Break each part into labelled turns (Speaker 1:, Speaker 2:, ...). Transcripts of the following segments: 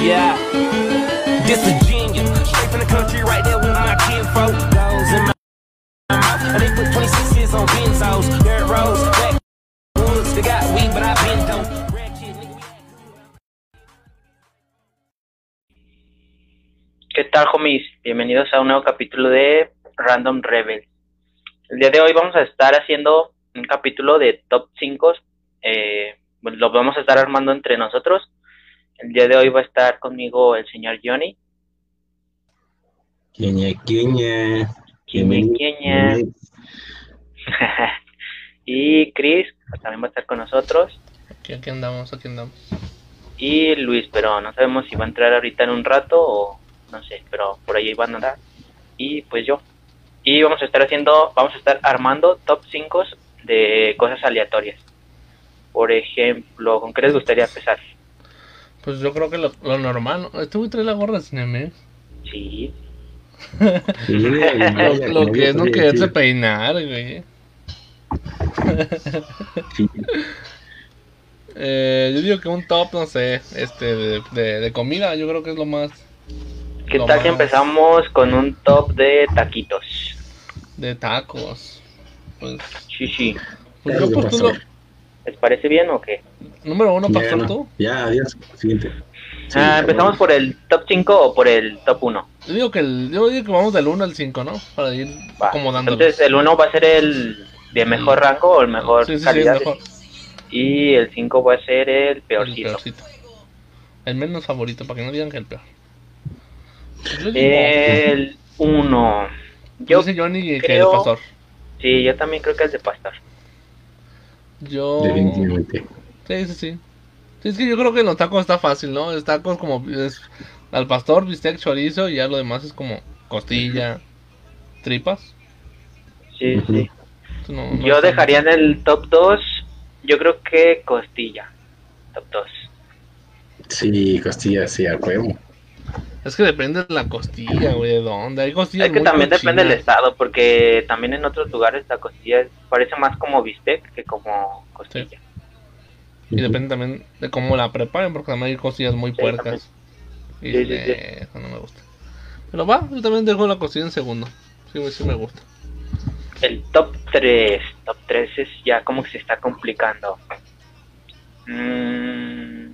Speaker 1: Yeah. This a genius. Straight from the country right there with my kinfolk. Those in my mouth. And they put 26s on benzos. Dirt roads. Back woods. They got weed, but I been dope. Red kid, nigga, we-
Speaker 2: ¿Qué tal, homies? Bienvenidos a un nuevo capítulo de Random Rebel. El día de hoy vamos a estar haciendo un capítulo de top 5. Eh, lo vamos a estar armando entre nosotros. El día de hoy va a estar conmigo el señor Johnny.
Speaker 3: Quiñe, quiñe.
Speaker 2: Quiñe, quiñe. y Chris pues, también va a estar con nosotros.
Speaker 4: Aquí, aquí andamos, aquí andamos.
Speaker 2: Y Luis, pero no sabemos si va a entrar ahorita en un rato o no sé, pero por ahí van a andar. Y pues yo. Y vamos a estar haciendo, vamos a estar armando top 5 de cosas aleatorias. Por ejemplo, ¿con qué les gustaría empezar?
Speaker 4: Pues yo creo que lo, lo normal, ¿no? Este güey trae la gorra de ¿eh? Sneme.
Speaker 2: Sí,
Speaker 3: Sí,
Speaker 4: Lo,
Speaker 3: güey,
Speaker 4: lo que es no
Speaker 3: Ah, sí,
Speaker 4: quererse
Speaker 3: sí.
Speaker 4: peinar, güey. Eh, yo digo que un top, no sé, este, de, de, de comida, yo creo que es lo más
Speaker 2: ¿qué
Speaker 4: Lo
Speaker 2: tal si
Speaker 4: más.
Speaker 2: empezamos con un top de taquitos?
Speaker 4: de tacos. Pues,
Speaker 2: Sí, sí.
Speaker 4: pues
Speaker 3: Claro
Speaker 4: yo
Speaker 3: que
Speaker 4: postulo-
Speaker 3: pasó.
Speaker 2: ¿Les parece bien o qué?
Speaker 4: número uno,
Speaker 3: Ya,
Speaker 4: pastor,
Speaker 3: no.
Speaker 4: tú.
Speaker 3: Ya, adiós. Siguiente.
Speaker 2: Ah, ¿Empezamos por el top 5 o por el top 1?
Speaker 4: Yo digo que, el- yo digo que vamos del 1 al 5, ¿no? Para ir acomodándolos.
Speaker 2: Entonces el 1 va a ser el de mejor rango o el mejor
Speaker 4: Sí, sí, sí,
Speaker 2: calidad.
Speaker 4: mejor.
Speaker 2: Y el 5 va a ser el
Speaker 4: El
Speaker 2: peorcito.
Speaker 4: peorcito. El menos favorito, para que no digan que el peor. Pues yo digo-
Speaker 2: El 1. Eh, Yo,
Speaker 4: Dice Johnny que
Speaker 2: creo-
Speaker 4: el pastor.
Speaker 2: sí, yo también creo que el de Pastor.
Speaker 4: Yo.
Speaker 3: Definitivamente.
Speaker 4: Sí, sí, sí. Sí, Es que yo creo que en los tacos está fácil, ¿no? Los tacos como es al pastor, bistec, chorizo y ya lo demás es como costilla, tripas.
Speaker 2: Sí,
Speaker 3: Ujú.
Speaker 2: sí.
Speaker 4: No- no
Speaker 2: Yo
Speaker 4: está-
Speaker 2: dejaría en el top 2, yo creo que Costilla. Top 2.
Speaker 3: Sí, costilla, sí, a huevo.
Speaker 4: Es que depende de la costilla, güey, de dónde. Hay costillas
Speaker 2: Es que
Speaker 4: muy
Speaker 2: también
Speaker 4: cochinas.
Speaker 2: depende del estado, porque también en otros lugares la costilla es- parece más como bistec que como costilla.
Speaker 4: Y depende también de cómo la preparen, porque también hay costillas muy puercas. Y
Speaker 2: Sí, sí, sí.
Speaker 4: eh, eso no me gusta. Pero va, yo también dejo la costilla en segundo. Sí, güey, sí me gusta.
Speaker 2: El top 3. Top 3 es ya como que se está complicando. Mm,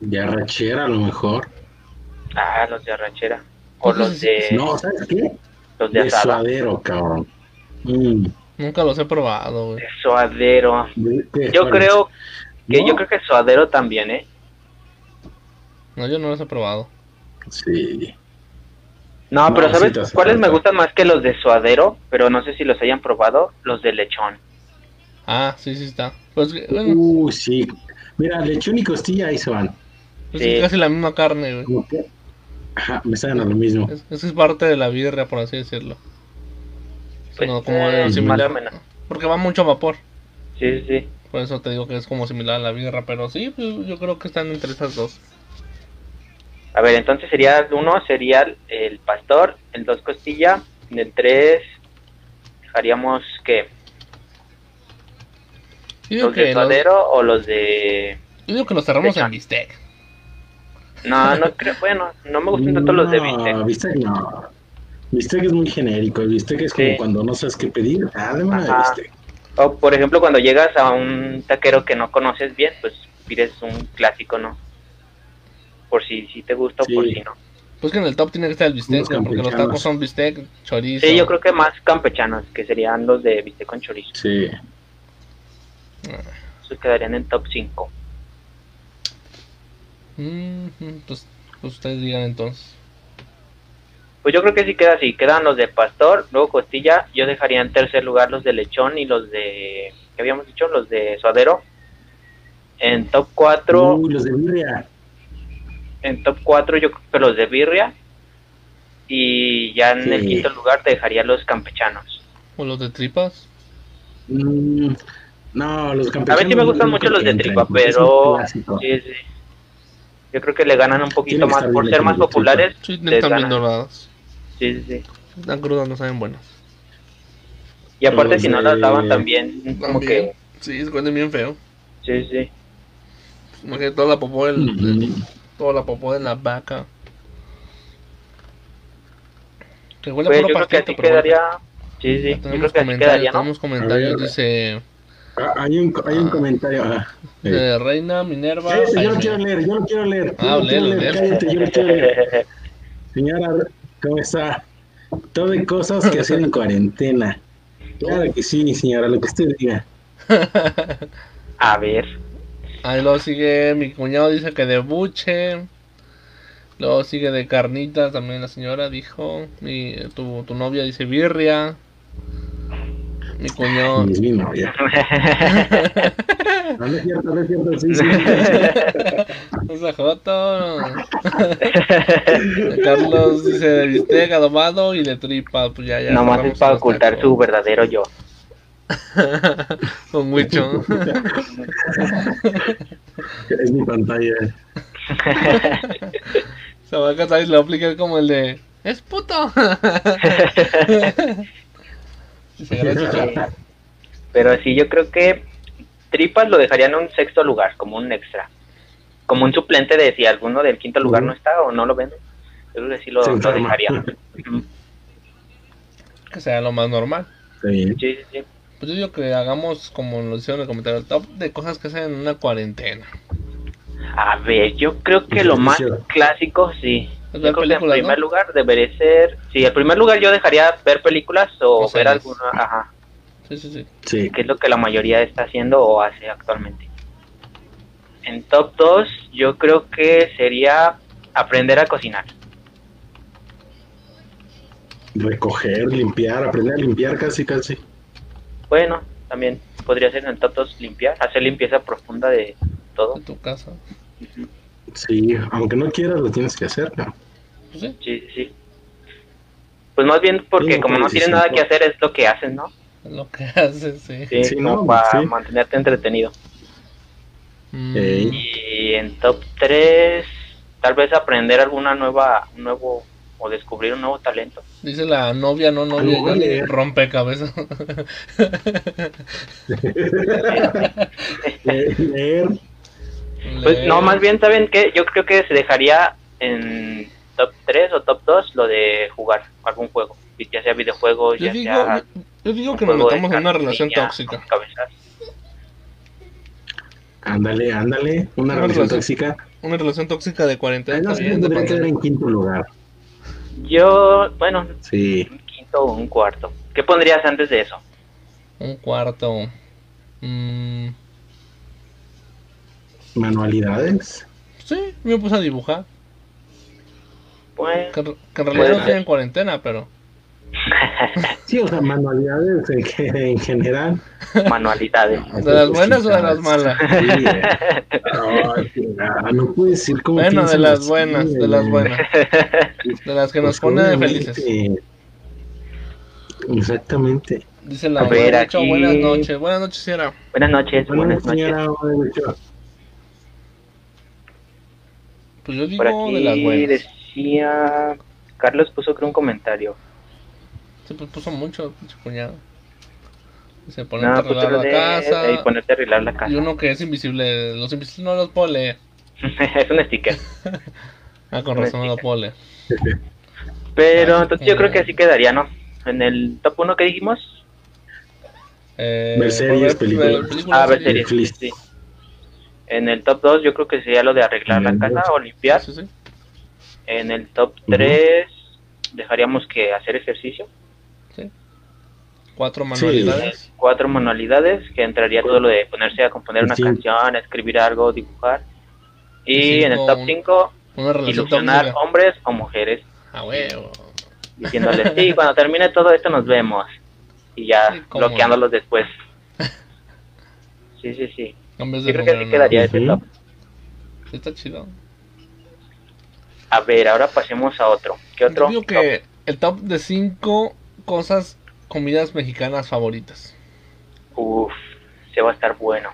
Speaker 3: Ya rachera a lo mejor.
Speaker 2: ah, los de arrachera. O los de,
Speaker 3: No, ¿sabes qué?
Speaker 2: los de
Speaker 3: De
Speaker 2: asada.
Speaker 3: suadero, cabrón. Mm,
Speaker 4: Nunca los he probado, güey.
Speaker 2: De suadero.
Speaker 3: de- de-
Speaker 2: Yo creo que
Speaker 3: No,
Speaker 2: yo creo que suadero también, ¿eh?
Speaker 4: No, yo no los he probado.
Speaker 3: Sí.
Speaker 2: No,
Speaker 3: No,
Speaker 2: pero
Speaker 3: sí
Speaker 2: ¿sabes
Speaker 3: te hace
Speaker 2: cuáles me
Speaker 3: falta.
Speaker 2: gustan más que los de suadero? Pero no sé si los hayan probado, los de lechón.
Speaker 4: Ah, sí, sí está. Pues, bueno,
Speaker 3: Uh, sí. Mira, lechón y costilla ahí se van.
Speaker 4: es
Speaker 2: sí.
Speaker 4: Pues casi la misma carne, güey.
Speaker 3: ¿Cómo que? Ajá, me saben a lo mismo.
Speaker 4: Es, eso es parte de la birria, por así decirlo.
Speaker 2: Pues,
Speaker 4: No, como
Speaker 2: eh,
Speaker 4: de
Speaker 2: más o
Speaker 4: similar.
Speaker 2: menos.
Speaker 4: Porque va mucho vapor.
Speaker 2: Sí, sí, sí.
Speaker 4: Por eso te digo que es como similar a la birra, pero sí, pues, yo creo que están entre esas dos.
Speaker 2: A ver, entonces sería uno sería el pastor, el dos costilla, en el tres dejaríamos que
Speaker 4: Yo digo,
Speaker 2: los de
Speaker 4: que los,
Speaker 2: suadero o los de
Speaker 4: yo digo que los cerramos
Speaker 2: Lechón.
Speaker 4: en bistec.
Speaker 2: no, no creo, bueno, no me gustan tanto los de bistec.
Speaker 3: No, bistec no. Bistec es muy genérico. El bistec es como
Speaker 2: Sí.
Speaker 3: cuando no sabes qué pedir. Ah, dame una de
Speaker 2: Ajá.
Speaker 3: bistec.
Speaker 2: O por ejemplo, cuando llegas a un taquero que no conoces bien, pues pides un clásico, ¿no? Por si si te gusta o por
Speaker 3: Sí.
Speaker 2: si no.
Speaker 4: Pues que en el top tiene que estar el bistec,
Speaker 3: Unos
Speaker 4: güey, porque los
Speaker 3: campechanos.
Speaker 4: tacos son bistec, chorizo.
Speaker 2: Sí, yo creo que más campechanos, que serían los de bistec con chorizo.
Speaker 3: Sí.
Speaker 2: Esos quedarían en top 5.
Speaker 4: Mm, mm, pues, pues ustedes digan entonces.
Speaker 2: Pues yo creo que sí queda así. Quedan los de pastor, luego costilla. Yo dejaría en tercer lugar los de lechón y los de. ¿Qué habíamos dicho? Los de suadero. En top 4.
Speaker 3: Uy, los de birria.
Speaker 2: En top 4 yo creo que los de birria. Y ya en el
Speaker 3: Sí.
Speaker 2: quinto lugar te dejaría los campechanos.
Speaker 4: O los de tripas.
Speaker 3: Mm, no, los
Speaker 2: A
Speaker 3: campechanos.
Speaker 2: mí sí me gustan
Speaker 3: no
Speaker 2: mucho
Speaker 3: creo
Speaker 2: los
Speaker 3: que
Speaker 2: de
Speaker 3: entren,
Speaker 2: tripa,
Speaker 3: porque es un
Speaker 2: pero
Speaker 3: clásico.
Speaker 2: sí, sí. yo creo que le ganan un poquito
Speaker 3: Tiene que
Speaker 2: más
Speaker 3: estar
Speaker 2: por
Speaker 3: bien
Speaker 2: ser
Speaker 3: hecho
Speaker 2: más
Speaker 3: el de tripa.
Speaker 2: populares.
Speaker 4: Sí,
Speaker 2: les
Speaker 4: están bien
Speaker 2: ganan.
Speaker 4: doradas.
Speaker 2: Sí, sí, sí.
Speaker 4: Están crudas, no saben buenas.
Speaker 2: Y aparte
Speaker 3: Los
Speaker 2: si no
Speaker 3: de-
Speaker 2: las daban también, como que...
Speaker 4: Sí, se cuentan bien feo.
Speaker 2: Sí, sí.
Speaker 4: Imagínate toda la popó del,
Speaker 3: Mm,
Speaker 4: o la popó de la vaca. Que huele a
Speaker 2: Pues
Speaker 4: puro
Speaker 2: yo creo que
Speaker 4: pastito,
Speaker 2: así
Speaker 4: pero bueno.
Speaker 2: quedaría. Sí, sí,
Speaker 4: Ya
Speaker 2: yo
Speaker 4: tenemos
Speaker 2: creo que así
Speaker 4: comentarios,
Speaker 2: quedaría, ¿no?
Speaker 4: tenemos comentarios,
Speaker 3: A ver.
Speaker 4: dice
Speaker 3: Ah, hay un, hay un
Speaker 4: Ah.
Speaker 3: comentario. ah, eh.
Speaker 4: de Reina Minerva.
Speaker 3: Cállese, yo lo
Speaker 4: Jaime.
Speaker 3: quiero leer, yo lo quiero leer.
Speaker 4: Ah,
Speaker 3: yo lo quiero
Speaker 4: léelo,
Speaker 3: leer,
Speaker 4: léelo.
Speaker 3: cállate, yo lo quiero leer. Señora, ¿cómo está? Tome cosas que hacer en cuarentena. Claro que sí, señora, lo que usted diga.
Speaker 2: A ver.
Speaker 4: Ahí luego sigue mi cuñado, dice que de buche. Luego sigue de carnitas, también la señora dijo. Mi, tu, tu novia dice birria. Mi cuñado.
Speaker 3: Es mi novia. Ah, No, no es cierto, no es cierto, sí, sí.
Speaker 4: Esa joto. Carlos dice de bistec adobado y de tripa. Pues ya, ya.
Speaker 2: Nomás
Speaker 4: cerramos
Speaker 2: es para
Speaker 4: los
Speaker 2: ocultar
Speaker 4: tacos.
Speaker 2: su verdadero yo.
Speaker 4: Con huicho.
Speaker 3: Es mi pantalla.
Speaker 4: Se va a casar y lo va a aplicar como el de. ¡Es puto! Y se agarra su chapa.
Speaker 2: Pero sí, yo creo que tripas lo dejaría en un sexto lugar, como un extra. Como un suplente de si alguno del quinto lugar no está o no lo vende. Yo creo que sí lo,
Speaker 3: Se
Speaker 2: lo
Speaker 3: enferma.
Speaker 2: dejaría. Ujú.
Speaker 4: Que sea lo más normal.
Speaker 3: Está bien.
Speaker 2: Sí, sí, sí.
Speaker 4: Pues yo digo que hagamos, como lo hicieron en el comentario, el top de cosas que hacen en una cuarentena.
Speaker 2: A ver, yo creo que lo más
Speaker 3: Ejercicio.
Speaker 2: clásico, sí.
Speaker 4: Es
Speaker 2: Yo
Speaker 4: ver
Speaker 2: creo que en
Speaker 4: películas,
Speaker 2: primer
Speaker 4: ¿no?
Speaker 2: lugar debería ser. Sí, en primer lugar yo dejaría ver películas o,
Speaker 4: O
Speaker 2: ver
Speaker 4: series.
Speaker 2: alguna. Ajá.
Speaker 4: Sí, sí, sí.
Speaker 3: Sí.
Speaker 2: Que es lo que la mayoría está haciendo o hace actualmente. En top 2, yo creo que sería aprender a cocinar.
Speaker 3: Recoger, limpiar, aprender a limpiar casi, casi.
Speaker 2: Bueno, también podría ser en el top 2 limpiar, hacer limpieza profunda de todo.
Speaker 4: En tu casa.
Speaker 3: Sí, aunque no quieras, lo tienes que hacer. ¿no?
Speaker 4: Pues sí,
Speaker 2: Sí, sí, sí. Pues más bien porque
Speaker 3: Sí, no
Speaker 2: como no
Speaker 3: puedes
Speaker 2: tienes
Speaker 3: decir
Speaker 2: nada
Speaker 3: sí,
Speaker 2: que
Speaker 3: no.
Speaker 2: hacer es lo que haces, ¿no?
Speaker 4: es lo que haces, sí.
Speaker 2: Sí,
Speaker 3: Sí,
Speaker 2: como
Speaker 3: no,
Speaker 2: para
Speaker 3: sí.
Speaker 2: mantenerte entretenido.
Speaker 4: Mm,
Speaker 3: Ey.
Speaker 2: Y en top 3, tal vez aprender alguna nueva, un nuevo, o descubrir un nuevo talento.
Speaker 4: Dice la novia, no novia,
Speaker 3: Algo
Speaker 4: yo le
Speaker 3: leer.
Speaker 4: rompecabezas.
Speaker 3: Le- Leer,
Speaker 2: Pues, no,
Speaker 4: Leer.
Speaker 2: más bien, ¿saben qué? Yo creo que se dejaría en top 3 o top 2 lo de jugar algún juego. Ya sea videojuegos,
Speaker 4: Yo
Speaker 2: pues, ya
Speaker 4: digo,
Speaker 2: sea...
Speaker 4: yo, yo digo
Speaker 2: un
Speaker 4: que nos
Speaker 2: juego de
Speaker 4: metamos en una
Speaker 2: cartas,
Speaker 4: relación
Speaker 2: niña,
Speaker 4: tóxica.
Speaker 2: rompecabezas.
Speaker 3: ándale, ándale. Una
Speaker 4: Una
Speaker 3: relación
Speaker 4: relación.
Speaker 3: tóxica.
Speaker 4: Una relación tóxica de cuarentena.
Speaker 3: Además,
Speaker 4: está bien, de
Speaker 3: tendría que quedar
Speaker 4: pandemia.
Speaker 3: en quinto lugar.
Speaker 2: Yo, bueno,
Speaker 3: Sí.
Speaker 2: un quinto o un cuarto. ¿Qué pondrías antes de eso?
Speaker 4: Un cuarto. Mm,
Speaker 3: Manualidades.
Speaker 4: sí, me puse a dibujar.
Speaker 2: Bueno, Pues,
Speaker 4: Que, que en realidad no
Speaker 2: Bueno.
Speaker 4: tienen cuarentena, pero.
Speaker 3: Sí, o sea, manualidades en, ge- en general.
Speaker 2: manualidades.
Speaker 4: ¿De las buenas o de las malas?
Speaker 3: Sí, eh. Ay, chingada, no puedes decir cómo
Speaker 4: Bueno, de
Speaker 3: piensan eh.
Speaker 4: las
Speaker 3: así,
Speaker 4: buenas, de
Speaker 3: güey.
Speaker 4: las buenas. De las que
Speaker 3: Pues,
Speaker 4: nos pone
Speaker 3: obviamente.
Speaker 4: felices.
Speaker 3: Exactamente.
Speaker 4: Dice la
Speaker 2: A ver,
Speaker 4: abuela, "Chao,
Speaker 2: aquí-
Speaker 4: buenas noches, buenas noches, Sierra.
Speaker 2: Buenas noches, buenas noches.
Speaker 3: señora, buenas noches.
Speaker 4: Pues yo digo
Speaker 2: Por aquí
Speaker 4: de las buenas.
Speaker 2: decía... Carlos puso creo un comentario.
Speaker 4: Se pues, puso mucho, pinche cuñado. Dice, ponerte a
Speaker 2: Nada, puso
Speaker 4: arreglar
Speaker 2: lo
Speaker 4: la
Speaker 2: pues, de
Speaker 4: casa.
Speaker 2: de ponerte a arreglar la
Speaker 4: Y
Speaker 2: casa.
Speaker 4: uno que es invisible, los invisibles no los puedo leer.
Speaker 2: es un sticker.
Speaker 4: Ah, con razón no los puedo leer.
Speaker 2: Pero
Speaker 4: Ah,
Speaker 2: entonces yo creo que
Speaker 4: eh.
Speaker 2: así quedaría, ¿no? En el top 1 que dijimos.
Speaker 4: Eh,
Speaker 3: Ver series,
Speaker 4: pues, ver-
Speaker 3: películas.
Speaker 4: ver
Speaker 2: Ah, ver
Speaker 4: series.
Speaker 2: series. sí,
Speaker 3: Netflix.
Speaker 2: sí. En el top 2 yo creo que sería lo de arreglar la
Speaker 3: Bien,
Speaker 2: casa
Speaker 3: bien.
Speaker 2: o limpiar.
Speaker 4: Sí, sí.
Speaker 2: En el top
Speaker 3: Ujú.
Speaker 2: 3 dejaríamos que hacer ejercicio.
Speaker 4: Cuatro manualidades.
Speaker 2: Cuatro manualidades que entraría todo lo de ponerse a componer una
Speaker 3: Sí.
Speaker 2: canción, escribir algo, dibujar. Y
Speaker 4: Cinco,
Speaker 2: en el top
Speaker 4: un-
Speaker 2: 5
Speaker 4: Una relación
Speaker 2: ilusionar
Speaker 4: tóxica.
Speaker 2: hombres o mujeres
Speaker 4: A huevo.
Speaker 2: diciéndoles, sí, cuando termine todo esto nos vemos. Y ya
Speaker 4: Sí, cómo no.
Speaker 2: bloqueándolos después. Sí, sí, sí.
Speaker 4: Cambias de
Speaker 2: Yo creo que
Speaker 4: número,
Speaker 2: así
Speaker 4: ¿no?
Speaker 2: quedaría ese
Speaker 3: Ujú.
Speaker 2: top.
Speaker 4: Sí, Está chido.
Speaker 2: A ver, ahora pasemos a otro. ¿Qué
Speaker 4: Yo
Speaker 2: otro?
Speaker 4: digo que el top de cinco cosas, comidas mexicanas favoritas.
Speaker 2: top? Uf, se va a estar bueno.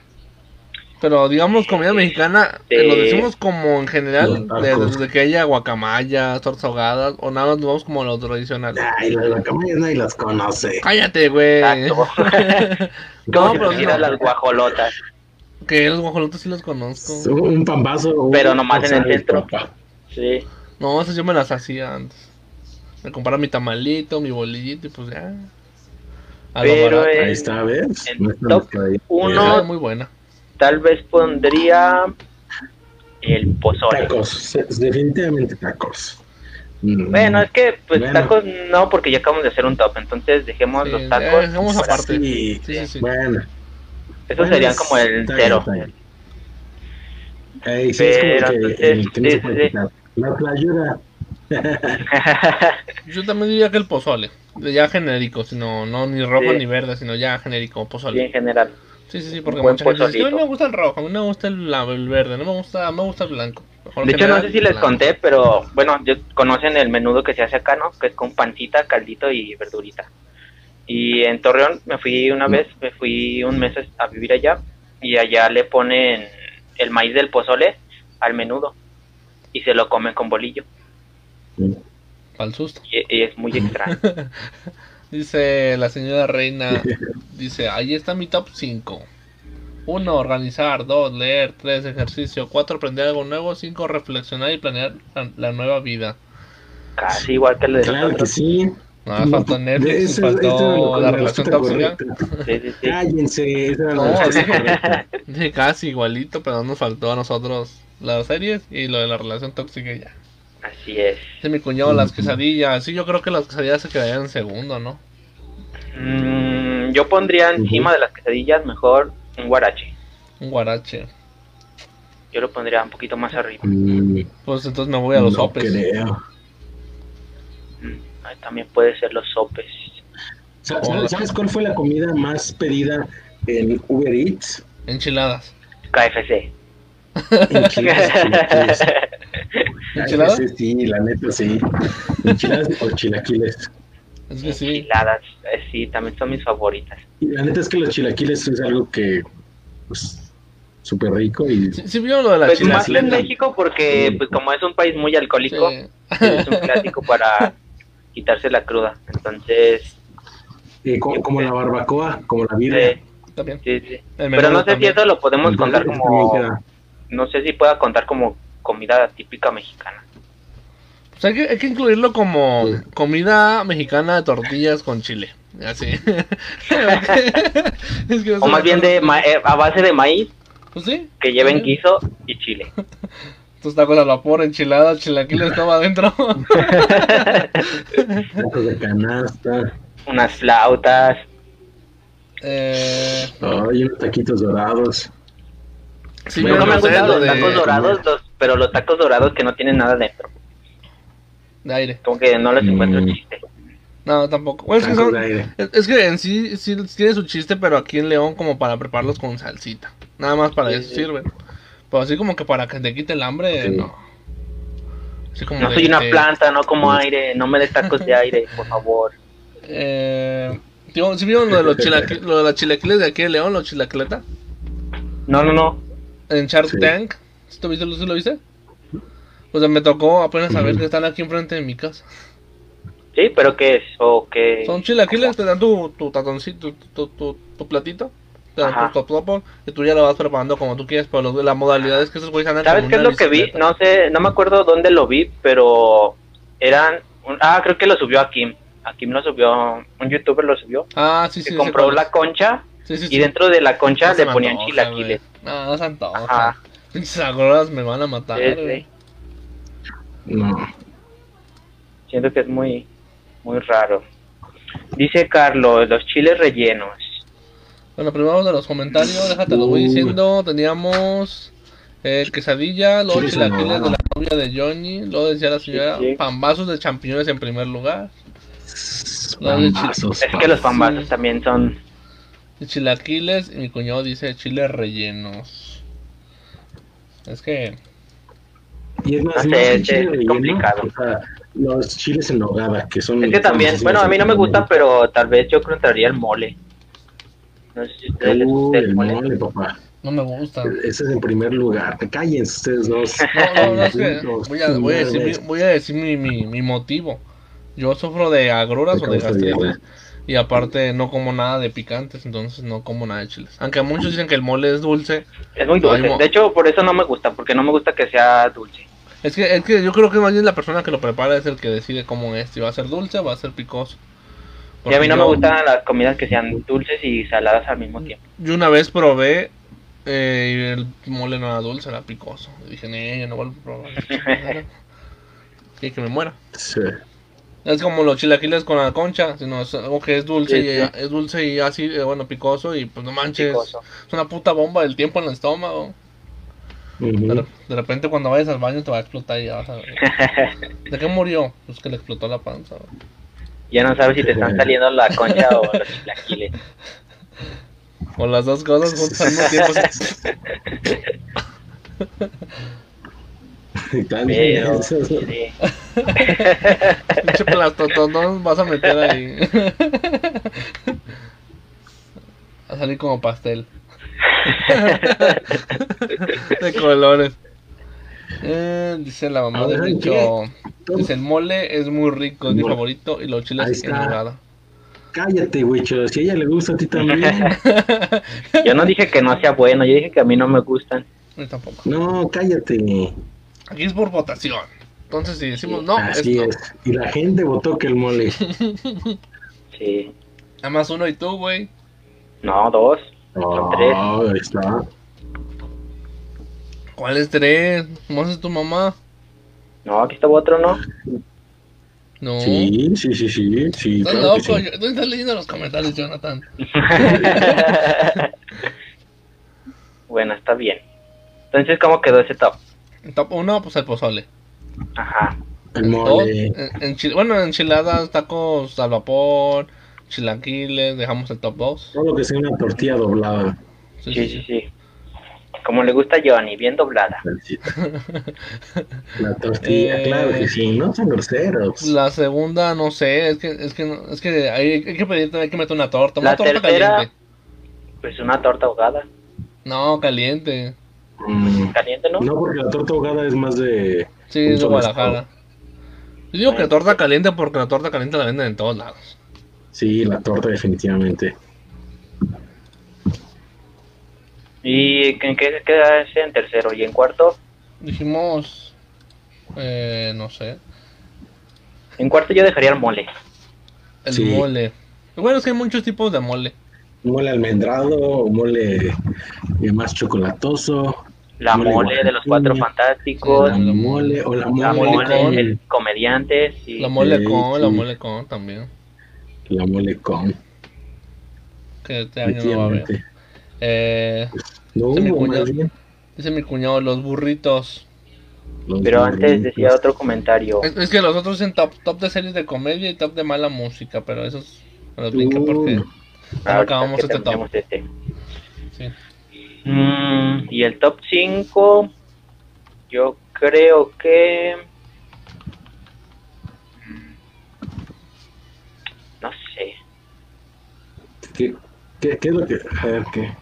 Speaker 4: Pero digamos comida mexicana,
Speaker 2: Sí.
Speaker 4: eh, lo decimos como en general,
Speaker 3: Los
Speaker 4: de-
Speaker 3: tacos.
Speaker 4: desde que haya guacamayas, tortas ahogadas, o nada más nos vamos como a lo tradicional.
Speaker 3: Ay, las guacamayas nadie las conoce. Eh.
Speaker 4: Cállate, güey.
Speaker 2: Exacto.
Speaker 4: No,
Speaker 2: ¿Cómo
Speaker 4: pero
Speaker 2: se nos tiran
Speaker 4: no.
Speaker 2: las guajolotas?
Speaker 4: Que los guajolotes sí los conozco.
Speaker 3: Un pambazo.
Speaker 2: Pero
Speaker 3: un
Speaker 2: nomás en el
Speaker 3: pozole,
Speaker 2: centro.
Speaker 3: papá.
Speaker 2: Sí.
Speaker 4: No, esas yo me las hacía antes. Me compraba mi tamalito, mi bolillito y pues ya. A lo
Speaker 2: Pero,
Speaker 4: barato.
Speaker 2: eh,
Speaker 3: Ahí está, ¿ves?
Speaker 2: en
Speaker 3: No está
Speaker 2: top
Speaker 3: mezcladito.
Speaker 2: uno-
Speaker 4: Estaba
Speaker 2: no.
Speaker 4: muy buena.
Speaker 2: Tal vez pondría el pozole.
Speaker 3: Tacos, se- definitivamente tacos. Mm.
Speaker 2: Bueno, es que pues
Speaker 3: Bueno.
Speaker 2: tacos no, porque ya acabamos de hacer un top, entonces dejemos
Speaker 4: Sí,
Speaker 2: los
Speaker 4: eh,
Speaker 2: tacos.
Speaker 4: dejemos
Speaker 2: fuera.
Speaker 4: aparte.
Speaker 3: Sí,
Speaker 4: Sí, sí, sí.
Speaker 3: Bueno,
Speaker 2: Esos
Speaker 3: bueno,
Speaker 2: serían como el
Speaker 3: está bien,
Speaker 2: cero.
Speaker 3: está bien. Ahí sí es
Speaker 2: Pero,
Speaker 3: como que,
Speaker 2: entonces,
Speaker 3: eh, que no
Speaker 2: sí,
Speaker 3: se puede
Speaker 2: sí.
Speaker 3: quitar. La playura.
Speaker 4: Yo también diría que el pozole. Ya genérico, sino no ni rojo
Speaker 2: Sí.
Speaker 4: ni verde, sino ya genérico,
Speaker 2: Sí,
Speaker 4: pozole.
Speaker 2: en general.
Speaker 4: Sí, sí, sí, porque
Speaker 2: Un buen
Speaker 4: mucha gente dice, "Yo no
Speaker 2: pozolito".
Speaker 4: me gusta el rojo, a mí no me gusta el, la- el verde, no me gusta, me gusta el blanco. Mejor
Speaker 2: De hecho, no
Speaker 4: general,
Speaker 2: sé si les
Speaker 4: blanco.
Speaker 2: conté, pero bueno, yo- conocen el menudo que se hace acá, ¿no? Que es con pancita, caldito y verdurita. Y en Torreón me fui una vez, me fui un mes a vivir allá y allá le ponen el maíz del pozole al menudo y se lo comen con bolillo.
Speaker 4: Pa'l susto.
Speaker 2: Y, y es muy extraño.
Speaker 4: Dice la señora Reina, dice, ahí está mi top 5. 1. Organizar. 2. Leer. 3. Ejercicio. 4. Aprender algo nuevo. 5. Reflexionar y planear la, la nueva vida.
Speaker 2: Casi igual que el de
Speaker 3: Claro que
Speaker 2: nosotros.
Speaker 3: sí.
Speaker 4: No, faltó Netflix,
Speaker 3: De eso-
Speaker 4: faltó
Speaker 3: esto era lo-
Speaker 4: la
Speaker 3: la
Speaker 4: relación
Speaker 3: respuesta
Speaker 4: tóxica.
Speaker 3: correcta.
Speaker 2: Sí, sí, sí.
Speaker 3: Ah, Cállense, esa era la
Speaker 4: No,
Speaker 3: respuesta
Speaker 4: dije-
Speaker 3: correcta.
Speaker 4: Dice, casi igualito, pero nos faltó a nosotros las series y lo de la relación tóxica y ya.
Speaker 2: Así es.
Speaker 4: Dice mi cuñado, las quesadillas. Sí, yo creo que las quesadillas se quedarían en segundo, ¿no?
Speaker 2: Mm, yo pondría encima de las quesadillas mejor un guarache.
Speaker 4: Un guarache.
Speaker 2: Yo lo pondría un poquito más arriba.
Speaker 3: Mm,
Speaker 4: Pues entonces me voy a los
Speaker 3: no
Speaker 4: sopes.
Speaker 3: creo.
Speaker 2: Mm, ahí También puede ser los sopes.
Speaker 3: Sa- ¿Sabes, sabes cuál fue la comida más pedida en Uber Eats?
Speaker 4: Enchiladas.
Speaker 2: KFC.
Speaker 3: Enchiladas chilaquiles.
Speaker 4: ¿Enchiladas?
Speaker 3: Sí, sí, la neta sí. Enchiladas o chilaquiles.
Speaker 4: Es que sí.
Speaker 2: Enchiladas, eh, sí, también son mis favoritas.
Speaker 3: Y la neta es que los chilaquiles es algo que, pues, súper rico y
Speaker 4: Sí, sí vieron lo de la
Speaker 2: Pues
Speaker 4: chilaquila.
Speaker 2: más en
Speaker 3: chilacileta.
Speaker 2: México porque pues como es un país muy alcohólico,
Speaker 4: Sí.
Speaker 2: es un clásico para quitarse la cruda. Entonces,
Speaker 3: eh, co- como, la barbacoa, como la birria.
Speaker 2: eh,
Speaker 4: También.
Speaker 2: sí, sí. Pero
Speaker 4: El
Speaker 2: no
Speaker 4: menudo
Speaker 2: sé
Speaker 4: también.
Speaker 2: si eso lo podemos
Speaker 3: Entonces,
Speaker 2: contar
Speaker 3: eso también
Speaker 2: como
Speaker 3: queda.
Speaker 2: no sé si pueda contar como comida típica mexicana.
Speaker 4: Pues hay, que, hay que incluirlo como
Speaker 3: Sí.
Speaker 4: comida mexicana de tortillas con chile. Así. Es Pues que no
Speaker 2: O
Speaker 4: sé
Speaker 2: más bien de ma- eh, a base de maíz
Speaker 4: Pues sí.
Speaker 2: que lleven
Speaker 4: Sí.
Speaker 2: guiso y chile.
Speaker 4: Tus tacos al vapor, enchiladas, chilaquiles, todo adentro.
Speaker 3: Tacos de canasta,
Speaker 2: Unas flautas,
Speaker 4: eh,
Speaker 3: ay, unos taquitos dorados.
Speaker 4: sí,
Speaker 3: Bueno,
Speaker 2: Yo no me
Speaker 3: pues, eh, no
Speaker 2: han
Speaker 3: sé,
Speaker 2: gustado
Speaker 3: lo
Speaker 2: los
Speaker 3: de-
Speaker 2: tacos dorados, los, pero los tacos dorados que no tienen nada dentro.
Speaker 4: de aire.
Speaker 2: Como que no les encuentro
Speaker 3: Mm.
Speaker 2: chiste.
Speaker 4: No, tampoco. Bueno, es, que
Speaker 3: Tacos
Speaker 4: son-
Speaker 3: de aire.
Speaker 4: es- es que en sí, sí tiene su chiste, pero aquí en León como para prepararlos con salsita. Nada más para
Speaker 2: Sí,
Speaker 4: eso
Speaker 2: sí.
Speaker 4: sirven. Pero así como que para que te quite el hambre,
Speaker 3: Sí.
Speaker 4: no. Así como
Speaker 2: No
Speaker 4: de-
Speaker 2: soy una
Speaker 4: de-
Speaker 2: planta, no como
Speaker 4: mm.
Speaker 2: aire, no me des tacos de aire, por favor.
Speaker 4: Eh, tío, ¿sí vieron lo de, los chilaquiles, lo de las chilaquiles de aquí de León, los chilaquileta?
Speaker 2: No, no, no.
Speaker 4: En Shark
Speaker 3: Sí.
Speaker 4: Tank. ¿Sí ¿Tú viste, lo- sí lo viste? O sea, me tocó apenas saber que están aquí enfrente de mi casa.
Speaker 2: Sí, pero ¿qué es? ¿O qué?
Speaker 4: Son chilaquiles, te dan tu, tu tatoncito, tu, tu, tu- tu platito, te dan
Speaker 2: Ajá.
Speaker 4: tu top topo, y tú ya lo vas preparando como tú quieres, pero los- la modalidad es que esos güeyes andan
Speaker 2: ¿Sabes
Speaker 4: como
Speaker 2: qué es
Speaker 4: una
Speaker 2: lo que vi?
Speaker 4: bicicleta.
Speaker 2: No sé, no me acuerdo dónde lo vi, pero eran... un- ah, creo que lo subió a Kim. A Kim lo subió, un youtuber lo subió.
Speaker 4: Ah, sí, sí.
Speaker 2: Que
Speaker 4: sí,
Speaker 2: compró
Speaker 4: cuál es.
Speaker 2: la concha
Speaker 4: Sí, sí, sí.
Speaker 2: y dentro de la
Speaker 4: No
Speaker 2: concha
Speaker 4: se
Speaker 2: le
Speaker 4: me
Speaker 2: ponían
Speaker 4: antoja,
Speaker 2: chilaquiles.
Speaker 4: güey. No, no se antoja.
Speaker 2: Ajá.
Speaker 4: Pinches agruras me van a matar,
Speaker 2: Sí, sí.
Speaker 4: güey.
Speaker 3: No.
Speaker 2: Siento que es muy, muy raro. Dice Carlos, los chiles rellenos.
Speaker 4: Bueno, primero de los comentarios, déjate los voy
Speaker 3: Uy.
Speaker 4: diciendo. Teníamos eh, quesadilla, luego
Speaker 3: Chiles
Speaker 4: chilaquiles de
Speaker 3: ahogados.
Speaker 4: la novia de Johnny, luego decía la señora
Speaker 2: sí.
Speaker 4: pambazos de champiñones en primer lugar,
Speaker 3: Pambazos,
Speaker 2: Es que los
Speaker 3: pambazos.
Speaker 2: pambazos también son...
Speaker 4: y chilaquiles, y mi cuñado dice chiles rellenos. Es que,
Speaker 3: Y es más,
Speaker 2: No
Speaker 3: más
Speaker 2: sé,
Speaker 3: que
Speaker 2: es-
Speaker 3: chile
Speaker 2: Ah, es
Speaker 3: relleno,
Speaker 2: complicado.
Speaker 3: o sea, los chiles en nogada, que son.
Speaker 2: Es que también, bueno, a mí no me gusta, pero tal vez yo encontraría el mole. No sé si a ustedes les
Speaker 3: Uy,
Speaker 2: gusta el
Speaker 3: Uh, el
Speaker 2: mole. Ah.
Speaker 3: mole, papá.
Speaker 4: no me gusta.
Speaker 3: Ese es en primer lugar. Cállense ustedes dos.
Speaker 4: No, no, no, es que
Speaker 3: Malditos,
Speaker 4: voy a, voy a decir, mi,
Speaker 3: nerds.
Speaker 4: voy a decir mi, mi, mi motivo. Yo sufro de agruras o de
Speaker 3: Acabas de
Speaker 4: gastritis.
Speaker 3: llegar.
Speaker 4: Y aparte no como nada de picantes, entonces no como nada de chiles. Aunque muchos dicen que el mole es dulce.
Speaker 2: Es muy
Speaker 4: Ay,
Speaker 2: dulce.
Speaker 4: mo-
Speaker 2: De hecho, por eso no me gusta, porque no me gusta que sea dulce.
Speaker 4: Es que, es que yo creo que más bien la persona que lo prepara es el que decide cómo es. Si va a ser dulce o va a ser picoso.
Speaker 2: Y a mí no
Speaker 4: Porque
Speaker 2: me
Speaker 4: yo-
Speaker 2: gustan las comidas que sean dulces y saladas al mismo tiempo.
Speaker 4: Yo una vez probé eh, y el mole no era dulce, era picoso. Y dije, "Nee, yo no vuelvo a probar. esa chingadera". y que me muera.
Speaker 3: Sí.
Speaker 4: Es como los chilaquiles con la concha, sino es algo que es dulce,
Speaker 2: Sí,
Speaker 4: y,
Speaker 2: sí.
Speaker 4: es dulce y así, eh, bueno, picoso y pues no manches.
Speaker 2: Picoso.
Speaker 4: Es una puta bomba del tiempo en el estómago.
Speaker 3: Ujú.
Speaker 4: De, re- de repente cuando vayas al baño te va a explotar y ya vas a ver. ¿De qué murió? Pues que le explotó la panza. güey.
Speaker 2: Ya no sabes si te están saliendo la concha o los chilaquiles.
Speaker 4: O las dos cosas juntas al mismo tiempo. sí.
Speaker 3: Tan
Speaker 2: Pero,
Speaker 3: eso, eso.
Speaker 2: sí.
Speaker 4: Pinche plastotón, vas a meter ahí. Va a salir como pastel. de colores. Eh, dice la mamá de
Speaker 3: Ahora,
Speaker 4: Richo.
Speaker 3: ¿qué?
Speaker 4: Dice el mole es muy rico, es mi
Speaker 3: Mole.
Speaker 4: favorito y los
Speaker 3: Ahí
Speaker 4: chiles en
Speaker 3: está.
Speaker 4: nogada.
Speaker 3: Cállate, Wicho. Si a ella le gusta a ti también.
Speaker 2: Yo no dije que no sea bueno, yo dije que a mí no me gustan.
Speaker 4: Yo tampoco.
Speaker 3: No, cállate.
Speaker 4: Aquí es por votación. Entonces si decimos no, es
Speaker 3: Así
Speaker 4: no.
Speaker 3: es. Y la gente votó que el mole.
Speaker 2: Sí.
Speaker 4: Nada más uno y tú, güey.
Speaker 2: No, dos. Son tres.
Speaker 3: Ah, ahí está.
Speaker 4: ¿Cuál es tres? ¿Cómo haces tu mamá?
Speaker 2: No, aquí estaba otro, ¿no?
Speaker 4: No.
Speaker 3: Sí, sí, sí, sí. sí
Speaker 4: Estás
Speaker 3: claro que
Speaker 4: loco,
Speaker 3: sí.
Speaker 4: yo- tú estás leyendo los comentarios, Jonathan.
Speaker 2: bueno, está bien. Entonces, ¿cómo quedó ese top?
Speaker 4: En top 1, pues el pozole.
Speaker 2: Ajá.
Speaker 3: El
Speaker 4: Dos,
Speaker 3: mole.
Speaker 4: en- enchi- bueno, enchiladas, tacos al vapor, chilaquiles, dejamos el top 2.
Speaker 3: Todo lo que sea una tortilla doblada.
Speaker 4: Sí,
Speaker 2: Sí,
Speaker 4: sí,
Speaker 2: sí, sí. Como le gusta a Johnny, bien doblada.
Speaker 3: La tortilla,
Speaker 4: Eh.
Speaker 3: claro que sí. No son groseros.
Speaker 4: sí. La segunda, no sé, es que, es que, no- es que hay, hay que pedirte, hay que meter una torta. Una
Speaker 2: La
Speaker 4: torta
Speaker 2: tercera-
Speaker 4: caliente.
Speaker 2: Pues una torta ahogada.
Speaker 4: No, caliente.
Speaker 3: Mm,
Speaker 2: Caliente, ¿no?
Speaker 3: No, porque la torta ahogada es más de.
Speaker 4: Sí,
Speaker 3: Un
Speaker 4: es de
Speaker 3: solo
Speaker 4: Guadalajara. Yo digo que torta caliente porque la torta caliente la venden en todos lados.
Speaker 3: Sí, la torta, definitivamente.
Speaker 2: ¿Y en qué queda ese en tercero? ¿Y en cuarto?
Speaker 4: Dijimos, eh, no sé,
Speaker 2: En cuarto yo dejaría el mole.
Speaker 4: el
Speaker 3: Sí.
Speaker 4: mole. Bueno, es que hay muchos tipos de mole.
Speaker 3: Mole almendrado, mole eh, más chocolatoso.
Speaker 2: La
Speaker 3: Mole
Speaker 2: mole, de los cuatro
Speaker 3: guajillo.
Speaker 2: fantásticos.
Speaker 3: La mole o la mole,
Speaker 2: La mole,
Speaker 4: con-
Speaker 2: el comediante, sí.
Speaker 4: La mole
Speaker 3: Sí,
Speaker 4: con, la
Speaker 3: sí.
Speaker 4: mole con también.
Speaker 3: La mole con.
Speaker 4: Que este año no va a haber.
Speaker 3: Definitivamente.
Speaker 4: Eh,
Speaker 3: No
Speaker 4: Se me
Speaker 3: hubo,
Speaker 4: cuñó.
Speaker 3: más bien.
Speaker 4: dice mi cuñado, los burritos.
Speaker 3: Los
Speaker 2: Pero antes
Speaker 3: burritos.
Speaker 2: decía otro comentario.
Speaker 4: Es, es que los otros dicen top, top de series de comedia y top de mala música, pero esos me los brinqué porque
Speaker 2: Ahorita
Speaker 4: acabamos
Speaker 2: que
Speaker 4: este top.
Speaker 2: terminemos este.
Speaker 4: sí.
Speaker 2: Mm, y el top 5, yo creo que... mm, No sé.
Speaker 3: ¿Qué, qué, qué es lo que.? A ver, ¿qué?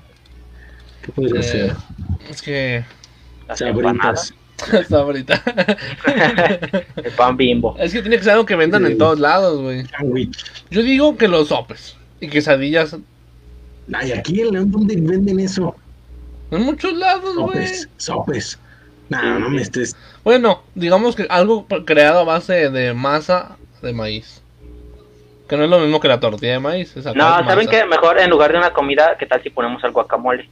Speaker 3: ¿Qué podría
Speaker 4: Eh,
Speaker 3: ser?
Speaker 4: es que
Speaker 2: Las empanadas.
Speaker 3: Sabritas.
Speaker 4: hasta ahorita.
Speaker 2: El pan bimbo.
Speaker 4: es que tiene que ser algo que vendan en
Speaker 3: Sí.
Speaker 4: todos lados, güey.
Speaker 3: Sándwich.
Speaker 4: Yo digo que los sopes y quesadillas
Speaker 3: Ay, aquí en León, ¿dónde venden eso?
Speaker 4: en muchos lados, güey.
Speaker 3: Sopes, sopes. No, no me estés.
Speaker 4: Bueno, digamos que algo creado a base de masa de maíz. Que no es lo mismo que la tortilla de maíz. esa
Speaker 2: No,
Speaker 4: cual
Speaker 2: ¿saben
Speaker 4: masa.
Speaker 2: qué? Mejor en lugar de una comida, ¿qué tal si ponemos al guacamole?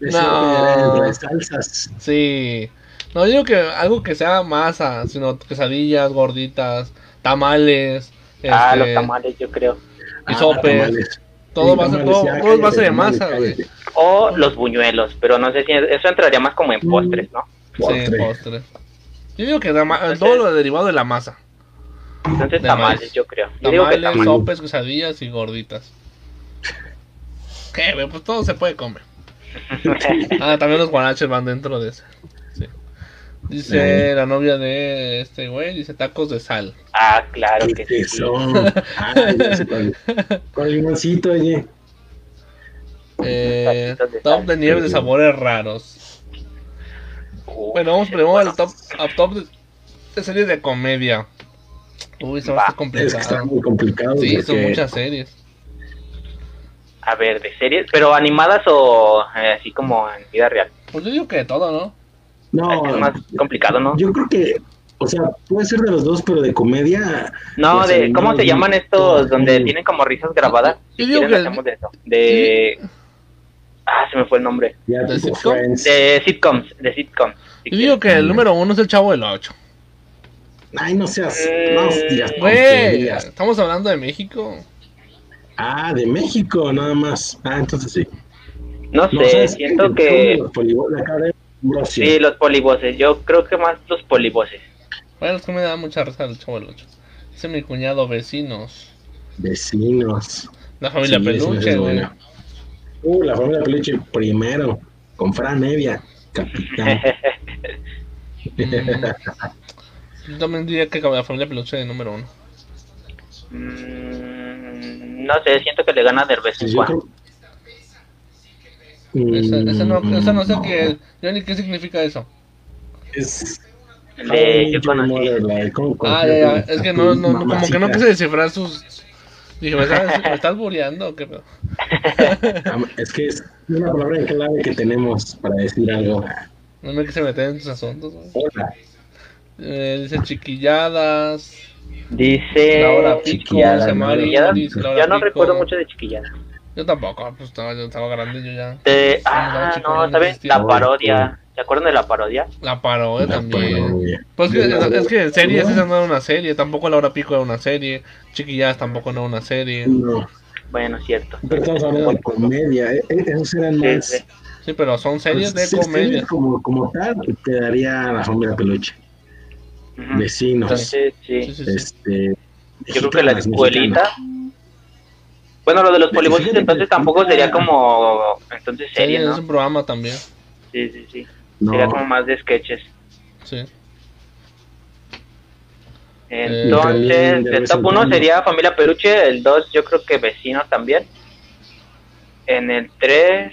Speaker 3: Eso
Speaker 4: No.
Speaker 3: era entre salsas.
Speaker 4: Sí. No, yo digo que algo que sea masa, sino quesadillas, gorditas, tamales.
Speaker 2: Ah,
Speaker 4: este,
Speaker 2: los tamales, yo creo.
Speaker 3: Ah,
Speaker 4: sopes.
Speaker 3: tamales.
Speaker 4: Todo
Speaker 3: Sí,
Speaker 4: va a ser,
Speaker 3: tamales,
Speaker 4: todo,
Speaker 3: ya,
Speaker 4: todo es base de
Speaker 3: cállate,
Speaker 4: masa,
Speaker 3: tamales,
Speaker 4: güey.
Speaker 3: cállate.
Speaker 2: O los buñuelos, pero no sé si eso entraría más como en
Speaker 3: Mm.
Speaker 2: postres, ¿no?
Speaker 4: Sí,
Speaker 3: Postre.
Speaker 4: postre. Yo digo que
Speaker 2: Pues
Speaker 4: tama- todo lo derivado de la masa.
Speaker 2: Entonces
Speaker 4: De
Speaker 2: tamales,
Speaker 4: maíz.
Speaker 2: yo creo. Yo digo que
Speaker 4: Tamales,
Speaker 2: tamales.
Speaker 4: sopes, quesadillas y gorditas. ¿Qué, güey? Pues todo se puede comer. Ah, también los guaraches van dentro de ese. Sí. Dice la novia de este güey, dice tacos de sal.
Speaker 2: Ah, claro
Speaker 3: ¿Qué
Speaker 2: que
Speaker 3: es
Speaker 2: sí.
Speaker 3: eso? Ah, ya sé cuál. Con limoncito, oye.
Speaker 4: Eh,
Speaker 2: Taquitos de
Speaker 4: top
Speaker 2: sal.
Speaker 4: de nieve de sabores raros.
Speaker 2: Uh,
Speaker 4: Bueno, vamos
Speaker 2: sí,
Speaker 4: primero
Speaker 2: bueno.
Speaker 4: al top, al top de, de series de comedia. Uy, eso va a estar complicado.
Speaker 3: Es que está muy complicado.
Speaker 4: Sí, son
Speaker 3: porque-
Speaker 4: muchas series.
Speaker 2: A ver, de series, pero animadas o eh, así como en vida real.
Speaker 4: Pues yo digo que de todo, ¿no?
Speaker 3: No,
Speaker 2: es más complicado, ¿no?
Speaker 3: yo creo que, o sea, puede ser de los dos, pero de comedia.
Speaker 2: no,
Speaker 3: pues,
Speaker 2: de,
Speaker 3: animadas,
Speaker 2: ¿cómo se
Speaker 3: yo-
Speaker 2: llaman estos
Speaker 3: yo-
Speaker 2: donde tienen como risas grabadas?
Speaker 4: Yo
Speaker 2: Si
Speaker 4: digo
Speaker 2: quieren,
Speaker 4: que-
Speaker 2: hacemos de eso. De... Ah, se me fue el nombre.
Speaker 3: Ya,
Speaker 4: ¿De
Speaker 3: tipo
Speaker 4: sitcom?
Speaker 3: Friends.
Speaker 2: De sitcoms, de sitcoms. si
Speaker 4: Yo digo
Speaker 2: quieren.
Speaker 4: que
Speaker 3: Mm.
Speaker 4: el número uno es el Chavo del Ocho.
Speaker 3: Ay, no seas.
Speaker 2: Mm,
Speaker 3: No digas
Speaker 4: Güey,
Speaker 3: tonterías.
Speaker 4: estamos hablando de México.
Speaker 3: Ah, de México, nada más. Ah, entonces sí.
Speaker 2: No sé,
Speaker 3: No, ¿sabes qué?
Speaker 2: siento
Speaker 3: El show de
Speaker 2: que...
Speaker 3: los polivoces, acá de Ambrosio.
Speaker 2: Sí, los polivoces. Yo creo que más los polivoces.
Speaker 4: Bueno, es que me da mucha risa el Chavo del Ocho. Dice mi cuñado, vecinos.
Speaker 3: Vecinos.
Speaker 4: La familia
Speaker 3: Sí, esa
Speaker 4: Peluche,
Speaker 3: es
Speaker 4: güey.
Speaker 3: buena. Uh, la familia Peluche primero. Con Fran Evia, capitán.
Speaker 4: Mm, Yo también diría que la familia Peluche es número uno.
Speaker 2: Mm, no sé, siento que le gana de vez en
Speaker 3: Pues Yo
Speaker 2: cuando.
Speaker 3: creo- Mm,
Speaker 4: Esa, esa no, esa no sé qué, yo ni qué significa eso.
Speaker 3: Es
Speaker 2: De, yo
Speaker 3: How I Met Your
Speaker 2: conocí.
Speaker 3: Mother, la de cómo
Speaker 4: Ah,
Speaker 3: conocí
Speaker 4: ya,
Speaker 3: a
Speaker 4: ya,
Speaker 3: tu-
Speaker 4: es
Speaker 3: a
Speaker 4: que
Speaker 3: tu
Speaker 4: no, no, no, como que no
Speaker 3: mamacita.
Speaker 4: quise descifrar sus... Dije, ¿me estás, me estás bureando o qué pedo?
Speaker 3: Am- Es que es una palabra en clave que tenemos para decir algo.
Speaker 4: No me quise meter en sus asuntos, güey.
Speaker 3: Hola,
Speaker 4: Eh, dice chiquilladas,
Speaker 2: Dice.
Speaker 4: la hora pico,
Speaker 3: Chiquilladas,
Speaker 4: dice
Speaker 3: ¿no?
Speaker 4: Mari,
Speaker 2: Chiquilladas.
Speaker 4: dice la hora
Speaker 2: Yo no
Speaker 4: pico.
Speaker 2: recuerdo mucho de chiquillada.
Speaker 4: Yo tampoco, pues estaba, yo estaba grande, yo ya.
Speaker 2: De,
Speaker 4: la
Speaker 2: ah,
Speaker 4: chica
Speaker 2: no,
Speaker 4: no
Speaker 2: ¿saben?
Speaker 3: este,
Speaker 4: existía.
Speaker 2: La parodia. ¿Se acuerdan de la parodia?
Speaker 4: La parodia
Speaker 3: la
Speaker 4: también.
Speaker 3: parodia.
Speaker 4: Pues que,
Speaker 3: Yo-
Speaker 4: es que series,
Speaker 3: yo-
Speaker 4: esa no era una serie, tampoco La Hora Pico era una serie, Chiquilladas tampoco no era una serie.
Speaker 3: No,
Speaker 2: Bueno, cierto.
Speaker 3: pero estamos hablando de comedia. eh, eh, Esos eran
Speaker 2: Sí,
Speaker 3: más.
Speaker 2: sí.
Speaker 4: Sí, pero son series
Speaker 3: pues, sí,
Speaker 4: de comedia.
Speaker 3: series Como, como tal, te daría la familia peluche.
Speaker 2: Ujú.
Speaker 3: Vecinos.
Speaker 2: Entonces,
Speaker 4: Sí,
Speaker 2: Mm. sí.
Speaker 4: sí, sí.
Speaker 3: este,
Speaker 2: Yo creo que la
Speaker 3: mexicanas, mexicanas.
Speaker 2: escuelita. Bueno, lo de los
Speaker 3: Sí,
Speaker 2: polivoces
Speaker 3: fíjate
Speaker 2: entonces
Speaker 3: que-
Speaker 2: tampoco sería como. Entonces
Speaker 4: Sí,
Speaker 2: serie,
Speaker 4: es
Speaker 2: ¿no?
Speaker 4: un programa también.
Speaker 2: Sí, sí, sí.
Speaker 3: No,
Speaker 2: Sería como más de sketches.
Speaker 4: Sí.
Speaker 2: Entonces,
Speaker 3: también Eh, de
Speaker 2: el
Speaker 3: vez en
Speaker 2: top 1
Speaker 3: cuando.
Speaker 2: sería Familia Peluche, el 2 yo creo que Vecinos también. En el 3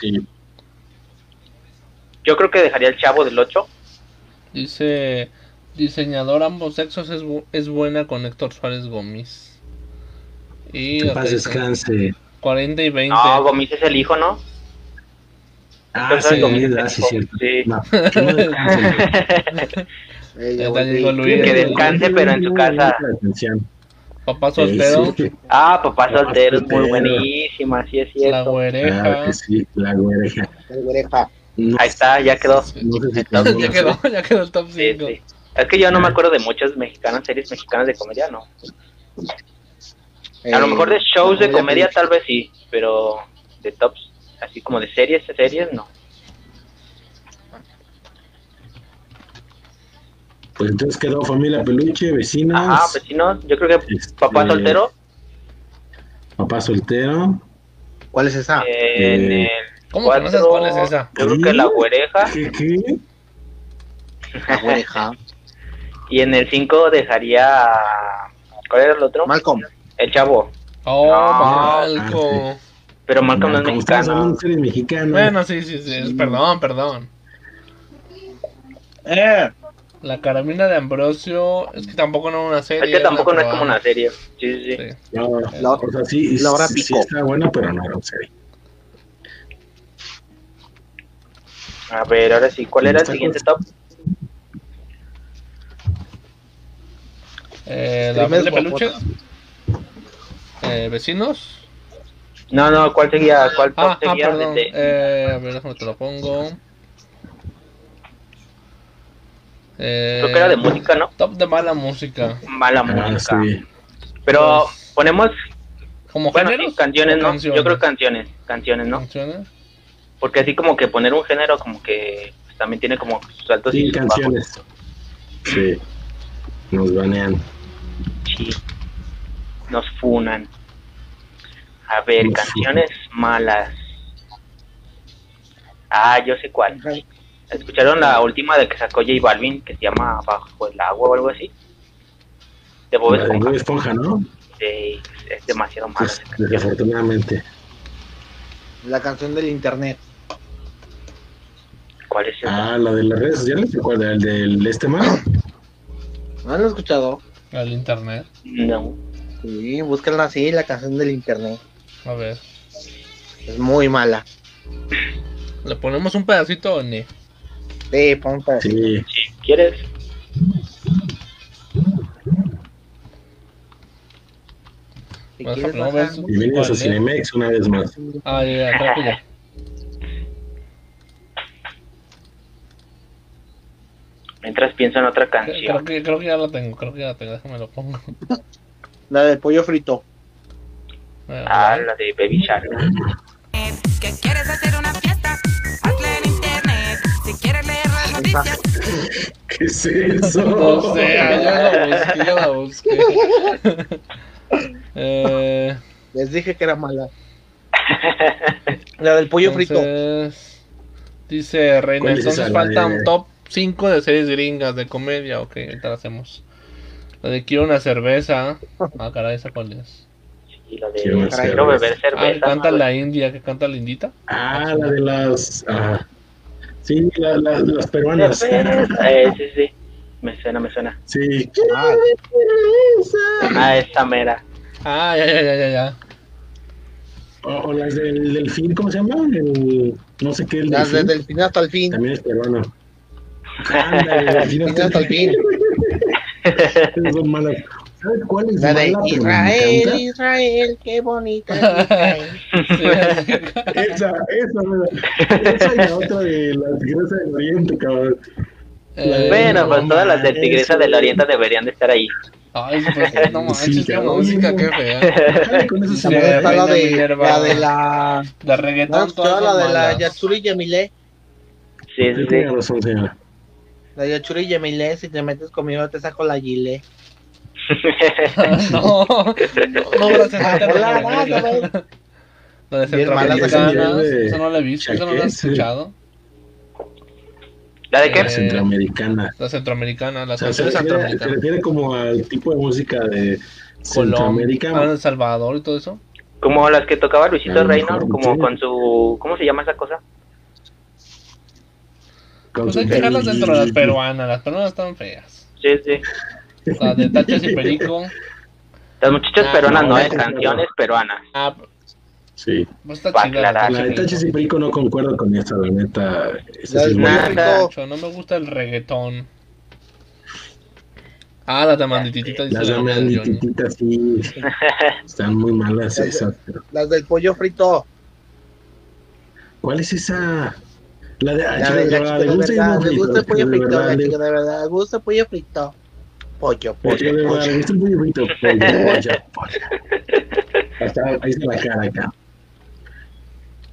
Speaker 3: sí.
Speaker 2: yo creo que dejaría el Chavo del 8.
Speaker 4: Dice diseñador ambos sexos es, bu- es buena con Héctor Suárez Gómez. Y
Speaker 3: Que
Speaker 4: la
Speaker 3: paz
Speaker 4: otra dice,
Speaker 3: descanse.
Speaker 4: 40 y 20.
Speaker 2: No, Gomis es el hijo, ¿no?
Speaker 3: Ah,
Speaker 2: Yo
Speaker 3: sí,
Speaker 2: soy Gómez,
Speaker 3: ah, sí, cierto.
Speaker 2: sí.
Speaker 3: No, que no descanse.
Speaker 4: Ya está, llegó Luis.
Speaker 2: Que descanse, pero en su casa.
Speaker 3: La atención.
Speaker 4: Papá
Speaker 3: Eh,
Speaker 4: soltero,
Speaker 3: sí.
Speaker 2: Ah, Papá
Speaker 3: Papá
Speaker 2: Soltero, es muy
Speaker 3: Soltero.
Speaker 2: buenísima, sí es
Speaker 4: la
Speaker 2: cierto.
Speaker 4: güereja.
Speaker 3: Claro que sí, la güereja. No,
Speaker 2: Ahí está, ya quedó.
Speaker 3: no sé si
Speaker 2: Entonces,
Speaker 4: ya
Speaker 3: tenemos-
Speaker 4: quedó, ya quedó el top
Speaker 2: Sí,
Speaker 4: 5.
Speaker 2: sí. Es que yo no me acuerdo de muchas mexicanas, series mexicanas de comedia, no.
Speaker 4: Eh,
Speaker 2: A lo mejor
Speaker 5: eh,
Speaker 2: de shows de comedia tal vez sí, pero de tops, así como de series, series no.
Speaker 3: Pues entonces quedó familia peluche, vecinos,
Speaker 2: Ajá, Vecinos, yo creo que
Speaker 3: Este,
Speaker 4: Eh,
Speaker 2: Papá Soltero
Speaker 3: papá soltero.
Speaker 5: ¿Cuál es esa?
Speaker 2: en
Speaker 3: Eh,
Speaker 2: el
Speaker 4: ah, ¿Cómo que no sabes
Speaker 2: Cuatro.
Speaker 4: cuál es esa?
Speaker 2: Yo creo que la oreja.
Speaker 3: ¿Qué, qué?
Speaker 5: La oreja.
Speaker 2: Y en el 5 dejaría. ¿Cuál era el otro?
Speaker 5: Malcolm.
Speaker 2: El chavo.
Speaker 4: Oh,
Speaker 2: No.
Speaker 4: Malco.
Speaker 3: ah,
Speaker 2: Pero Malcolm no es
Speaker 3: Como ustedes son
Speaker 2: mexicano.
Speaker 3: un ser mexicano.
Speaker 4: Bueno, sí, sí, sí, es- perdón, perdón.
Speaker 5: Eh.
Speaker 4: La carabina de Ambrosio, es que tampoco no es una
Speaker 2: Es
Speaker 4: serie.
Speaker 2: que tampoco no es como
Speaker 4: programa.
Speaker 2: una serie. Sí, sí, sí.
Speaker 4: Sí.
Speaker 3: No,
Speaker 5: La
Speaker 3: o sea, sí,
Speaker 5: la hora
Speaker 3: sí, sí
Speaker 5: pico.
Speaker 3: está bueno, pero no era un serie.
Speaker 2: A ver, ahora sí. ¿Cuál era el siguiente top?
Speaker 4: Eh, la
Speaker 5: Primer
Speaker 4: de peluche.
Speaker 5: guapota.
Speaker 4: Eh, vecinos.
Speaker 2: No, no, ¿cuál seguía? ¿Cuál top
Speaker 4: Ah, ah
Speaker 2: seguía?
Speaker 4: perdón.
Speaker 2: Desde-
Speaker 4: Eh, a ver, déjame te lo pongo. Eh,
Speaker 2: Creo que era de música, ¿no?
Speaker 4: Top de mala música.
Speaker 2: Mala
Speaker 3: Ah,
Speaker 2: música.
Speaker 3: sí.
Speaker 2: Pero ponemos.
Speaker 4: Como
Speaker 2: Bueno,
Speaker 4: Pues, géneros
Speaker 2: sí, canciones,
Speaker 4: o
Speaker 2: ¿no?
Speaker 4: canciones?
Speaker 2: Yo creo canciones. Canciones, ¿no?
Speaker 4: Canciones.
Speaker 2: Porque así como que poner un género, como que pues, también tiene como sus altos y
Speaker 3: Sí,
Speaker 2: sus bajos.
Speaker 3: canciones. Sí. Nos banean.
Speaker 2: Sí. Nos funan. A ver,
Speaker 3: Nos
Speaker 2: canciones malas. Ah, yo sé cuál. ¿Escucharon la última de que sacó J Balvin que se llama Bajo el agua o algo así? De Bob
Speaker 3: La de
Speaker 2: Esponja.
Speaker 3: Bob Esponja, ¿no?
Speaker 2: Sí, es demasiado malo.
Speaker 3: Pues, desafortunadamente.
Speaker 5: La canción del internet.
Speaker 2: ¿Cuál es esa?
Speaker 3: Ah, la de las redes sociales, ¿te acuerdas? El del este man.
Speaker 5: ¿No lo he escuchado?
Speaker 4: Al internet.
Speaker 2: No.
Speaker 5: Sí, búsquenla así, la canción del internet.
Speaker 4: A ver.
Speaker 5: Es muy mala.
Speaker 4: ¿Le ponemos un pedacito o ni?
Speaker 5: Sí, pon para
Speaker 3: Sí.
Speaker 2: ¿Quieres?
Speaker 5: Si
Speaker 4: Vas a
Speaker 5: quieres,
Speaker 4: probar
Speaker 5: baja.
Speaker 4: eso.
Speaker 3: Bienvenidos a Cinemex una vez más.
Speaker 4: Ah, ya, ya, creo que ya.
Speaker 2: Mientras pienso en otra
Speaker 4: Creo
Speaker 2: canción.
Speaker 4: que, creo que ya la tengo, creo que ya la tengo, déjame lo pongo.
Speaker 5: La del pollo frito.
Speaker 2: Ah, la de Baby Shark.
Speaker 6: que quieres hacer una fiesta, hazla en internet. Si quieres leer las noticias,
Speaker 3: ¿Qué es eso?
Speaker 4: No sé, ah, ya la busqué, ya la busqué. eh,
Speaker 5: Les dije que era mala. La del pollo frito.
Speaker 4: entonces, dice Reina,
Speaker 3: ¿Cuál es
Speaker 4: entonces
Speaker 3: esa? La
Speaker 4: falta
Speaker 3: de-
Speaker 4: un top 5 de series gringas de comedia. Ok, ahorita la hacemos. La de quiero una cerveza. Ah, caray, ¿esa cuál es?
Speaker 2: Y la de
Speaker 3: Quiero
Speaker 2: Quiero,
Speaker 3: una
Speaker 2: beber
Speaker 4: Ah,
Speaker 2: cerveza.
Speaker 4: canta
Speaker 2: ¿no?
Speaker 4: la india, que canta la indita.
Speaker 3: Ah, la de las. ah, sí, la- la- las peruanas.
Speaker 2: Cerveza. Eh, sí, sí. Me suena, me suena.
Speaker 3: Sí.
Speaker 5: Ah,
Speaker 2: Ah, esta mera.
Speaker 4: Ah, ya, ya, ya, ya, ya.
Speaker 3: O, o las del delfín, ¿cómo se llama? El, no sé qué. El
Speaker 5: las
Speaker 3: delfín.
Speaker 5: desde el final hasta el fin.
Speaker 3: También es peruano. Ándale, el delfín
Speaker 5: Del fin hasta el fin.
Speaker 3: Esas son malas. ¿Sabes cuál es
Speaker 5: La de
Speaker 3: mala, pero me
Speaker 5: Israel,
Speaker 3: encanta?
Speaker 5: Israel, qué bonita. es Israel.
Speaker 4: Sí,
Speaker 3: Esa, esa, mira. esa y la otra de la tigresa del oriente, cabrón.
Speaker 4: eh,
Speaker 2: bueno,
Speaker 3: no
Speaker 2: pues todas las del
Speaker 3: manches.
Speaker 2: Tigresa del Oriente deberían de estar ahí.
Speaker 4: Ay, pues, no manches,
Speaker 3: Sí,
Speaker 4: qué
Speaker 3: cabrón.
Speaker 4: música, qué fea.
Speaker 3: Jale con esas
Speaker 4: Sí,
Speaker 5: También
Speaker 3: mamadas.
Speaker 5: está
Speaker 4: Reina
Speaker 5: la de
Speaker 4: Minerva.
Speaker 5: la de la
Speaker 4: La reggaetón,
Speaker 5: no,
Speaker 4: todas
Speaker 5: la
Speaker 4: son
Speaker 5: de la
Speaker 4: malas.
Speaker 5: Yatsuri Yamile.
Speaker 2: Sí, sí,
Speaker 3: Sí,
Speaker 2: sí.
Speaker 3: tiene razón, señora.
Speaker 5: La Yatsuri Yamile, si te metes conmigo te saco la gile.
Speaker 4: no, no, gracias. no te
Speaker 5: Hola,
Speaker 4: recomiendo.
Speaker 5: hola, hola.
Speaker 4: La de
Speaker 5: Bien malas
Speaker 4: Centroamericanas,
Speaker 3: esas de-
Speaker 4: esa no la he visto, esa no la he
Speaker 3: Chaqués, sí.
Speaker 4: escuchado.
Speaker 2: ¿La de qué?
Speaker 4: Eh,
Speaker 3: Centroamericana.
Speaker 4: La centroamericana, la
Speaker 3: O sea, se
Speaker 4: canción
Speaker 3: refiere, se
Speaker 4: centroamericana.
Speaker 3: refiere como al tipo de música de
Speaker 4: Colombia,
Speaker 3: Centroamérica.
Speaker 4: El Salvador y todo eso.
Speaker 2: Como las que tocaba
Speaker 3: A
Speaker 2: Luisito
Speaker 3: lo
Speaker 2: Reino,
Speaker 3: mejor,
Speaker 2: como
Speaker 3: sí.
Speaker 2: con su... ¿Cómo se llama esa cosa?
Speaker 3: con
Speaker 4: Pues
Speaker 3: su-
Speaker 4: hay que dejarlas dentro de las peruanas, las peruanas están feas.
Speaker 2: Sí, sí.
Speaker 4: La de Tachas y Perico.
Speaker 2: Las muchachas
Speaker 4: Ah,
Speaker 2: peruanas, no,
Speaker 3: no,
Speaker 2: es
Speaker 3: esa es
Speaker 2: canciones peruanas.
Speaker 4: Ah,
Speaker 3: Sí.
Speaker 4: pues está
Speaker 2: Pa'
Speaker 4: chida. la
Speaker 5: Ah,
Speaker 2: aclarar.
Speaker 3: La
Speaker 4: Tachas
Speaker 3: de
Speaker 4: y Perico.
Speaker 3: Tachis y Perico no concuerdo con esta, la neta. Esa
Speaker 5: La
Speaker 3: sí es
Speaker 5: del
Speaker 3: buena.
Speaker 5: pollo frito.
Speaker 4: Mucho, No me gusta el reggaetón. Ah, la tamandititita dice
Speaker 3: Las
Speaker 4: la mamá
Speaker 3: llaman
Speaker 4: de Johnny.
Speaker 3: tititas sí. Están muy malas esas. pero-
Speaker 5: Las del pollo frito.
Speaker 3: ¿Cuál es esa? La de ah,
Speaker 5: La
Speaker 3: chica
Speaker 5: de
Speaker 3: de
Speaker 5: la
Speaker 3: verdad,
Speaker 5: chica
Speaker 3: le
Speaker 5: de
Speaker 3: gusta y no
Speaker 5: verdad, me
Speaker 3: frito,
Speaker 5: gusta el
Speaker 3: chica
Speaker 5: pollo
Speaker 3: de
Speaker 5: frito,
Speaker 3: verdad,
Speaker 5: la
Speaker 3: le-
Speaker 5: chica de verdad, me gusta el pollo frito. Pollo,
Speaker 3: la chica
Speaker 5: pollo,
Speaker 3: de verdad, le
Speaker 5: pollo.
Speaker 3: gusta el pollo frito, pollo, pollo, pollo. Ahí está- Ahí está la cara acá.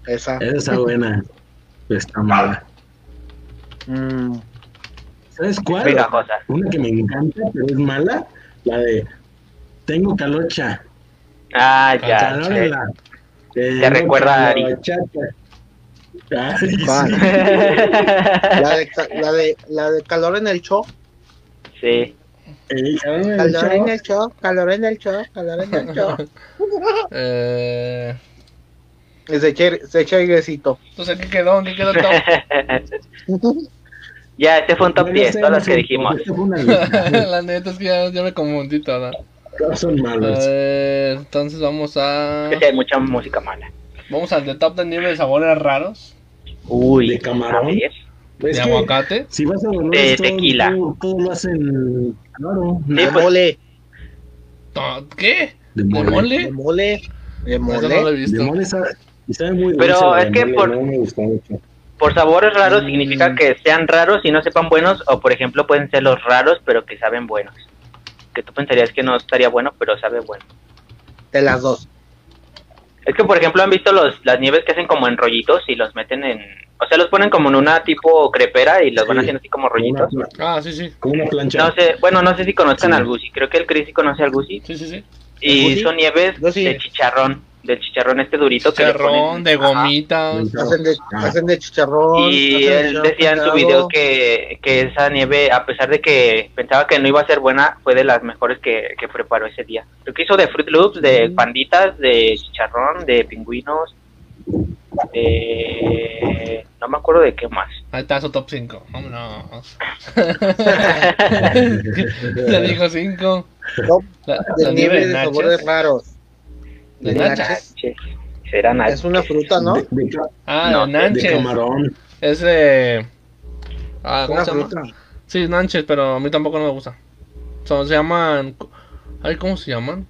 Speaker 5: Esa.
Speaker 3: Esa está buena. Está mala.
Speaker 5: Mm.
Speaker 3: ¿Sabes cuál?
Speaker 2: Pegajosa.
Speaker 3: Una que me encanta, pero es mala. La de Tengo calocha.
Speaker 2: Ah, ya. sí.
Speaker 3: Calórela. Eh,
Speaker 2: Te recuerda a Ari.
Speaker 3: calochata. Ay,
Speaker 5: ¿Cuál?
Speaker 3: sí.
Speaker 5: La de, ca- la, de, la de calor en el show.
Speaker 2: Sí.
Speaker 3: Eh, calor en el
Speaker 5: Calor en
Speaker 3: show.
Speaker 5: el show, calor en el show, calor en el show.
Speaker 4: Eh,
Speaker 5: Y se echa, se echa airecito.
Speaker 4: entonces, ¿qué quedó? ¿Qué quedó todo?
Speaker 2: ya, este fue un top
Speaker 3: No
Speaker 2: 10,
Speaker 3: sé,
Speaker 2: todas
Speaker 3: no
Speaker 2: las
Speaker 3: sé,
Speaker 2: que dijimos.
Speaker 3: porque esta fue una lista.
Speaker 4: la neta es que ya, ya me confundí toda.
Speaker 3: Todas son
Speaker 4: A
Speaker 3: malas.
Speaker 4: ver, entonces vamos a.
Speaker 2: Que sí, hay mucha música mala.
Speaker 4: Vamos al de top de nieve de sabores raros.
Speaker 2: Uy.
Speaker 3: De camarón.
Speaker 2: a ver.
Speaker 3: Es
Speaker 4: de
Speaker 3: que-
Speaker 4: aguacate.
Speaker 3: Si vas a dolores,
Speaker 2: De
Speaker 3: todo-
Speaker 2: tequila.
Speaker 3: Todo, todo lo hacen claro.
Speaker 2: Sí, pues.
Speaker 5: mole,
Speaker 4: No, ¿Qué?
Speaker 3: De
Speaker 4: ¿De
Speaker 3: mole.
Speaker 4: mole?
Speaker 5: de mole, de
Speaker 4: pues. Eso no lo he
Speaker 5: mole.
Speaker 3: De
Speaker 4: visto.
Speaker 3: mole sabe, y sabe muy
Speaker 2: Pero
Speaker 3: dulce la
Speaker 2: es que
Speaker 3: mole,
Speaker 2: por-
Speaker 3: no me gusta mucho.
Speaker 2: Por sabores raros
Speaker 4: Mm.
Speaker 2: significa que sean raros y no sepan buenos, o por ejemplo pueden ser los raros pero que saben buenos. Que tú pensarías que no estaría bueno, pero sabe bueno.
Speaker 5: De las dos.
Speaker 2: Es que por ejemplo han visto los, las nieves que hacen como en rollitos y los meten en... O sea, los ponen como en una tipo crepera y los van
Speaker 3: Sí.
Speaker 2: haciendo así como
Speaker 3: Con una,
Speaker 2: rollitos.
Speaker 3: pla-
Speaker 4: Ah, sí, sí.
Speaker 3: con una plancha.
Speaker 2: No sé, bueno, no sé si conozcan
Speaker 3: Sí.
Speaker 2: al Gusi, creo que el Chris sí conoce al Gusi.
Speaker 4: Sí, sí, sí.
Speaker 2: Y
Speaker 5: Gusi?
Speaker 2: son nieves
Speaker 5: Yo sí.
Speaker 2: de chicharrón, del chicharrón este durito que le
Speaker 4: Chicharrón,
Speaker 2: ponen-
Speaker 4: de
Speaker 2: Ajá.
Speaker 4: gomitas.
Speaker 3: Ajá.
Speaker 5: Hacen de,
Speaker 3: Ah.
Speaker 5: hacen de chicharrón.
Speaker 2: Y
Speaker 5: hacen de
Speaker 2: él
Speaker 5: chicharrón
Speaker 2: decía en su
Speaker 5: salado.
Speaker 2: video que, que esa nieve, a pesar de que pensaba que no iba a ser buena, fue de las mejores que, que preparó ese día. Lo que hizo de Fruit Loops, de
Speaker 5: Mm.
Speaker 2: panditas, de chicharrón, de pingüinos, de... no me acuerdo de qué más.
Speaker 4: Ahí está su top 5. Vámonos. Le dijo 5.
Speaker 5: Top
Speaker 4: La, la nieve
Speaker 5: de nieve
Speaker 4: de
Speaker 5: de
Speaker 4: nachas.
Speaker 5: sabores raros.
Speaker 4: De
Speaker 5: De
Speaker 4: nachas.
Speaker 5: nachas.
Speaker 2: Che, Será nachas.
Speaker 5: Es una fruta, ¿no?
Speaker 3: De, de ca-
Speaker 4: Ah,
Speaker 2: No,
Speaker 4: de
Speaker 2: de
Speaker 3: de
Speaker 4: nanches.
Speaker 3: camarón.
Speaker 4: Es de... Ah, ¿cómo
Speaker 5: Una
Speaker 4: se llama?
Speaker 5: fruta.
Speaker 4: Sí, nanches, pero a mí tampoco no me gusta. Son, se llaman... Ay, ¿cómo se llaman?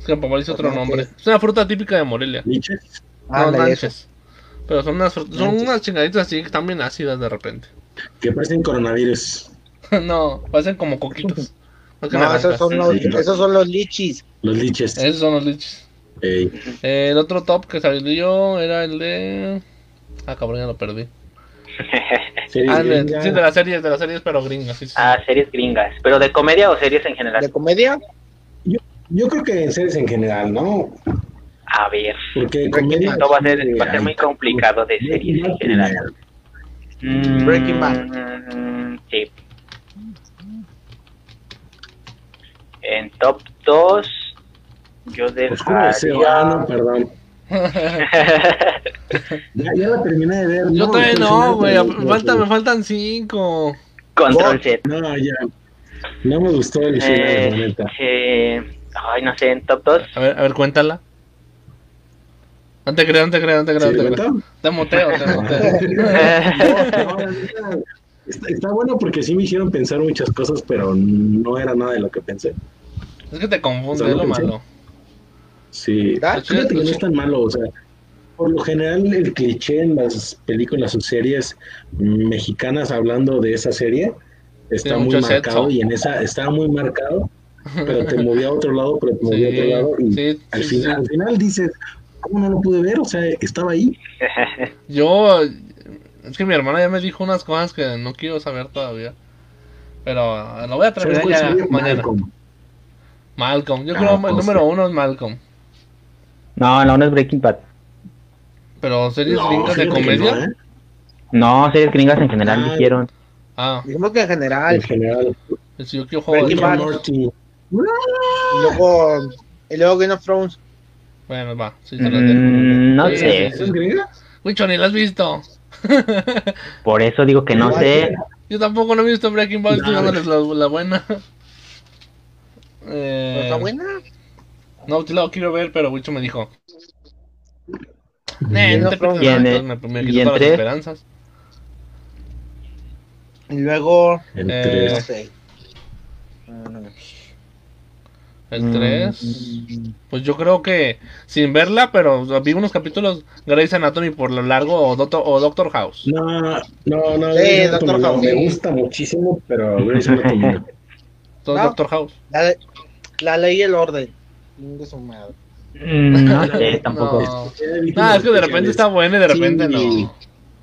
Speaker 4: Es que mi papá le dice
Speaker 5: Los
Speaker 4: otro
Speaker 5: nanches.
Speaker 4: nombre. Es una fruta típica de Morelia.
Speaker 3: ¿Liches?
Speaker 5: Ah,
Speaker 4: no,
Speaker 5: la de eso.
Speaker 4: nanches. Pero son unas, frut- son
Speaker 5: Nanches.
Speaker 4: unas chingaditas así que están bien ácidas de repente.
Speaker 3: Que parecen coronavirus.
Speaker 4: no, parecen como coquitos. Más que
Speaker 5: No,
Speaker 4: naranjas.
Speaker 5: esos son los,
Speaker 3: Sí.
Speaker 5: esos son los lichis.
Speaker 3: Los liches.
Speaker 4: Esos son los liches.
Speaker 3: Ey,
Speaker 4: Eh, el otro top que salió era el de. Ah, cabrón, ya lo perdí.
Speaker 3: series
Speaker 4: Ah, de,
Speaker 3: gringas.
Speaker 4: sí, de las series, de las series, pero gringas. Sí, sí.
Speaker 2: Ah, series gringas. ¿Pero de comedia o series en
Speaker 5: ¿De
Speaker 2: general?
Speaker 5: comedia?
Speaker 3: Yo creo que en series en general, ¿no?
Speaker 2: A ver.
Speaker 3: Porque comedia.
Speaker 2: Esto va a ser, va a ser
Speaker 3: Ay,
Speaker 2: muy complicado de series en general. Mm,
Speaker 5: Breaking Bad.
Speaker 2: mm, Sí. En top 2, yo
Speaker 3: Oscuro deseo.
Speaker 2: dejaría...
Speaker 3: Ah, no, perdón. Ya, ya la terminé de ver.
Speaker 4: Yo todavía
Speaker 3: entonces
Speaker 4: no, güey.
Speaker 3: la terminé,
Speaker 4: falta-
Speaker 3: güey.
Speaker 4: me faltan cinco.
Speaker 2: Control Z.
Speaker 3: No, ya. No me gustó el final, la
Speaker 2: Eh,
Speaker 3: neta.
Speaker 2: eh, ay, no sé, en top 2.
Speaker 4: A ver, a ver, cuéntala. No te creas, no te creas, no te creas.
Speaker 3: ¿Sí
Speaker 4: no
Speaker 3: le
Speaker 4: te, creas.
Speaker 3: cuento?
Speaker 4: te moteo, te moteo.
Speaker 3: No, la neta, Está, está bueno porque sí me hicieron pensar muchas cosas, pero no era nada de lo que pensé.
Speaker 4: Es que te confundes,
Speaker 3: Solo
Speaker 4: es lo
Speaker 3: pensé.
Speaker 4: malo.
Speaker 3: Sí.
Speaker 5: ¿Verdad?
Speaker 3: Fíjate que no es tan malo, o sea, por lo general el cliché en las películas o series mexicanas hablando de esa serie está
Speaker 4: Tiene
Speaker 3: muy
Speaker 4: mucho
Speaker 3: marcado
Speaker 4: sexo.
Speaker 3: y en esa estaba muy marcado, pero te movía a otro lado, pero te
Speaker 4: Sí,
Speaker 3: movía a otro lado y
Speaker 4: sí,
Speaker 3: al,
Speaker 4: sí,
Speaker 3: final,
Speaker 4: sí.
Speaker 3: al final dices, ¿cómo no lo pude ver? O sea, estaba ahí.
Speaker 4: Yo. Es que mi hermana ya me dijo unas cosas que no quiero saber todavía. Pero eh, lo voy a
Speaker 3: ¿Sabes
Speaker 4: terminar
Speaker 3: cuál
Speaker 4: ya
Speaker 3: sería?
Speaker 4: mañana.
Speaker 3: Malcolm.
Speaker 4: Malcolm. Yo
Speaker 3: Ah,
Speaker 4: creo el
Speaker 3: pues,
Speaker 4: número
Speaker 3: sí.
Speaker 4: uno es Malcolm.
Speaker 2: No, no, no es Breaking Bad.
Speaker 4: Pero series
Speaker 3: No,
Speaker 4: gringas de
Speaker 3: fíjate que
Speaker 4: comedia.
Speaker 3: no, ¿eh?
Speaker 2: No, series gringas en general
Speaker 3: Ah.
Speaker 2: dijeron.
Speaker 4: Ah,
Speaker 5: Dijimos que en
Speaker 3: En
Speaker 5: general.
Speaker 3: general,
Speaker 4: si yo quiero juego de
Speaker 3: Rick
Speaker 5: Breaking
Speaker 3: and
Speaker 5: Bad.
Speaker 4: Tronos.
Speaker 3: Morty.
Speaker 5: Y luego, y luego Game of Thrones.
Speaker 4: Bueno, va, sí se las dejo.
Speaker 2: Mm, no
Speaker 4: Sí,
Speaker 2: sé.
Speaker 4: sí,
Speaker 3: ¿Es gringa?
Speaker 4: Wicho, ni la has visto.
Speaker 2: Por eso digo que no
Speaker 3: Ah,
Speaker 2: sé.
Speaker 4: Yo tampoco no he visto Breaking Bad, estoy
Speaker 3: No,
Speaker 4: dándoles la, la buena. Eh,
Speaker 5: ¿No pues, está buena?
Speaker 4: No, sí la quiero ver, pero Wicho me dijo. "Nah, no te pierdas
Speaker 5: Y
Speaker 2: en-
Speaker 4: nada", entonces me, me
Speaker 2: eh. y
Speaker 4: quitó
Speaker 2: en
Speaker 4: todas las
Speaker 2: tres.
Speaker 4: esperanzas.
Speaker 5: Y luego,
Speaker 3: El
Speaker 4: Eh,
Speaker 5: no
Speaker 3: tres.
Speaker 5: sé. Mm,
Speaker 4: El 3. Pues yo creo que sin verla, pero vi unos capítulos Grey's Anatomy por lo largo o, Doctor- o Doctor House.
Speaker 3: No, no, no.
Speaker 5: Sí,
Speaker 3: Grey's
Speaker 5: Doctor
Speaker 3: Anatomy no,
Speaker 5: House.
Speaker 3: Me gusta muchísimo, pero Grey's Anatomy no.
Speaker 4: Todo
Speaker 5: No.
Speaker 4: Doctor House.
Speaker 5: La, de- la ley y el orden. Chingue su madre.
Speaker 2: Mm, No sé, tampoco.
Speaker 4: No. Nah, Ah, es que de repente está buena y de repente no.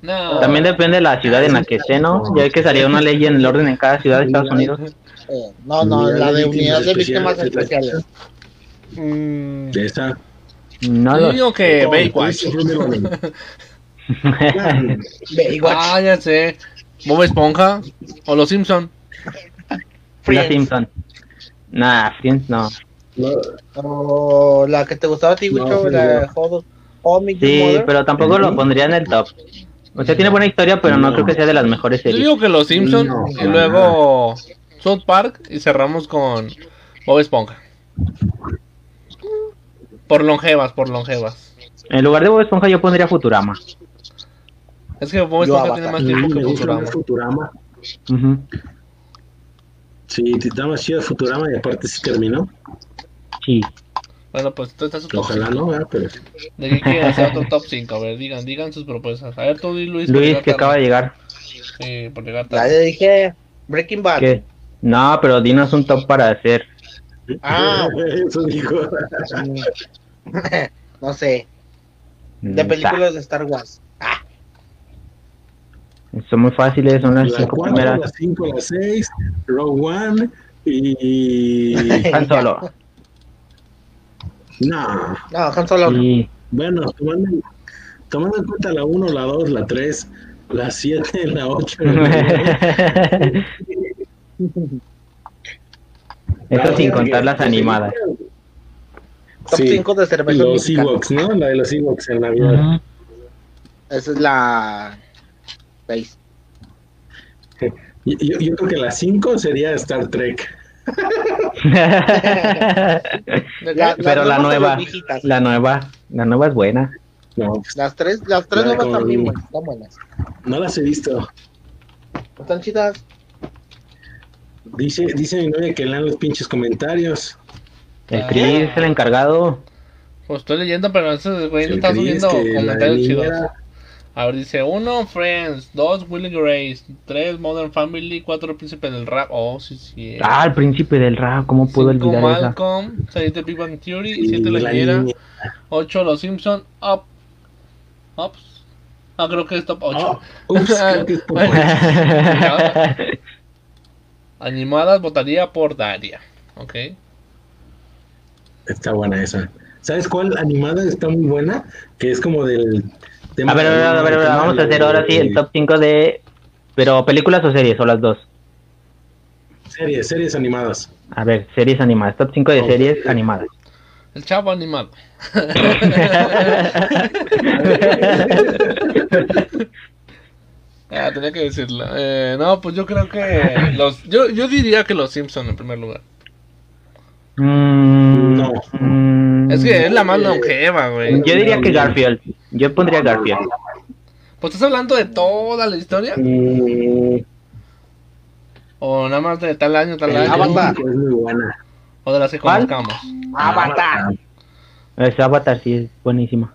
Speaker 4: No.
Speaker 2: También depende de la ciudad en la que esté, ¿no? Ya ve que salía una ley en el orden en cada ciudad de Estados Unidos.
Speaker 5: Eh, no, no,
Speaker 3: Unidad
Speaker 5: la
Speaker 3: de
Speaker 5: de
Speaker 3: víctimas
Speaker 5: unidad de víctimas
Speaker 3: especiales.
Speaker 5: especiales.
Speaker 4: Mm,
Speaker 3: De esa.
Speaker 2: No
Speaker 4: yo
Speaker 2: lo sé.
Speaker 4: digo que
Speaker 3: No,
Speaker 4: Eh, Baywatch.
Speaker 3: Luis Romero, no.
Speaker 5: Baywatch.
Speaker 4: Ah, ya sé. Bob Esponja o Los Simpson.
Speaker 2: Los
Speaker 5: Friends.
Speaker 2: Simpson. Nah, Friends no.
Speaker 3: No,
Speaker 5: O la que te gustaba a ti,
Speaker 3: No,
Speaker 5: Wicho,
Speaker 3: sí,
Speaker 5: la de
Speaker 3: no.
Speaker 5: Hold Hold Me Your
Speaker 2: Sí,
Speaker 5: Mother.
Speaker 2: pero tampoco lo pondría en el top. O sea, tiene buena historia, pero no,
Speaker 3: No.
Speaker 2: creo que sea de las mejores
Speaker 4: Yo
Speaker 2: series.
Speaker 4: digo que Los Simpson
Speaker 3: No,
Speaker 4: y
Speaker 3: para
Speaker 4: luego South Park y cerramos con Bob Esponja. Por longevas, por longevas.
Speaker 2: En lugar de Bob Esponja, yo pondría Futurama.
Speaker 4: Es que Bob
Speaker 5: Yo
Speaker 4: Esponja
Speaker 5: Avatar.
Speaker 4: tiene más tiempo
Speaker 3: Me
Speaker 4: que
Speaker 3: gusta
Speaker 4: Futurama.
Speaker 3: más Futurama.
Speaker 2: Ujú.
Speaker 3: Sí, te da más chido Futurama y aparte sí terminó.
Speaker 2: Sí.
Speaker 4: Bueno, pues tú estás su top
Speaker 3: Ojalá
Speaker 4: 5.
Speaker 3: no, ¿verdad? pero
Speaker 4: ¿De qué quieres hacer otro top 5? A ver, digan, digan sus propuestas. A ver, tú di Luis. por
Speaker 2: Luis,
Speaker 4: llegar
Speaker 2: que
Speaker 4: tarde.
Speaker 2: acaba de llegar.
Speaker 4: Sí, por llegar
Speaker 5: Ya
Speaker 4: tarde.
Speaker 5: le dije Breaking Bad.
Speaker 2: ¿Qué? No, pero dinos un top para hacer.
Speaker 5: Ah.
Speaker 3: eso dijo.
Speaker 5: no sé. De
Speaker 2: Mm,
Speaker 5: películas de Star Wars.
Speaker 2: ta. Son muy fáciles, son las
Speaker 3: La
Speaker 2: cinco
Speaker 3: 4, la
Speaker 2: primeras.
Speaker 3: 5, la 6, Rogue One y.
Speaker 2: Han Solo.
Speaker 3: No.
Speaker 5: No, Han Solo. no.
Speaker 2: Y
Speaker 3: Bueno, tomando, en- tomando en cuenta la 1, la 2, la 3, la 7, la 8.
Speaker 2: Eso sin contar las animadas.
Speaker 5: Top 5 de cerveza
Speaker 3: Los
Speaker 5: mexicana.
Speaker 3: Ewoks, ¿no? La de los Ewoks en la vida.
Speaker 2: Ujú.
Speaker 5: Esa es la. seis.
Speaker 3: Yo, yo- yo creo que la 5 sería Star Trek.
Speaker 4: De
Speaker 5: La-
Speaker 4: que-
Speaker 1: Pero la
Speaker 5: nuevas
Speaker 1: nueva.
Speaker 5: o las viejitas.
Speaker 1: La nueva, la nueva es buena.
Speaker 3: No, pues,
Speaker 5: Las tres, las tres
Speaker 3: La de
Speaker 5: nuevas también,
Speaker 3: Comunismo.
Speaker 5: güey. Están buenas.
Speaker 3: no las he visto.
Speaker 5: Están chidas.
Speaker 3: Dice, dice mi novia que lean los pinches comentarios.
Speaker 2: El
Speaker 4: Ah.
Speaker 2: Cris es el encargado.
Speaker 4: Pues estoy leyendo, pero ese güey no
Speaker 3: El
Speaker 4: está
Speaker 3: Cris,
Speaker 4: subiendo
Speaker 3: que la
Speaker 4: comentarios chidos.
Speaker 3: niñera-
Speaker 4: A ver, dice: uno, Friends. dos, Willy Grace. tres, Modern Family. cuatro, Príncipe del Rap. Oh, sí, sí.
Speaker 2: Ah, el príncipe del rap, ¿cómo puedo
Speaker 4: Cinco,
Speaker 2: olvidar esa?
Speaker 4: Malcolm. seis, The Big Bang Theory.
Speaker 3: y
Speaker 4: siete, La
Speaker 3: la
Speaker 4: Niñera.
Speaker 3: niña-
Speaker 4: ocho, Los Simpson. Up. Ups. Ah, creo que es top ocho.
Speaker 3: Oh, ups, creo que es por-
Speaker 4: Animadas votaría por Daria. Ok.
Speaker 3: Está buena esa. ¿Sabes cuál animada está muy buena? Que es como del tema.
Speaker 2: A ver, a ver, a ver, a ver, vamos a hacer ahora sí el top 5 de... Pero películas o series, o las dos.
Speaker 3: Series, series animadas.
Speaker 2: A ver, series animadas, top 5 de
Speaker 3: Ok.
Speaker 2: series animadas.
Speaker 4: El chavo animado. Ah, tenía que decirlo. Eh, no, pues yo creo que los, yo, yo diría que los Simpson en primer lugar.
Speaker 2: Mm,
Speaker 3: No.
Speaker 2: mm,
Speaker 4: Es que es la más longeva, güey.
Speaker 2: Yo diría que Garfield. Yo pondría Garfield.
Speaker 4: Pues estás hablando de toda la historia
Speaker 3: Mm,
Speaker 4: o nada más de tal año, tal
Speaker 3: el
Speaker 4: año
Speaker 5: Avatar.
Speaker 3: único Es muy buena.
Speaker 4: o de las que
Speaker 2: Eh, ¿Cuál?
Speaker 4: conozcamos.
Speaker 5: Ah, Avatar.
Speaker 2: Ese Avatar sí es buenísima.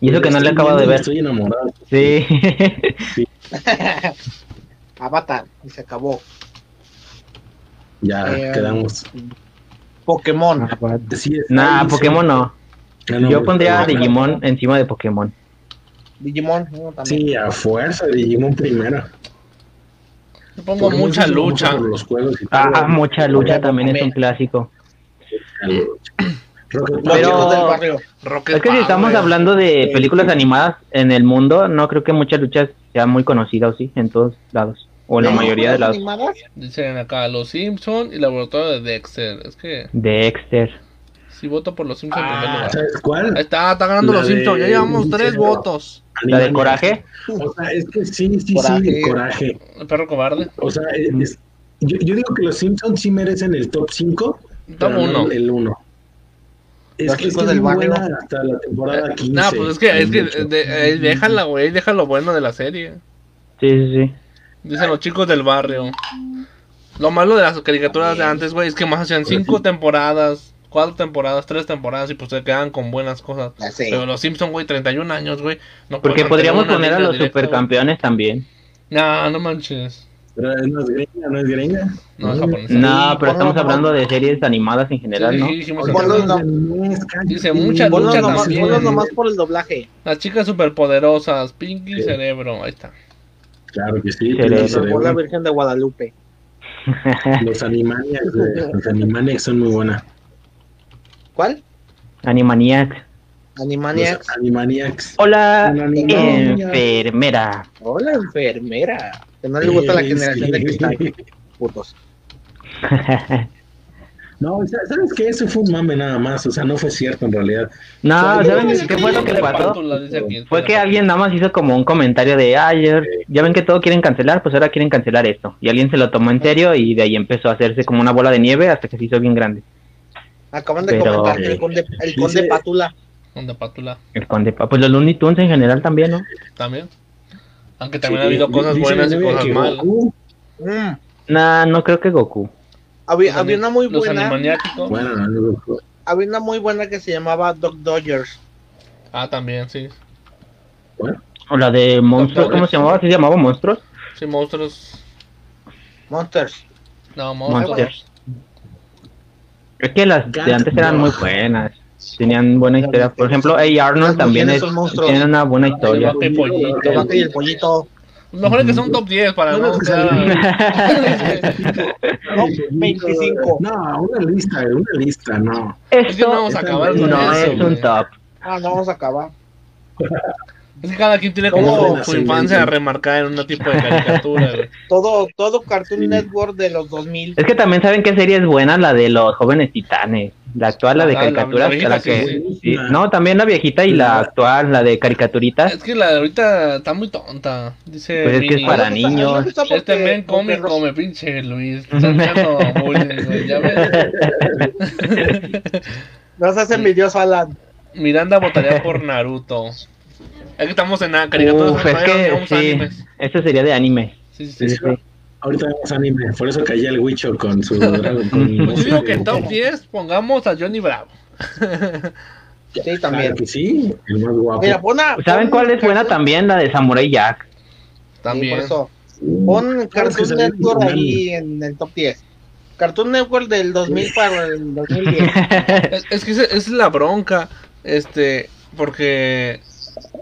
Speaker 2: Y eso que no le
Speaker 3: Estoy
Speaker 2: acabo de
Speaker 3: viendo,
Speaker 2: ver.
Speaker 3: Estoy enamorado.
Speaker 2: Sí.
Speaker 5: Avatar. Y se acabó.
Speaker 3: Ya
Speaker 5: Eh,
Speaker 3: quedamos.
Speaker 5: Pokémon.
Speaker 3: Sí, está
Speaker 2: nah,
Speaker 3: bien, sí.
Speaker 2: Pokémon no.
Speaker 3: Ah, no,
Speaker 2: Yo pondría
Speaker 3: ah,
Speaker 2: a Digimon encima de Pokémon.
Speaker 5: Digimon. ¿no? También.
Speaker 3: Sí, a fuerza, Digimon primero.
Speaker 4: Yo pongo
Speaker 3: Pokémon
Speaker 4: mucha
Speaker 3: se famoso
Speaker 4: lucha.
Speaker 3: por los juegos y tal.
Speaker 2: Ah, mucha lucha
Speaker 5: Pokémon
Speaker 2: también es un
Speaker 5: también.
Speaker 2: clásico.
Speaker 3: Rocket
Speaker 5: Los
Speaker 3: Power.
Speaker 2: Pero-
Speaker 5: chicos del barrio.
Speaker 4: Rocket
Speaker 2: Es que si
Speaker 4: Power.
Speaker 2: estamos hablando de películas animadas en el mundo, no creo que mucha lucha sea muy conocida o sí, en todos lados. O en la mayoría de
Speaker 5: ¿Películas
Speaker 2: lados.
Speaker 5: animadas?
Speaker 4: Dicen acá los Simpson y laboratorio de Dexter. Es que
Speaker 2: Dexter.
Speaker 4: si voto por los Simpson en primer
Speaker 3: Ah,
Speaker 4: lugar.
Speaker 3: ¿Sabes cuál?
Speaker 4: Ahí está, está ganando
Speaker 3: La
Speaker 4: los
Speaker 3: de-
Speaker 4: Simpson. Ya llevamos tres
Speaker 3: Nintendo.
Speaker 4: votos.
Speaker 2: La de
Speaker 3: Animaniacs.
Speaker 2: coraje.
Speaker 3: O sea, es que sí, sí, sí,
Speaker 5: Coraje.
Speaker 3: el coraje.
Speaker 4: El perro cobarde.
Speaker 3: O sea,
Speaker 2: Mm.
Speaker 3: es- yo, yo digo que los Simpsons sí merecen el top 5, pero
Speaker 4: Top
Speaker 3: no
Speaker 4: uno.
Speaker 3: el 1. Es
Speaker 5: Los
Speaker 3: que es
Speaker 5: chicos
Speaker 3: que
Speaker 5: del
Speaker 3: es muy
Speaker 5: barrio.
Speaker 3: buena hasta la temporada 15.
Speaker 4: No, pues es que, es que
Speaker 3: mucho.
Speaker 4: de- eh, déjala, güey, deja lo bueno de la serie.
Speaker 2: Sí, sí, sí.
Speaker 4: Dicen los chicos del barrio. Lo malo de las caricaturas de antes, güey, es que más hacían cinco temporadas, cuatro temporadas, tres temporadas y pues se quedan con buenas cosas.
Speaker 5: Ya sé.
Speaker 4: Pero los Simpson, güey, 31 años, güey. No
Speaker 2: Porque
Speaker 4: pueden
Speaker 2: podríamos poner
Speaker 4: mantener una
Speaker 2: a
Speaker 4: línea
Speaker 2: los
Speaker 4: directa,
Speaker 2: supercampeones también.
Speaker 4: güey. No, no manches.
Speaker 3: Pero no es gringa, no es gringa.
Speaker 4: No, es japonés.
Speaker 2: No, pero
Speaker 5: ponlo,
Speaker 2: estamos
Speaker 5: ponlo.
Speaker 2: hablando de series animadas en
Speaker 4: Sí,
Speaker 2: general, ¿no?
Speaker 4: sí, dijimos
Speaker 5: Por
Speaker 4: eso.
Speaker 5: los- no-
Speaker 4: Dice, mucha
Speaker 5: Ponlos
Speaker 4: lucha
Speaker 5: nomás,
Speaker 4: también.
Speaker 5: ponlos nomás por el doblaje.
Speaker 4: Las chicas superpoderosas, Pinky y
Speaker 3: Sí.
Speaker 4: Cerebro, ahí está.
Speaker 3: Claro que sí,
Speaker 2: Sí,
Speaker 3: pero
Speaker 2: sí,
Speaker 3: el
Speaker 2: sí.
Speaker 5: Por
Speaker 3: cerebro.
Speaker 5: la Virgen de Guadalupe.
Speaker 3: los Animaniacs, eh, los Animaniacs son muy buenas.
Speaker 5: ¿Cuál?
Speaker 2: Animaniacs.
Speaker 5: Animaniacs.
Speaker 3: Los Animaniacs.
Speaker 2: Hola,
Speaker 3: Animaniacs.
Speaker 2: enfermera.
Speaker 5: Hola, Oh, enfermera. Que no le gusta la
Speaker 3: Sí,
Speaker 5: generación
Speaker 3: sí.
Speaker 5: de cristal. Putos.
Speaker 3: No, sa- ¿sabes qué? Eso fue un mame nada más, o sea, no fue cierto en realidad.
Speaker 2: No,
Speaker 3: Salió
Speaker 2: ¿saben
Speaker 3: el
Speaker 2: qué fue lo que pasó?
Speaker 4: Espántula, dice aquí,
Speaker 2: Fue que alguien nada más hizo como un comentario de, ay, ya, ya ven que todo quieren cancelar, pues ahora quieren cancelar esto. Y alguien se lo tomó en serio y de ahí empezó a hacerse como una bola de nieve hasta que se hizo bien grande.
Speaker 5: Acaban de
Speaker 2: Pero-
Speaker 5: comentar que el conde, el
Speaker 3: Dice-
Speaker 5: conde Pátula.
Speaker 4: Donde Pátula
Speaker 2: El conde, Pa- pues los Looney Tunes en general también, ¿no?
Speaker 4: también. Aunque también ha
Speaker 3: Sí,
Speaker 4: habido cosas
Speaker 3: dice
Speaker 4: buenas
Speaker 3: la
Speaker 4: y
Speaker 3: novia
Speaker 4: cosas
Speaker 3: que
Speaker 4: malas.
Speaker 3: Goku-
Speaker 5: Mm.
Speaker 2: Nah, no creo que Goku.
Speaker 5: Había,
Speaker 4: Los
Speaker 5: había
Speaker 4: ani-
Speaker 5: una muy
Speaker 4: Los
Speaker 5: buena.
Speaker 4: animaniáticos.
Speaker 3: Bueno, no, no, Goku.
Speaker 5: Había una muy buena que se llamaba Doc Dodgers.
Speaker 4: Ah, también, sí.
Speaker 3: Bueno,
Speaker 2: O la de monstruos, ¿cómo se llamaba? ¿Sí ¿Se llamaba monstruos?
Speaker 4: Sí, monstruos.
Speaker 5: Monsters.
Speaker 4: No, monstruos.
Speaker 2: Monsters. Es que las de antes eran muy buenas. Tenían buena historia. Por ejemplo, hey Arnold
Speaker 5: Las
Speaker 2: también
Speaker 5: mujeres
Speaker 2: es,
Speaker 5: son monstruos.
Speaker 2: tiene una buena
Speaker 4: El
Speaker 2: historia.
Speaker 4: vaca y pollito.
Speaker 5: La vaca y el pollito.
Speaker 4: Mejor es que sea un top 10 para
Speaker 3: Bueno,
Speaker 4: no
Speaker 3: pues,
Speaker 4: quedar-
Speaker 5: No, 25.
Speaker 3: No, una lista, una lista, no.
Speaker 4: Es que no
Speaker 2: Esto
Speaker 4: vamos a acabar con
Speaker 2: no
Speaker 4: eso,
Speaker 2: es un
Speaker 4: güey.
Speaker 2: top.
Speaker 5: Ah, no, vamos a acabar.
Speaker 4: Es que cada quien tiene
Speaker 3: Todo
Speaker 4: como su
Speaker 3: renacimiento.
Speaker 4: infancia a remarcar en un tipo de caricatura, güey.
Speaker 5: Todo, todo Cartoon Network de los 2000.
Speaker 2: Es que también saben qué serie es buena la de los jóvenes titanes. La actual, la de
Speaker 4: Ah, la- la
Speaker 2: caricaturas,
Speaker 4: viejita,
Speaker 2: la
Speaker 4: sí,
Speaker 2: que...
Speaker 3: sí.
Speaker 2: sí. No, también la viejita y la actual, la de caricaturitas.
Speaker 4: Es que la de ahorita está muy tonta. Dice.
Speaker 2: Pues es que es
Speaker 4: mi-
Speaker 2: para
Speaker 5: A mí me
Speaker 2: niños.
Speaker 5: gusta porque-
Speaker 4: Este men come,
Speaker 5: porque-
Speaker 4: come, pinche Luis. Está echando bullying, güey, ¿ya ves?
Speaker 5: Nos hace envidioso Alan.
Speaker 4: Miranda votaría por Naruto. Es que estamos en la caricatura.
Speaker 2: Uf, es que sí, eso sería de anime.
Speaker 4: Sí, sí,
Speaker 2: Sí,
Speaker 4: sí.
Speaker 2: sí.
Speaker 3: Ahorita vemos anime, por eso caía el Wicho con su Dragon con-
Speaker 4: Pues Yo digo que en
Speaker 2: Este,
Speaker 4: top 10 pongamos a Johnny Bravo.
Speaker 5: Sí,
Speaker 3: Claro
Speaker 5: también.
Speaker 3: que sí, el más guapo.
Speaker 5: Mira, pon a-
Speaker 2: ¿Saben
Speaker 5: pon
Speaker 2: cuál es buena
Speaker 5: Cartoon-
Speaker 2: también? La de Samurai Jack.
Speaker 5: Sí,
Speaker 4: También.
Speaker 5: por eso.
Speaker 3: Uh,
Speaker 5: Pon
Speaker 3: claro que
Speaker 5: Cartoon
Speaker 3: salió
Speaker 5: Network
Speaker 3: original.
Speaker 5: ahí en el top 10. Cartoon Network del 2000 para el 2010.
Speaker 4: Es, es que esa esa es la bronca, este, porque,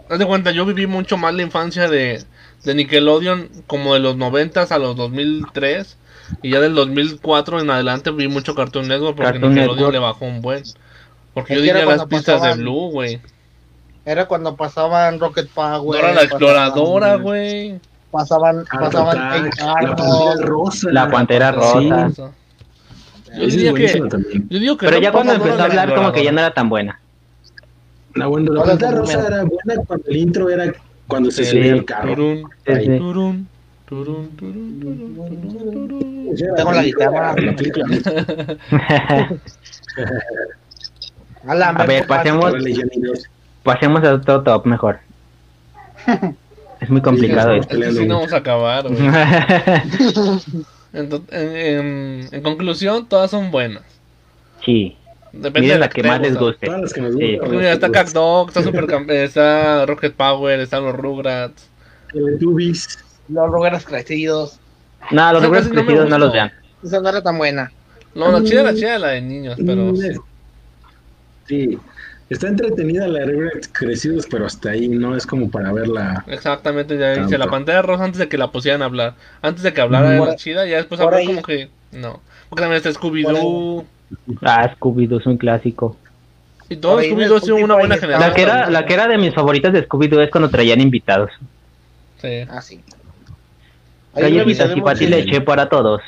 Speaker 4: haz de cuenta, yo viví mucho más la infancia de, de Nickelodeon como de los 90 a los 2003 y ya del 2004 en adelante vi mucho Cartoon Network porque
Speaker 2: Cartoon
Speaker 4: Nickelodeon
Speaker 2: Network.
Speaker 4: le bajó un buen. Porque
Speaker 5: Es
Speaker 4: yo
Speaker 5: que era
Speaker 4: diría las
Speaker 5: cuando
Speaker 4: pistas de
Speaker 5: pasaban
Speaker 4: Blue, güey.
Speaker 5: Era cuando pasaban Rocket Power.
Speaker 4: Dora la
Speaker 5: pasaban-
Speaker 4: exploradora, güey.
Speaker 5: Pasaban,
Speaker 2: Ah,
Speaker 3: Art
Speaker 5: pasaban
Speaker 3: Attack,
Speaker 5: Hey
Speaker 3: la
Speaker 5: Arnold.
Speaker 3: pantera rosa.
Speaker 2: La Pantera Rosa.
Speaker 4: Sí. Yo
Speaker 3: Ese es
Speaker 4: diría que,
Speaker 3: buenísimo también.
Speaker 4: yo digo que
Speaker 2: Pero
Speaker 4: no
Speaker 2: ya cuando
Speaker 4: pongamos
Speaker 2: empezó a
Speaker 4: Dora la
Speaker 2: hablar como que ya no
Speaker 4: Exploradora.
Speaker 2: era tan buena.
Speaker 3: La, bueno, la
Speaker 5: Hola,
Speaker 3: Pantera
Speaker 5: ¿cómo
Speaker 3: rosa
Speaker 5: me-
Speaker 3: era buena cuando el intro era cuando se
Speaker 2: Sí.
Speaker 3: subía al carro.
Speaker 4: Turun,
Speaker 2: Sí, sí.
Speaker 4: turun, turun, turun, turun, turun, turun.
Speaker 3: Esa era
Speaker 5: Tengo la
Speaker 3: película,
Speaker 5: guitarra.
Speaker 3: la película.
Speaker 5: Alan,
Speaker 2: A
Speaker 5: ven,
Speaker 2: ver,
Speaker 5: compadre.
Speaker 2: pasemos,
Speaker 3: Órale, Johnny Depp.
Speaker 2: pasemos a otro top mejor. Es muy complicado
Speaker 3: Sí,
Speaker 2: esto.
Speaker 4: Este sí no vamos a acabar, güey. Ento- En, en- en conclusión, todas son buenas.
Speaker 2: sí,
Speaker 4: Depende de
Speaker 2: miren la que más les
Speaker 4: gusta
Speaker 2: guste.
Speaker 3: Todas las que nos
Speaker 2: Sí.
Speaker 3: gustan,
Speaker 4: Mira, está
Speaker 3: las-
Speaker 4: CatDog, está Supercamp- está Rocket Power, están los Rugrats.
Speaker 3: Teletubbies.
Speaker 5: Los lugares crecidos.
Speaker 2: No, los
Speaker 4: Esa
Speaker 2: logros
Speaker 4: casi no me
Speaker 2: crecidos no
Speaker 4: gustó.
Speaker 2: los vean.
Speaker 5: Esa no era tan buena.
Speaker 4: No, la chida, la chida es la de niños, pero.
Speaker 3: Mm, es- Sí. Está entretenida la de Regrets Crecidos, pero hasta ahí no es como para verla.
Speaker 4: Exactamente, ya dice la
Speaker 3: Tanto.
Speaker 4: pantalla rosa antes de que la pusieran a hablar. Antes de que hablara de
Speaker 5: Por-
Speaker 4: la chida, ya después
Speaker 5: por
Speaker 4: habló
Speaker 5: ahí-
Speaker 4: como que. No. Porque también está Scooby-Doo.
Speaker 2: Ah, Scooby-Doo es un clásico.
Speaker 4: Y todo
Speaker 5: por ahí en
Speaker 4: Scooby-Doo ha sido una
Speaker 5: Spotify
Speaker 4: buena
Speaker 5: está-
Speaker 4: generación.
Speaker 2: La que era, la que era de mis favoritas de Scooby-Doo es cuando traían invitados.
Speaker 4: Sí.
Speaker 5: Ah, sí. Hay un
Speaker 2: Galletitas
Speaker 5: episodio
Speaker 2: y
Speaker 5: muy
Speaker 2: pati
Speaker 5: chido.
Speaker 2: leche para todos.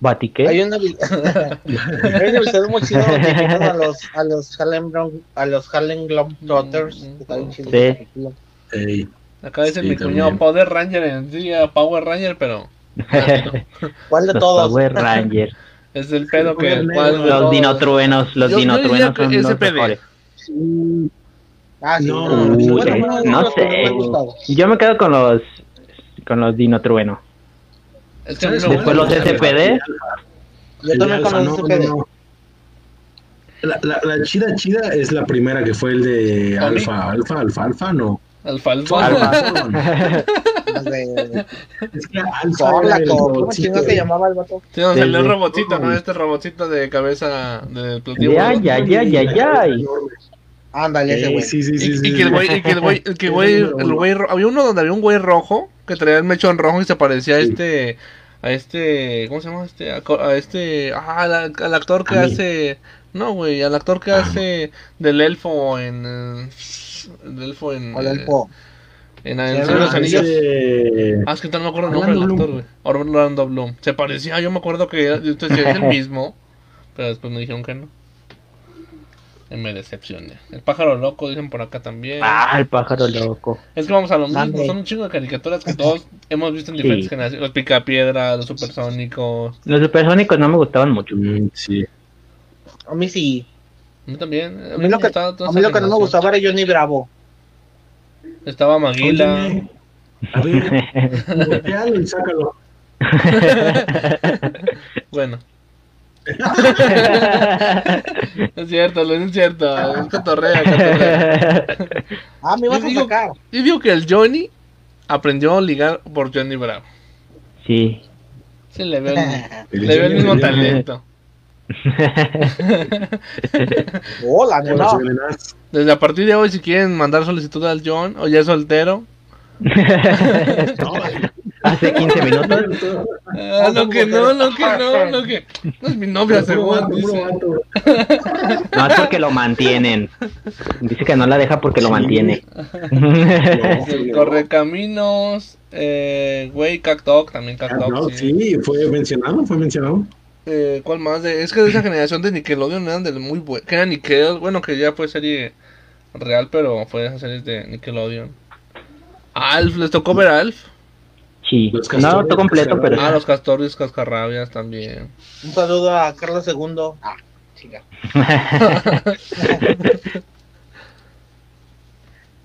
Speaker 2: ¿Bati qué?
Speaker 5: Hay un habi- Hay un episodio muy chido donde invitan a los a los Harlem Bron- a los Harlem Globetrotters.
Speaker 4: Mm,
Speaker 5: Está bien chido.
Speaker 2: Sí.
Speaker 3: eh,
Speaker 4: Acá dice
Speaker 3: Sí,
Speaker 4: mi
Speaker 3: también.
Speaker 4: cuñado Power Ranger en día, Power Ranger, pero.
Speaker 5: ¿Cuál de
Speaker 2: los
Speaker 5: todos?
Speaker 2: Power Rangers.
Speaker 4: Es el pedo que.
Speaker 3: Power
Speaker 4: ¿cuál de
Speaker 3: Negro.
Speaker 2: los
Speaker 4: todos?
Speaker 2: dinotruenos. Los
Speaker 4: Yo- yo diría
Speaker 2: dinotruenos
Speaker 4: que
Speaker 2: son los
Speaker 4: SPD.
Speaker 2: mejores.
Speaker 3: mm,
Speaker 5: Ah, sí.
Speaker 3: No,
Speaker 5: Ah,
Speaker 2: Uy,
Speaker 5: bueno,
Speaker 2: eh,
Speaker 5: bueno,
Speaker 2: no
Speaker 5: bueno,
Speaker 2: sé.
Speaker 5: me ha gustado.
Speaker 2: Yo me quedo con los con los dinotruenos.
Speaker 4: Es que a mí me
Speaker 2: Después
Speaker 4: gusta
Speaker 2: los
Speaker 4: mucho.
Speaker 2: SPD.
Speaker 5: Yo
Speaker 3: el
Speaker 5: también
Speaker 3: de Alfa,
Speaker 5: conozco
Speaker 3: no,
Speaker 5: ese
Speaker 3: no, no. La, la, la chida chida es la primera que fue el de
Speaker 4: ¿Tommy?
Speaker 3: Alfa, Alfa, Alfa, Alfa, no.
Speaker 4: Alfalfa.
Speaker 3: Alfa.
Speaker 5: de- de-
Speaker 3: es que Alfa era el
Speaker 5: Zorlaco, ¿Cómo
Speaker 3: robotcito.
Speaker 5: chingados se llamaba el vato?
Speaker 4: Sí, donde salió
Speaker 2: Sí,
Speaker 4: el
Speaker 2: sí.
Speaker 4: robotito, ¿no? Este robotito de cabeza de platillo.
Speaker 2: Ya,
Speaker 4: volador.
Speaker 2: ya, ya, ya, ya. Y-
Speaker 5: Ándale, ese
Speaker 3: Eh,
Speaker 5: güey.
Speaker 3: sí, sí, sí,
Speaker 4: Y,
Speaker 3: sí,
Speaker 4: y que el
Speaker 3: sí.
Speaker 4: güey, y que el güey, el que
Speaker 3: Es
Speaker 4: güey,
Speaker 3: el número
Speaker 4: el
Speaker 3: uno.
Speaker 4: güey ro- había uno donde había un güey rojo que traía el mechón rojo y se parecía a
Speaker 3: Sí.
Speaker 4: este, a este, ¿cómo se llama este? A, co- a este, ah, al, al actor que
Speaker 3: A mí.
Speaker 4: hace, no güey, al actor que
Speaker 3: Ah.
Speaker 4: hace del elfo en, eh, el elfo en,
Speaker 5: Con
Speaker 4: eh,
Speaker 5: el po.
Speaker 4: en, en
Speaker 5: Sí,
Speaker 4: Señor de los
Speaker 3: Ah,
Speaker 4: Anillos.
Speaker 3: ese-
Speaker 4: Ah, es que tal no me acuerdo el nombre del
Speaker 3: Orlando
Speaker 4: actor, güey. Orlando Bloom. Se parecía, yo me acuerdo que era, yo te decía, es el mismo. Pero después me dijeron que no. Y me decepcioné. El pájaro loco, dicen por acá también.
Speaker 2: Ah, el pájaro loco.
Speaker 4: Es que vamos a lo mismo,
Speaker 5: Mande.
Speaker 4: son un chingo de caricaturas que todos hemos visto en diferentes
Speaker 2: Sí.
Speaker 4: generaciones. Los picapiedra, los supersónicos.
Speaker 2: Los supersónicos no me gustaban mucho.
Speaker 3: Mm, sí.
Speaker 5: A mí sí.
Speaker 4: A mí también. A
Speaker 5: A
Speaker 4: mí,
Speaker 5: mí lo que,
Speaker 4: gustaba toda
Speaker 5: a mí
Speaker 4: esa
Speaker 5: lo que no me
Speaker 4: generación.
Speaker 5: gustaba era Johnny Bravo.
Speaker 4: Estaba Maguila.
Speaker 3: Óyeme, A ver,
Speaker 4: Mm.
Speaker 3: voltealo y sácalo.
Speaker 4: Bueno. es cierto, Luis, es cierto. Es cotorrea, cotorrea.
Speaker 5: Ah, me vas
Speaker 4: Yo
Speaker 5: a
Speaker 4: digo-
Speaker 5: sacar.
Speaker 4: Yo digo que el Johnny aprendió a ligar por Johnny Bravo.
Speaker 2: sí.
Speaker 4: Sí, le veo el, le veo el mismo talento.
Speaker 5: Hola,
Speaker 3: Con
Speaker 5: no.
Speaker 3: las venenas.
Speaker 4: Desde a partir de hoy, si quieren mandar solicitud al John o ya es soltero,
Speaker 3: No,
Speaker 2: Hace 15 minutos.
Speaker 4: Ah, lo que no, lo que no, lo que. No es mi novia,
Speaker 3: puro
Speaker 4: según.
Speaker 3: vato, puro
Speaker 4: dice.
Speaker 3: vato.
Speaker 2: No es porque lo mantienen. Dice que no la deja porque lo
Speaker 3: Sí.
Speaker 2: mantiene.
Speaker 3: No,
Speaker 4: Correcaminos, eh, güey, Cactoc, también
Speaker 3: Ah, no,
Speaker 4: Cactoc. sí.
Speaker 3: sí, fue mencionado, fue mencionado.
Speaker 4: Eh, ¿Cuál más? De- es que de esa generación de Nickelodeon eran del muy bueno. Que era Nickel, bueno, que ya fue serie real, pero fue de esas series de Nickelodeon. Alf, ¿les tocó ver a Alf?
Speaker 2: Sí.
Speaker 3: Los
Speaker 2: No
Speaker 3: castores,
Speaker 2: lo completo, pero
Speaker 4: Ah, los castores cascarrabias también.
Speaker 5: Un saludo a Carlos II. Ah, chica.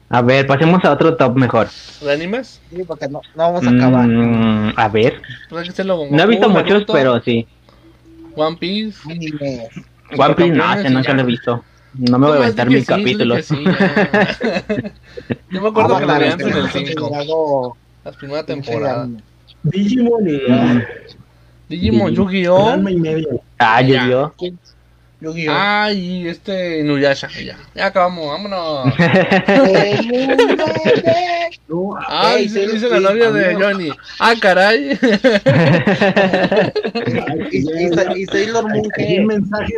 Speaker 2: A ver, pasemos a otro top mejor.
Speaker 4: ¿De animes?
Speaker 5: Sí, porque no, no vamos a acabar.
Speaker 2: Mm, a ver.
Speaker 4: Pues hay que hacerlo con
Speaker 2: No he
Speaker 4: Goku,
Speaker 2: visto muchos,
Speaker 4: Naruto,
Speaker 2: pero sí.
Speaker 4: One Piece.
Speaker 5: Animes.
Speaker 2: One Piece, no,
Speaker 4: Supercampeones
Speaker 2: ese
Speaker 4: y
Speaker 2: nunca
Speaker 4: ya.
Speaker 2: lo he visto. No me voy a aventar mil capítulos.
Speaker 4: Yo me acuerdo que lo
Speaker 5: Avatar,
Speaker 4: veían en el
Speaker 5: este,
Speaker 4: 5,
Speaker 5: considerado
Speaker 4: la primera
Speaker 5: pinche
Speaker 4: temporada.
Speaker 5: anime.
Speaker 3: Digimon y
Speaker 2: Mm.
Speaker 3: ah,
Speaker 4: Digimon,
Speaker 2: Digimon.
Speaker 4: Yu-Gi-Oh!
Speaker 3: alma y media.
Speaker 2: Ah,
Speaker 4: Ya.
Speaker 2: yo
Speaker 5: Yu-Gi-Oh.
Speaker 4: Ah, y este Inuyasha, ya. Ya acabamos, vámonos.
Speaker 3: No,
Speaker 4: Ah,
Speaker 5: Ey,
Speaker 4: dice,
Speaker 5: sí,
Speaker 4: dice
Speaker 5: sí,
Speaker 4: la novia de
Speaker 5: amigo.
Speaker 4: Johnny. Ah, caray.
Speaker 3: ay,
Speaker 5: Y, y,
Speaker 3: ya,
Speaker 5: y Sailor Moon,
Speaker 3: hay
Speaker 5: ¿qué?
Speaker 3: un mensaje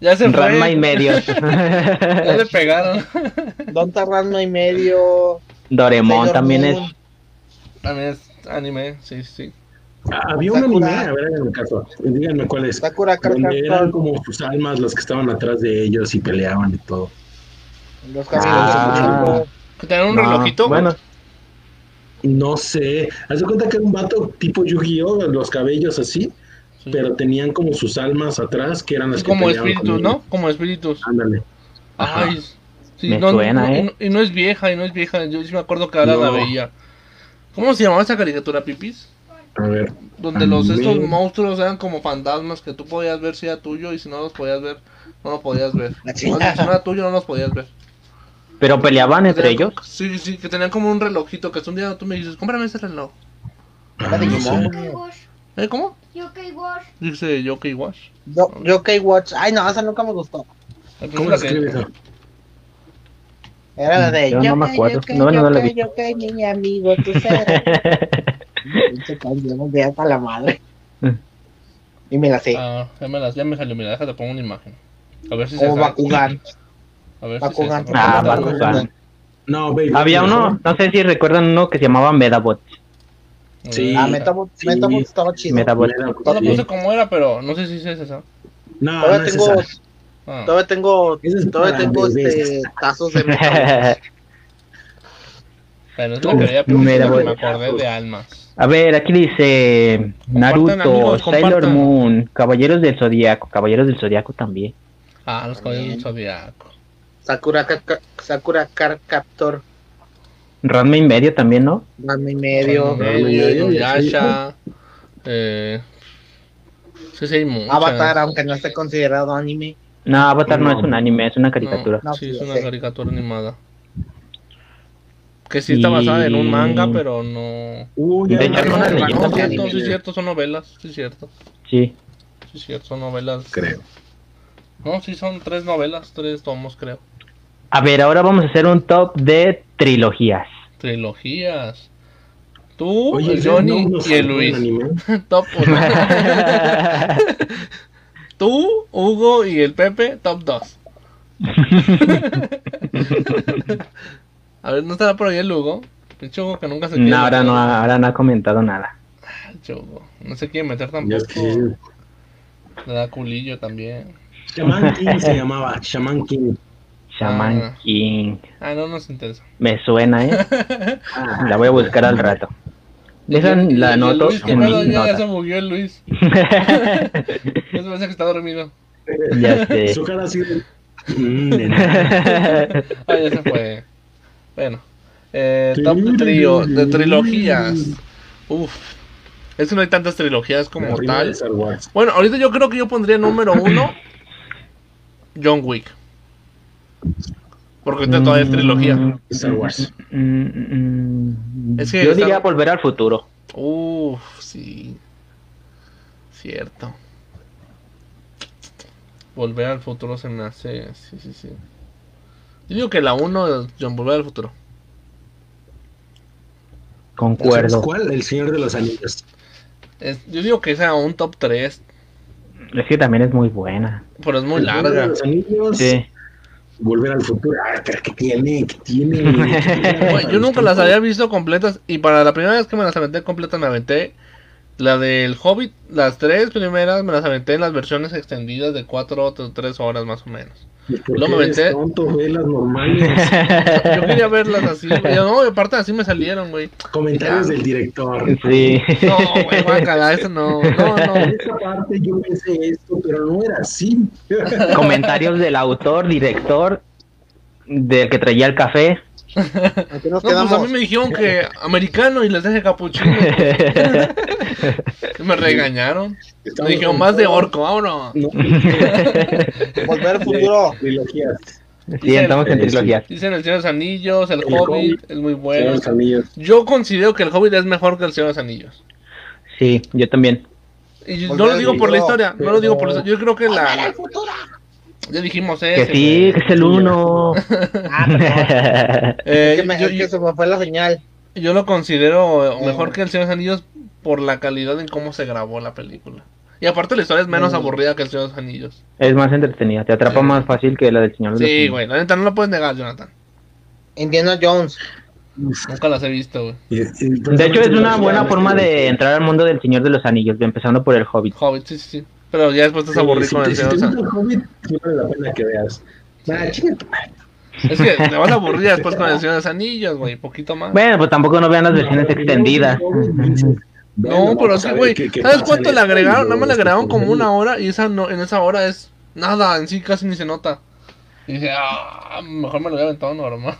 Speaker 4: ya se
Speaker 2: Ranma y
Speaker 4: fue.
Speaker 2: medio.
Speaker 4: Ya le pegaron.
Speaker 5: Don Tarrano y medio.
Speaker 2: Doraemon
Speaker 5: Sailor
Speaker 2: también es.
Speaker 5: Moon.
Speaker 4: También es anime, sí, sí.
Speaker 3: Había un anime, a ver, háganme caso. Díganme cuál es.
Speaker 5: Sakura Card
Speaker 3: Donde eran
Speaker 5: Captor.
Speaker 3: como sus almas los que estaban atrás de ellos y peleaban y todo.
Speaker 5: Los caminos
Speaker 2: Ah.
Speaker 5: del tiempo.
Speaker 4: Que Tenían un
Speaker 2: No,
Speaker 4: relojito.
Speaker 2: Bueno,
Speaker 3: No sé. Haz de cuenta que era un vato tipo Yu-Gi-Oh, los cabellos así,
Speaker 4: Sí.
Speaker 3: pero tenían como sus almas atrás que eran las que
Speaker 4: Como
Speaker 3: peleaban con
Speaker 4: espíritus, ¿no? Como espíritus.
Speaker 3: ellos. Ándale. Ajá.
Speaker 4: Ay, sí,
Speaker 2: Me
Speaker 4: no,
Speaker 2: suena,
Speaker 4: no, y
Speaker 2: ¿eh?
Speaker 4: no- Y no es vieja, y no es vieja. Yo sí me acuerdo que ahora la
Speaker 3: No.
Speaker 4: veía. ¿Cómo se llamaba esa caricatura, Pipis?
Speaker 3: A ver.
Speaker 4: Donde los
Speaker 3: Anime.
Speaker 4: estos monstruos eran como fantasmas que tú podías ver si era tuyo y si no los podías ver, no los podías ver.
Speaker 5: La
Speaker 4: O sea, si no era tuyo, no los podías ver.
Speaker 2: pero peleaban entre
Speaker 4: Tenían-
Speaker 2: ellos.
Speaker 4: Sí, sí, que tenían como un relojito que hasta un día tú me dices, cómprame ese reloj.
Speaker 5: La de
Speaker 3: Ah, no
Speaker 5: Digimon.
Speaker 3: sé.
Speaker 4: ¿Eh, cómo?
Speaker 7: Yokai Wash.
Speaker 4: Dice Yokai Wash.
Speaker 5: Yo, Yokai Watch. Ay, no, esa nunca me gustó.
Speaker 3: ¿Cómo lo escribes?
Speaker 5: Era la de.
Speaker 2: Yo no me acuerdo. No, no, no la he visto.
Speaker 5: Yokai, mi amigo, tú serás. Pinche canción, de hasta la madre. Y me la sé.
Speaker 4: Ah, ya me, las, ya me salió, mira, déjate, pongo una imagen. A ver si se
Speaker 5: o
Speaker 4: saca.
Speaker 5: Bakugan.
Speaker 4: A ver si se
Speaker 5: Bakugan.
Speaker 4: saca.
Speaker 2: Ah,
Speaker 4: Ahorita-
Speaker 2: Bakugan.
Speaker 3: No, baby.
Speaker 2: Había
Speaker 3: no.
Speaker 2: uno, no sé si recuerdan uno que se llamaba Medabot.
Speaker 3: Sí.
Speaker 5: Ah, Metabot,
Speaker 3: Sí.
Speaker 5: Metabot estaba chido.
Speaker 2: Medabot.
Speaker 4: No lo
Speaker 3: Sí.
Speaker 4: puse como era, pero no sé si es esa.
Speaker 3: pues, No,
Speaker 5: Todavía
Speaker 3: no es
Speaker 5: tengo,
Speaker 3: esa.
Speaker 4: Ah.
Speaker 5: todavía tengo,
Speaker 3: Ese es
Speaker 5: todavía
Speaker 3: para
Speaker 5: tengo
Speaker 3: bebés.
Speaker 5: este tazos de metal.
Speaker 4: Pero es la que había
Speaker 2: Tú, mira,
Speaker 4: preguntado que me
Speaker 2: bueno.
Speaker 4: acordé de almas.
Speaker 2: A ver, aquí dice
Speaker 4: Compartan,
Speaker 2: Naruto,
Speaker 4: amigos,
Speaker 2: Sailor
Speaker 4: compartan.
Speaker 2: Moon, Caballeros del Zodiaco, Caballeros del Zodiaco también.
Speaker 4: Ah, los caballos del
Speaker 5: Bien.
Speaker 4: zodiaco.
Speaker 5: Sakura, Ca- Ca- Sakura Card Captor,
Speaker 2: Ranma y medio también, ¿no?
Speaker 5: dame y medio.
Speaker 3: Ranma
Speaker 4: Medio,
Speaker 3: medio,
Speaker 4: Yasha. Eh. Sí, sí, hay muchas.
Speaker 5: Avatar, ah, aunque no esté considerado anime.
Speaker 2: No, Avatar no,
Speaker 3: No.
Speaker 2: es un anime, es una caricatura.
Speaker 4: No, sí,
Speaker 5: No,
Speaker 4: es
Speaker 5: sí,
Speaker 4: una
Speaker 5: sí.
Speaker 4: caricatura animada. Que sí está basada en un manga, pero no.
Speaker 3: Uy,
Speaker 2: De
Speaker 3: ya
Speaker 2: hecho,
Speaker 3: no,
Speaker 2: no la
Speaker 3: no,
Speaker 2: leí
Speaker 3: no,
Speaker 4: No,
Speaker 2: tampoco.
Speaker 4: sí,
Speaker 3: ya
Speaker 4: es
Speaker 3: ni
Speaker 4: cierto, sí,
Speaker 3: me-
Speaker 4: es cierto, son novelas. Sí, es cierto.
Speaker 2: Sí.
Speaker 4: Sí, es cierto, son novelas.
Speaker 3: Creo.
Speaker 4: No, sí, son tres novelas, tres tomos, creo.
Speaker 2: A ver, ahora vamos a hacer un top de trilogías.
Speaker 4: Trilogías. Tú,
Speaker 3: Oye,
Speaker 4: el Johnny
Speaker 3: no, no
Speaker 4: y el
Speaker 3: salió
Speaker 4: Luis.
Speaker 3: anime.
Speaker 4: Top uno. Tú, Hugo y el Pepe, top 2. A ver, ¿no estará por ahí el Hugo? Pinche Hugo que nunca se quiere
Speaker 2: no, ahora
Speaker 4: meter.
Speaker 2: no, ahora no ha comentado nada.
Speaker 4: Pinche Hugo. No se quiere meter
Speaker 3: Ya
Speaker 4: tampoco.
Speaker 3: es que-
Speaker 4: Le da culillo también.
Speaker 3: Shaman King se llamaba, Shaman King.
Speaker 2: Shaman
Speaker 4: Ah.
Speaker 2: King.
Speaker 4: Ah, no nos interesa.
Speaker 2: Me suena, ¿eh?
Speaker 3: Ah,
Speaker 2: La voy a buscar al rato. Esa
Speaker 4: Y- y
Speaker 2: la
Speaker 4: el
Speaker 2: anoto
Speaker 4: Luis, ¿qué
Speaker 2: en
Speaker 4: pedo?
Speaker 2: mis
Speaker 4: ya, ya se
Speaker 2: notas.
Speaker 4: movió el Luis. Ya se parece que está dormido.
Speaker 2: ya sé.
Speaker 3: Su cara así de... Mm, nena.
Speaker 4: Ah, ya se fue. Bueno. Eh, top de trío, de trilogías. Uf. Es que no hay tantas trilogías como
Speaker 3: Arriba de
Speaker 4: tal.
Speaker 3: Star Wars.
Speaker 4: Bueno, ahorita yo creo que yo pondría número uno John Wick. Porque ahorita todavía es trilogía.
Speaker 3: Star Wars.
Speaker 2: Mm, mm,
Speaker 4: Es que
Speaker 2: Yo
Speaker 4: está-
Speaker 2: diría volver al futuro.
Speaker 4: Uff, sí. Cierto. Volver al futuro se me hace. Sí, sí, sí. Yo digo que la uno es John Volver al futuro.
Speaker 2: Concuerdo.
Speaker 3: ¿Cuál? El Señor de los Anillos.
Speaker 4: Es- yo digo que es a un top 3,
Speaker 2: Es que también es muy buena.
Speaker 4: pero es muy
Speaker 3: el Señor de
Speaker 4: larga.
Speaker 3: los Anillos.
Speaker 2: Sí.
Speaker 3: Volver al futuro. Ah, pero ¿qué tiene? ¿Qué tiene?
Speaker 4: Güey, Yo nunca las había visto completas y para la primera vez que me las aventé completas me aventé La del Hobbit, las tres primeras me las aventé en las versiones extendidas de cuatro o tres horas más o menos.
Speaker 3: ¿Por
Speaker 4: Lo
Speaker 3: qué
Speaker 4: me
Speaker 3: eres
Speaker 4: aventé.
Speaker 3: tonto, güey? Las normales.
Speaker 4: Yo quería verlas así, güey. No, y aparte así me salieron, güey.
Speaker 3: Comentarios del director.
Speaker 7: Sí.
Speaker 4: No, güey, guácala, eso no. No, no.
Speaker 3: En esta parte yo pensé esto, pero no era así.
Speaker 7: Comentarios del autor, director, del que traía el café.
Speaker 5: ¿A qué
Speaker 4: No,
Speaker 5: nos
Speaker 4: pues a mí
Speaker 5: quedamos?
Speaker 4: me dijeron que americano y les dejé capuchino. Me regañaron. Me
Speaker 3: Estamos
Speaker 4: dijeron
Speaker 3: con
Speaker 4: más de
Speaker 3: todo,
Speaker 4: orco, vámonos.
Speaker 3: ¿no?
Speaker 5: Volver al futuro.
Speaker 3: Trilogías.
Speaker 7: Sí, entramos en
Speaker 3: Sí, sí.
Speaker 7: trilogías.
Speaker 4: Dicen el Señor de los Anillos, el,
Speaker 3: El
Speaker 4: Hobbit,
Speaker 3: Hobbit.
Speaker 4: es muy
Speaker 3: Señor de
Speaker 4: bueno.
Speaker 3: los Anillos.
Speaker 4: Yo considero que el Hobbit es mejor que el Señor de los Anillos.
Speaker 7: Sí, yo también.
Speaker 4: Y
Speaker 5: Volver
Speaker 4: no lo
Speaker 5: al
Speaker 4: digo por la
Speaker 5: futuro,
Speaker 4: historia, no lo digo por la
Speaker 3: pero-
Speaker 4: historia. Yo creo que la. Ya dijimos
Speaker 7: Que
Speaker 4: ese.
Speaker 7: sí, que
Speaker 4: güey.
Speaker 7: es el uno.
Speaker 5: Ah, perdón.
Speaker 4: Eh,
Speaker 5: Es que me-
Speaker 4: yo,
Speaker 5: es que se me fue la señal.
Speaker 4: yo- yo lo considero
Speaker 5: Eh.
Speaker 4: mejor que el Señor de los Anillos por la calidad en cómo se grabó la película. Y aparte la historia es menos
Speaker 5: Mm.
Speaker 4: aburrida que el Señor de los Anillos.
Speaker 7: Es más entretenida, te atrapa
Speaker 4: Sí.
Speaker 7: más fácil que la del señor. de los
Speaker 4: Sí,
Speaker 7: Anillos.
Speaker 4: güey, la neta no lo puedes negar, Jonathan.
Speaker 5: Indiana Jones.
Speaker 4: Nunca las he visto, güey.
Speaker 3: Y- y-
Speaker 7: De hecho, es una
Speaker 3: Sí,
Speaker 7: buena
Speaker 3: sí,
Speaker 7: forma
Speaker 3: sí.
Speaker 7: de entrar al mundo del Señor de los Anillos, empezando por el Hobbit.
Speaker 4: Hobbit, sí, sí, sí. Pero ya después te vas a aburrir
Speaker 3: Si
Speaker 4: con
Speaker 3: te-
Speaker 4: el
Speaker 3: si te
Speaker 4: Señor de los
Speaker 3: gusta el Hobbit, sí vale la pena que veas. Nah, chinga tu madre.
Speaker 4: Es que te vas a aburrir después con el Señor de los Anillos, güey, poquito más.
Speaker 7: Bueno, pues tampoco no vean las versiones extendidas.
Speaker 4: No, pero sí,
Speaker 3: sí,
Speaker 4: güey. ¿Sabes cuánto le agregaron? Nada más le agregaron como una hora y esa no, en esa hora es nada, en sí casi ni se nota. Y dije, ah, mejor me lo había aventado normal.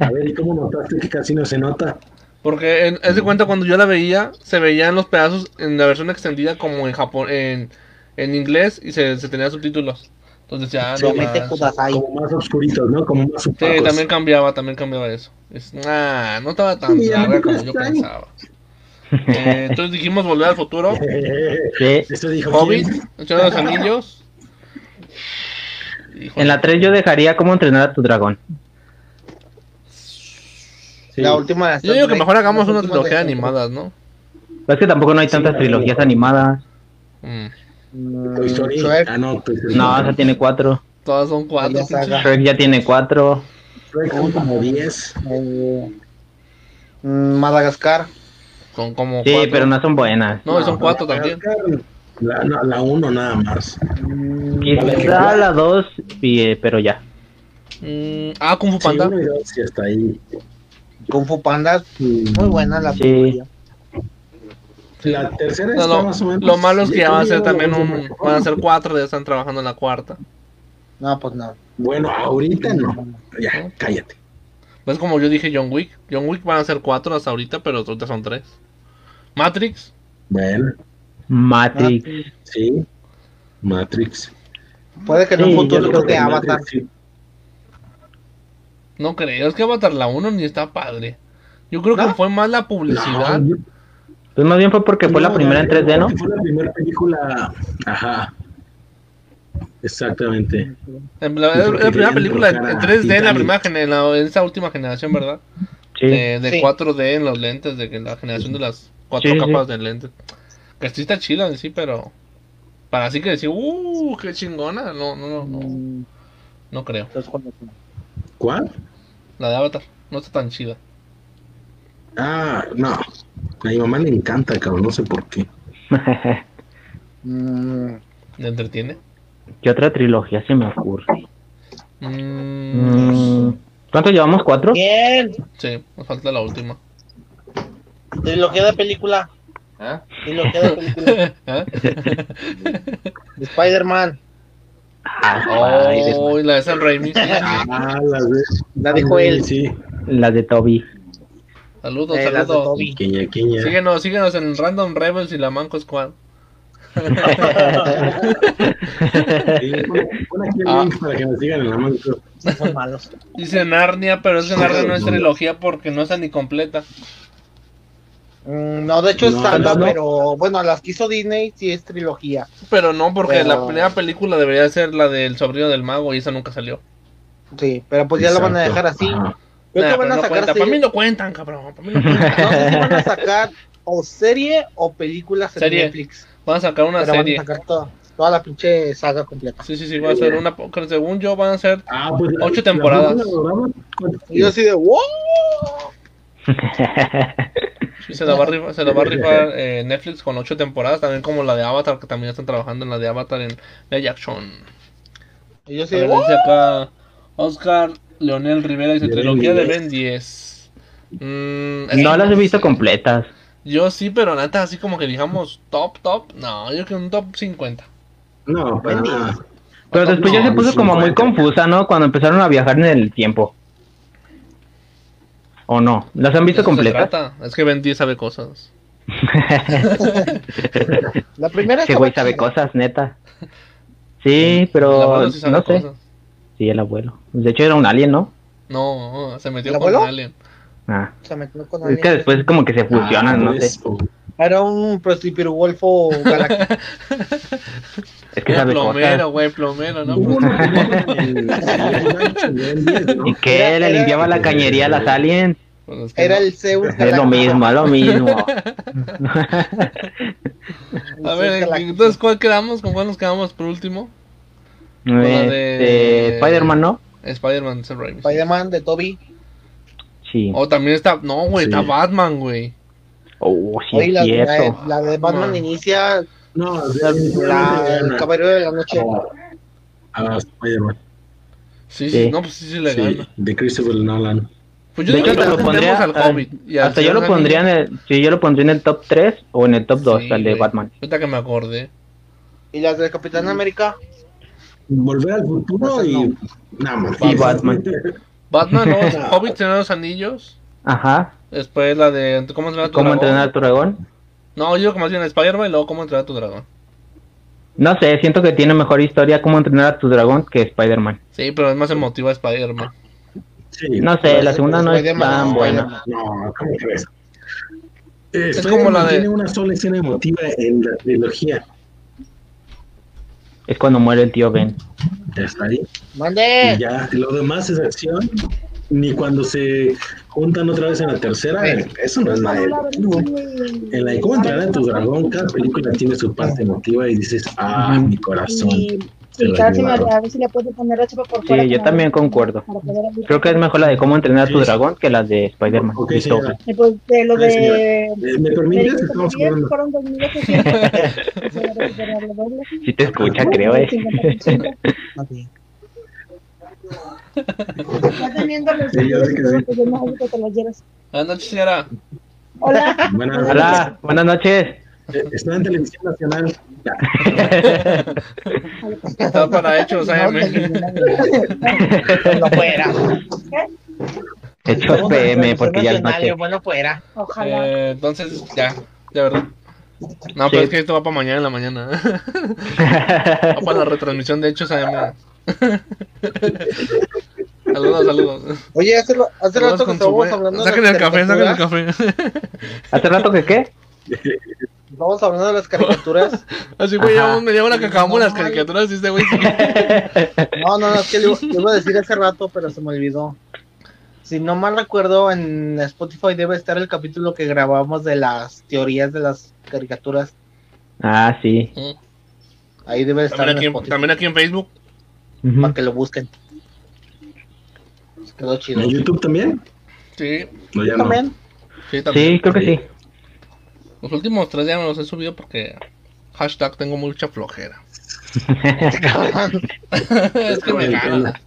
Speaker 3: A ver, ¿y cómo notaste que casi no se nota?
Speaker 4: Porque en, haz de cuenta cuando yo la veía, se veían los pedazos en la versión extendida como en Japón, en, en inglés y se, se tenían subtítulos. Entonces ya,
Speaker 5: Se
Speaker 4: Ah, no
Speaker 5: mete
Speaker 4: manches.
Speaker 5: Kudasai.
Speaker 3: Como más oscuritos, ¿no? Como más
Speaker 4: Sí,
Speaker 3: opacos.
Speaker 4: también cambiaba, también cambiaba eso. Es, nah, no estaba tan
Speaker 3: Sí, a
Speaker 4: larga
Speaker 3: mí
Speaker 4: como
Speaker 3: me
Speaker 4: yo
Speaker 3: extraña.
Speaker 4: pensaba. Eh, entonces dijimos volver al futuro,
Speaker 7: Sí.
Speaker 3: Esto dijo
Speaker 4: Hobbit,
Speaker 3: ¿quién?
Speaker 4: El Señor de los Anillos. Híjole,
Speaker 7: En la 3 yo dejaría cómo entrenar a tu dragón.
Speaker 3: Sí.
Speaker 5: La última de
Speaker 4: Yo digo que mejor hagamos una
Speaker 5: última de
Speaker 4: trilogía
Speaker 5: Star Trek.
Speaker 4: animadas, ¿no?
Speaker 7: Pues Es que tampoco no hay
Speaker 3: Sí,
Speaker 7: tantas
Speaker 3: la
Speaker 7: trilogías
Speaker 3: verdad.
Speaker 7: animadas.
Speaker 4: Mm,
Speaker 5: Mm,
Speaker 3: Toy Story.
Speaker 5: Shrek,
Speaker 3: Ah, no, Toy Story.
Speaker 7: No, esa tiene cuatro.
Speaker 4: Todas son cuatro.
Speaker 5: la saga.
Speaker 7: Shrek ya tiene cuatro.
Speaker 3: Shrek son como 10.
Speaker 5: eh, mm, Madagascar.
Speaker 4: Son como
Speaker 7: Sí,
Speaker 4: cuatro.
Speaker 7: pero no son buenas.
Speaker 4: No,
Speaker 5: Ah,
Speaker 4: son cuatro también.
Speaker 3: La, no, la uno nada más.
Speaker 5: Mm,
Speaker 7: Quizá la dos, sí, eh, pero ya.
Speaker 4: Mm, ah, Kung Fu
Speaker 3: Sí,
Speaker 4: Panda.
Speaker 3: uno y dos, sí, hasta ahí.
Speaker 5: Kung Fu Panda. Muy buena la
Speaker 7: Sí.
Speaker 5: película.
Speaker 3: La tercera
Speaker 4: No,
Speaker 3: está
Speaker 4: lo,
Speaker 3: más o menos.
Speaker 4: lo malo es que ya van a ser también un...
Speaker 3: Bueno,
Speaker 4: Van a ser cuatro, ya están trabajando en la cuarta.
Speaker 5: No, pues no.
Speaker 3: Bueno, ahorita no. Ya, cállate.
Speaker 4: ¿Ves Pues como yo dije John Wick? John Wick van a ser cuatro hasta ahorita, pero ahorita son tres. Matrix.
Speaker 3: Bueno,
Speaker 7: Matrix.
Speaker 3: sí. Matrix.
Speaker 5: Puede que en
Speaker 7: Sí,
Speaker 5: un
Speaker 7: yo
Speaker 5: futuro
Speaker 7: creo
Speaker 5: creo que
Speaker 7: que
Speaker 5: Avatar.
Speaker 3: Matrix, sí.
Speaker 4: No creo, es que Avatar la 1 ni está padre. Yo creo que fue más la publicidad.
Speaker 3: No,
Speaker 7: Pues más bien fue porque fue la
Speaker 3: No,
Speaker 7: primera en 3D, ¿no?
Speaker 3: porque Fue la primera película. Ajá. Exactamente.
Speaker 4: En la,
Speaker 3: Yo creo
Speaker 4: la
Speaker 3: que
Speaker 4: primera
Speaker 3: querían
Speaker 4: película en
Speaker 3: tocar a
Speaker 4: 3D, en la
Speaker 3: Titanic.
Speaker 4: primera gene- en la- en esa última generación, ¿verdad?
Speaker 7: Sí.
Speaker 4: De, de
Speaker 5: Sí.
Speaker 4: 4D en los lentes, de que la generación de las cuatro
Speaker 7: Sí, sí.
Speaker 4: capas de lentes. Que sí está chida en sí, pero. Para así que decir, uh, qué chingona. No, no, no, no,
Speaker 5: Mm,
Speaker 4: no creo.
Speaker 5: entonces, cuando-
Speaker 3: ¿Cuál?
Speaker 4: La de Avatar no está tan chida.
Speaker 3: Ah, no. A mi mamá le encanta, cabrón. No sé por qué.
Speaker 5: Mm,
Speaker 4: ¿Me entretiene?
Speaker 7: ¿Qué otra trilogía se me ocurre?
Speaker 4: Mm,
Speaker 7: Mm, ¿Cuánto llevamos? ¿Cuatro?
Speaker 5: Bien.
Speaker 4: Sí, nos falta la última.
Speaker 5: Trilogía de película.
Speaker 8: ¿Ah?
Speaker 5: Trilogía de película.
Speaker 4: ¿Eh?
Speaker 5: De Spider-Man.
Speaker 7: Ah, ay, de-
Speaker 4: Oh, y la de San Raimi. sí.
Speaker 3: Ah, la de. Ah,
Speaker 5: La dijo él.
Speaker 3: Sí.
Speaker 7: Las de Toby.
Speaker 4: Saludos,
Speaker 5: Eh, las de
Speaker 4: saludos.
Speaker 5: Toby.
Speaker 3: Quiña, quiña.
Speaker 4: Síguenos, síguenos en Random Rebels y la Manco Squad.
Speaker 3: Sí, pon- pon aquí el
Speaker 4: Ah.
Speaker 3: link para que me sigan en la mano.
Speaker 5: Son malos.
Speaker 4: Dice Narnia, pero es que Narnia no es trilogía porque no está ni completa.
Speaker 5: Mm, No, de hecho es
Speaker 3: No,
Speaker 5: tanda,
Speaker 3: no.
Speaker 5: pero bueno, las que hizo Disney sí es trilogía.
Speaker 4: Pero no, porque
Speaker 5: Pero-
Speaker 4: la primera película debería ser la del sobrino del mago y esa nunca salió.
Speaker 5: Sí, pero pues ya la van a
Speaker 3: Exacto.
Speaker 5: dejar así.
Speaker 3: Ajá.
Speaker 5: Creo
Speaker 4: Nah,
Speaker 5: que van
Speaker 4: pero
Speaker 5: a
Speaker 4: no
Speaker 5: sacar
Speaker 4: cuenta.
Speaker 5: serie-
Speaker 4: Para mí no cuentan, cabrón. Para mí no cuentan.
Speaker 5: No sé si van a sacar o serie o películas en
Speaker 4: Serie.
Speaker 5: Netflix.
Speaker 4: Van a sacar una
Speaker 5: Pero van a
Speaker 4: serie.
Speaker 5: sacar toda, toda la pinche saga completa.
Speaker 4: Sí, sí, sí, va a ser una. po- Según yo, van a ser.
Speaker 3: Ah, pues la-
Speaker 4: Ocho
Speaker 3: la pues,
Speaker 4: temporadas.
Speaker 3: Bruja Dorada, ¿cuánto?
Speaker 5: Y yo así de wow.
Speaker 4: Y se la va a rifar, se la va a rifar, eh, Netflix con ocho temporadas, también como la de Avatar, que también están trabajando en la de Avatar en Live Action.
Speaker 5: Y yo sí,
Speaker 4: También dice acá Oscar Leonel Rivera dice
Speaker 3: De Ben
Speaker 4: trilogía de
Speaker 3: 10".
Speaker 4: Ben 10. Mm, es-
Speaker 2: No las he visto completas.
Speaker 4: Yo sí, pero neta, así como que digamos top, top. No, yo creo que un top 50.
Speaker 3: No, para nada.
Speaker 2: Pero después ya se
Speaker 3: no,
Speaker 2: puso como muy
Speaker 3: 50.
Speaker 2: confusa, ¿no? Cuando empezaron a viajar en el tiempo. ¿O no? ¿Las han
Speaker 4: ¿De eso
Speaker 2: visto
Speaker 4: se
Speaker 2: completas?
Speaker 4: trata? Es que Ben 10 sabe cosas.
Speaker 5: la primera
Speaker 2: Ese
Speaker 5: estaba
Speaker 2: güey sabe
Speaker 5: chida.
Speaker 2: cosas, neta. Sí,
Speaker 4: El
Speaker 2: pero
Speaker 4: abuelo sí sabe
Speaker 2: no sé.
Speaker 4: cosas.
Speaker 2: Sí, el abuelo. De hecho era un alien, ¿no?
Speaker 4: No, se metió
Speaker 5: ¿El
Speaker 4: con
Speaker 5: abuelo?
Speaker 4: Alien.
Speaker 2: Ah.
Speaker 5: Se metió con
Speaker 2: Es que
Speaker 5: alguien.
Speaker 2: después como que se
Speaker 4: Ah,
Speaker 2: fusionan, no sé.
Speaker 5: Era un prostipirulfo galáctico.
Speaker 2: Es que
Speaker 4: Era
Speaker 2: sabe
Speaker 4: plomero,
Speaker 2: cosas.
Speaker 4: güey, plomero, ¿no?
Speaker 3: Hubo
Speaker 4: Pues,
Speaker 3: uno que no-
Speaker 2: ¿Y
Speaker 5: Era-
Speaker 2: qué?
Speaker 5: era-
Speaker 2: ¿Le limpiaba la cañería a las aliens?
Speaker 4: pues es que
Speaker 5: Era
Speaker 4: no.
Speaker 5: el Zeus
Speaker 2: Es lo
Speaker 5: galáctico.
Speaker 2: mismo, es lo mismo.
Speaker 5: El
Speaker 4: A
Speaker 5: Zeus
Speaker 4: ver,
Speaker 5: galáctico.
Speaker 4: entonces, ¿cuál quedamos? ¿Con cuál nos quedamos por último? de-
Speaker 2: Este, Spider-Man, ¿no?
Speaker 4: Spider-Man Sam Raimi.
Speaker 5: Spider-Man de Toby.
Speaker 2: Sí.
Speaker 4: O también está. No, güey,
Speaker 3: Sí.
Speaker 4: está Batman, güey.
Speaker 2: Oh, sí,
Speaker 5: Oye,
Speaker 2: es
Speaker 5: la, de,
Speaker 2: cierto.
Speaker 5: la de Batman
Speaker 4: Man.
Speaker 5: inicia
Speaker 3: No,
Speaker 5: la, la- el
Speaker 3: definitivamente gana
Speaker 5: Caballero de la Noche.
Speaker 4: Oh.
Speaker 3: a- a Ah, Spider-Man.
Speaker 4: Sí, sí,
Speaker 2: Sí.
Speaker 4: no, pues sí, sí le
Speaker 3: Sí,
Speaker 4: gana.
Speaker 3: de Christopher Nolan.
Speaker 4: Pues yo
Speaker 2: De
Speaker 4: digo
Speaker 2: hecho,
Speaker 4: que
Speaker 2: hasta lo
Speaker 4: también
Speaker 2: pondría-
Speaker 4: tenemos al
Speaker 2: ah,
Speaker 4: Hobbit y al
Speaker 2: Hasta yo
Speaker 4: Señor
Speaker 2: lo
Speaker 4: Anillo.
Speaker 2: pondría en el, sí, yo lo pondría en el top 3 o en el top 2,
Speaker 4: Sí,
Speaker 2: el de
Speaker 4: güey.
Speaker 2: Batman.
Speaker 4: Ahorita que me acordé.
Speaker 5: Y las de Capitán América.
Speaker 3: Volver al futuro y nada más.
Speaker 2: Y Batman.
Speaker 4: Batman, no, Hobbit, Señor de los Anillos.
Speaker 2: Ajá.
Speaker 4: Después la de ¿Cómo entrenar a tu
Speaker 2: ¿Cómo
Speaker 4: dragón?
Speaker 2: entrenar a tu dragón?
Speaker 4: No, yo digo que más bien Spider-Man y luego ¿Cómo entrenar a tu dragón?
Speaker 2: No sé, siento que tiene mejor historia cómo entrenar a tu dragón que Spider-Man.
Speaker 4: Sí, pero es más emotiva Spider-Man.
Speaker 3: Sí.
Speaker 2: No sé, la segunda no es
Speaker 5: pues, Spider-Man,
Speaker 4: Ah,
Speaker 2: tan
Speaker 5: no,
Speaker 2: buena.
Speaker 3: No, ¿cómo crees? Eh,
Speaker 4: Es
Speaker 3: Spider-Man
Speaker 4: como la de-
Speaker 3: Tiene una sola escena emotiva en la trilogía.
Speaker 2: Es cuando muere el tío Ben.
Speaker 3: Ya está ahí. Y
Speaker 5: ¡Mande!
Speaker 3: ya, lo demás es acción. Ni cuando se juntan otra vez en la tercera, eso no es nada emotivo. En la de cómo entrenar a tu dragón, cada película tiene su parte emotiva y dices, ah, mi corazón.
Speaker 8: Y,
Speaker 3: Se
Speaker 8: y
Speaker 3: lo
Speaker 8: cada señora,
Speaker 3: llevaron.
Speaker 8: a ver si le puedes poner la chapa por fuera.
Speaker 2: Sí, yo
Speaker 8: como-
Speaker 2: también concuerdo.
Speaker 8: para poder abrir.
Speaker 2: Creo que es mejor la de cómo entrenar a tu dragón que la de Spider-Man.
Speaker 3: Ok,
Speaker 2: Listo.
Speaker 3: señora.
Speaker 8: Y pues, de lo
Speaker 3: Ay, señora.
Speaker 8: de.
Speaker 3: Eh, ¿Me
Speaker 8: Me dijo
Speaker 3: permites?
Speaker 8: que
Speaker 3: Estamos
Speaker 8: también
Speaker 3: jugando.
Speaker 8: fueron 2800. Pero recuperarlo doble.
Speaker 2: Sí te escucha, creo, eh.
Speaker 8: 50%. Ya teniendo los
Speaker 3: Sí, yo sé que sí.
Speaker 8: pues, yo no hago que te los lleves.
Speaker 4: Buenas noches, señora.
Speaker 8: Hola,
Speaker 3: Buenas noches.
Speaker 2: Hola, buenas noches.
Speaker 3: Eh, Está en Televisión Nacional. Ya.
Speaker 4: Está para hechos, AM.
Speaker 5: No fuera.
Speaker 2: Hechos PM, porque ya es noche.
Speaker 5: Bueno, fuera.
Speaker 8: ojalá.
Speaker 4: Eh, entonces, ya, ya, ¿verdad? No,
Speaker 2: Sí.
Speaker 4: pero es que esto va para mañana en la mañana. va para la retransmisión de hechos AM. saludos, saludos.
Speaker 5: Oye, hace, lo- hace
Speaker 4: Saludos
Speaker 5: rato que
Speaker 4: pues. con su
Speaker 5: estábamos
Speaker 4: buen-
Speaker 5: hablando
Speaker 4: Saquen
Speaker 5: de
Speaker 4: el
Speaker 5: las
Speaker 4: café, saquen el
Speaker 5: caricaturas.
Speaker 4: café.
Speaker 2: ¿Hace rato que qué?
Speaker 5: Estábamos hablando de las caricaturas.
Speaker 4: Así, güey,
Speaker 2: Ajá.
Speaker 4: ya me llevo la que acabamos
Speaker 5: No,
Speaker 4: las
Speaker 5: vale.
Speaker 4: caricaturas y este güey. sí.
Speaker 5: No, no, no, es que lo, lo iba a decir hace rato, pero se me olvidó. Si no mal recuerdo, en Spotify debe estar el capítulo que grabamos de las teorías de las caricaturas.
Speaker 2: Ah, sí.
Speaker 5: Ahí debe estar
Speaker 4: También
Speaker 5: en
Speaker 4: aquí, en-
Speaker 5: Spotify
Speaker 4: también aquí en Facebook.
Speaker 2: Ujú.
Speaker 5: para que lo busquen. Quedó chido.
Speaker 3: ¿En YouTube también?
Speaker 4: Sí,
Speaker 3: No, ya no.
Speaker 5: También.
Speaker 4: sí, también.
Speaker 2: Sí, creo que sí.
Speaker 4: Los últimos tres ya me los he subido porque hashtag tengo mucha flojera. es que me gana.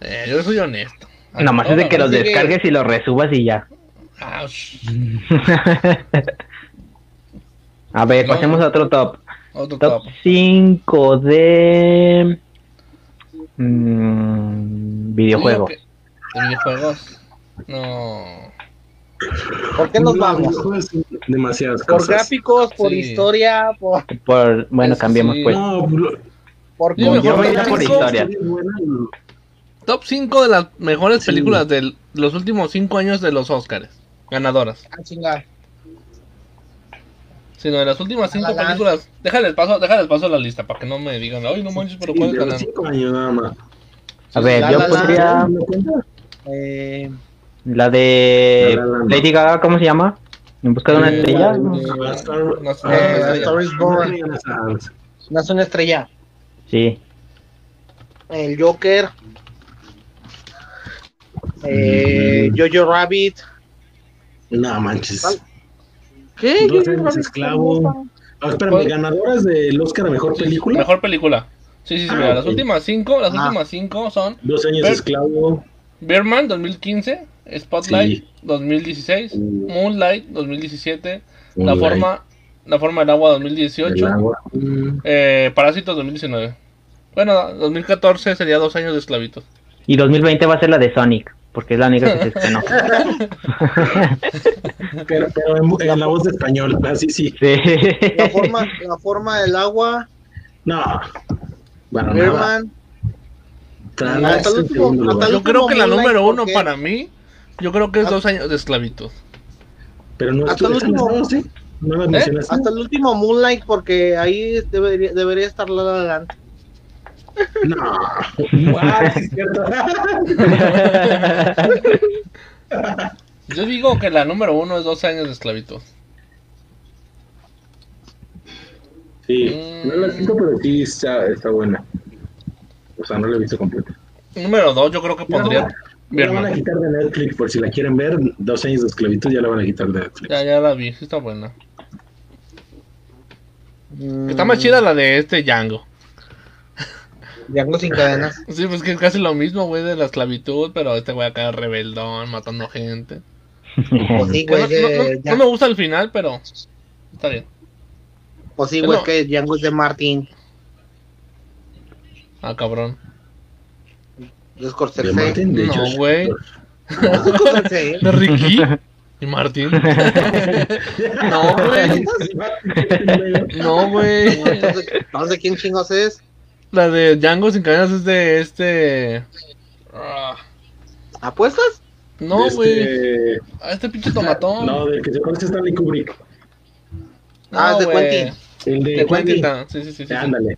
Speaker 4: Eh, yo soy honesto.
Speaker 2: Nomás es de que los
Speaker 4: Ahora sí
Speaker 2: descargues y los resubas y ya.
Speaker 4: Ah, sh-
Speaker 2: A ver, pasemos a otro top.
Speaker 4: Otro top.
Speaker 2: Top 5 de... mm, videojuegos.
Speaker 4: Digo que- ¿De videojuegos? No.
Speaker 5: ¿Por qué nos
Speaker 3: No,
Speaker 5: vamos?
Speaker 3: videojuegos son Demasiadas
Speaker 5: Por
Speaker 3: cosas.
Speaker 5: gráficos, por
Speaker 4: Sí.
Speaker 5: historia, por,
Speaker 2: Por, bueno,
Speaker 4: Eso
Speaker 2: cambiemos
Speaker 4: sí.
Speaker 2: pues.
Speaker 3: No, lo-
Speaker 5: por
Speaker 4: Yo
Speaker 2: Yo voy a ir
Speaker 4: top
Speaker 2: por
Speaker 4: cinco.
Speaker 2: historia.
Speaker 4: Top 5 de las mejores
Speaker 3: Sí.
Speaker 4: películas de los últimos 5 años de los Oscars. Ganadoras.
Speaker 5: Ah, chinga.
Speaker 4: Sino de las últimas
Speaker 5: La
Speaker 4: 5
Speaker 5: La Land.
Speaker 4: películas. Déjales paso, déjales paso a la lista para que no me digan, ay, no manches, pero
Speaker 3: Sí,
Speaker 4: ¿cuál
Speaker 3: de los
Speaker 4: ganan?
Speaker 3: cinco años nada más.
Speaker 2: A ver,
Speaker 5: La
Speaker 2: yo
Speaker 5: La Land.
Speaker 2: pondría
Speaker 3: ¿No cuenta?
Speaker 5: Eh,
Speaker 2: la de
Speaker 3: La La Land.
Speaker 2: Lady Gaga, ¿cómo se llama? En busca de una
Speaker 4: Eh,
Speaker 2: estrella.
Speaker 4: la-
Speaker 2: ¿no?
Speaker 4: Eh,
Speaker 3: A Star-
Speaker 4: no sé,
Speaker 3: a-
Speaker 4: eh,
Speaker 3: a Star is Born.
Speaker 5: nace una estrella.
Speaker 2: Sí.
Speaker 5: El Joker. Eh, Jojo Rabbit.
Speaker 4: Ah,
Speaker 3: No manches.
Speaker 5: ¿Qué?
Speaker 3: Dos años esclavo. Ah, espérame,
Speaker 4: ¿Cuál?
Speaker 3: ganadoras del Oscar a mejor película.
Speaker 4: Mejor película. Sí, sí, sí,
Speaker 3: Ah,
Speaker 4: mira, las
Speaker 3: ok.
Speaker 4: últimas cinco, las
Speaker 5: Ah.
Speaker 4: últimas cinco son
Speaker 3: Dos años
Speaker 4: Pero-
Speaker 3: esclavo.
Speaker 4: Birdman 2015, Spotlight
Speaker 3: Sí.
Speaker 4: 2016,
Speaker 3: Mm.
Speaker 4: Moonlight 2017, La
Speaker 3: Moonlight,
Speaker 4: forma La forma del agua
Speaker 3: el
Speaker 4: 2018,
Speaker 3: agua. Mm,
Speaker 4: eh, Parásitos 2019. Bueno, 2014 sería dos años de esclavitud.
Speaker 7: Y 2020 va a ser la de Sonic, porque es la única que se estrenó.
Speaker 3: Pero, pero en, en la voz de español, así sí.
Speaker 7: Sí.
Speaker 5: La forma, la forma del agua,
Speaker 3: No. Para nada.
Speaker 5: Herman.
Speaker 3: Para
Speaker 5: Hasta
Speaker 3: nada,
Speaker 5: el
Speaker 3: es en
Speaker 5: último-
Speaker 3: segundo
Speaker 5: hasta
Speaker 3: lugar.
Speaker 5: el
Speaker 4: Yo creo que la
Speaker 5: Moonlight,
Speaker 4: número uno
Speaker 5: ¿por qué?
Speaker 4: para mí, yo creo que es
Speaker 5: Ah.
Speaker 4: dos años de esclavitud.
Speaker 3: Pero no
Speaker 5: hasta el
Speaker 3: estuvo-
Speaker 5: último-
Speaker 3: no, sí. No la mencionaste.
Speaker 5: Hasta el último Moonlight, porque ahí debería, debería estar la La Land.
Speaker 3: No. Ah, sí, es cierto.
Speaker 4: Yo digo que la número uno es dos años de esclavitud.
Speaker 3: Sí,
Speaker 4: Mm.
Speaker 3: no la siento, pero sí está, está buena. O sea, no la he visto completa.
Speaker 4: Número dos, yo creo que pondría
Speaker 3: Ya la van a
Speaker 4: Birdman.
Speaker 3: quitar de Netflix, por si la quieren ver, dos años de esclavitud ya la van a quitar de Netflix.
Speaker 4: Ya, ya la vi, sí está buena. Está
Speaker 5: Mm.
Speaker 4: más chida la de este Django.
Speaker 5: Django sin cadenas.
Speaker 4: Sí, pues que es casi lo mismo, güey, de la esclavitud, pero este güey acá rebeldón, matando gente.
Speaker 5: Pues sí,
Speaker 4: No, no-
Speaker 5: güey,
Speaker 4: no-
Speaker 5: que
Speaker 4: no
Speaker 5: Django-
Speaker 4: me gusta el final, pero está bien.
Speaker 5: pues sí, güey,
Speaker 4: no.
Speaker 5: que Django es de Martin,
Speaker 4: Ah, cabrón.
Speaker 5: de
Speaker 3: De
Speaker 5: Scorsese. Ah,
Speaker 3: Martin, de
Speaker 4: No,
Speaker 3: Josh.
Speaker 4: güey.
Speaker 5: Scorsese.
Speaker 4: ¿De Ricky? ¿Y Martín? No, güey. No, güey.
Speaker 5: Entonces, No sé quién chingos es.
Speaker 4: La de Django sin cadenas es de este... Ah,
Speaker 5: ¿Apuestas?
Speaker 4: No,
Speaker 3: Este,
Speaker 4: güey. A este pinche tomatón.
Speaker 3: No, del que se parece a Stanley Kubrick.
Speaker 4: No,
Speaker 5: Ah, de
Speaker 4: güey.
Speaker 5: Quentin.
Speaker 3: El de,
Speaker 4: De Quentin.
Speaker 3: Quentin.
Speaker 4: ta- Sí, sí, sí. sí, sí.
Speaker 3: Ándale.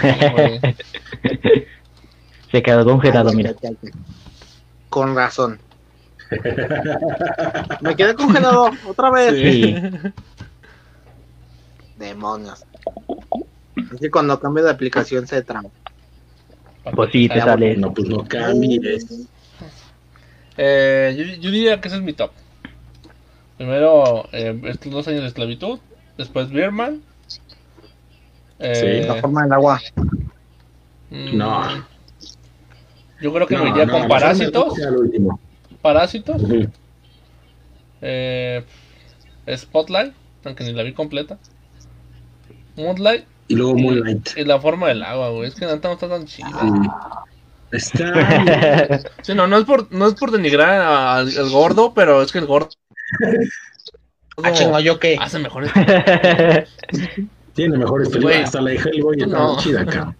Speaker 4: Güey.
Speaker 7: Se quedó congelado, mira.
Speaker 5: Ah, Con razón. Me quedé congelado otra vez.
Speaker 7: Sí.
Speaker 5: Demonios. Es que cuando cambio de aplicación se trama.
Speaker 7: Pues sí,
Speaker 4: Ah,
Speaker 7: te sale.
Speaker 3: No, pues no cambies.
Speaker 4: Eh, yo, yo diría que ese es mi top. Primero, eh, estos dos años de esclavitud. Después, Birman. Eh,
Speaker 5: La forma del agua.
Speaker 4: mm,
Speaker 3: No.
Speaker 4: Yo creo que
Speaker 3: no,
Speaker 4: me iría
Speaker 3: no,
Speaker 4: con
Speaker 3: no,
Speaker 4: Parásitos.
Speaker 3: no, al último.
Speaker 4: Parásitos.
Speaker 3: Ujú.
Speaker 4: eh, Spotlight, aunque ni la vi completa. Moonlight
Speaker 3: Y luego Moonlight.
Speaker 4: y la forma del agua, güey. Es que neta no está tan chida.
Speaker 3: Sí. Mm. Está.
Speaker 4: Sí, no, no es por, no es por denigrar a- al, al gordo, pero es que el gordo.
Speaker 5: Ah, chingo, ¿yo qué?
Speaker 4: Hace mejores
Speaker 3: Tiene mejores películas.
Speaker 4: Güey.
Speaker 3: Hasta la de Hellboy está
Speaker 4: No.
Speaker 3: chida acá.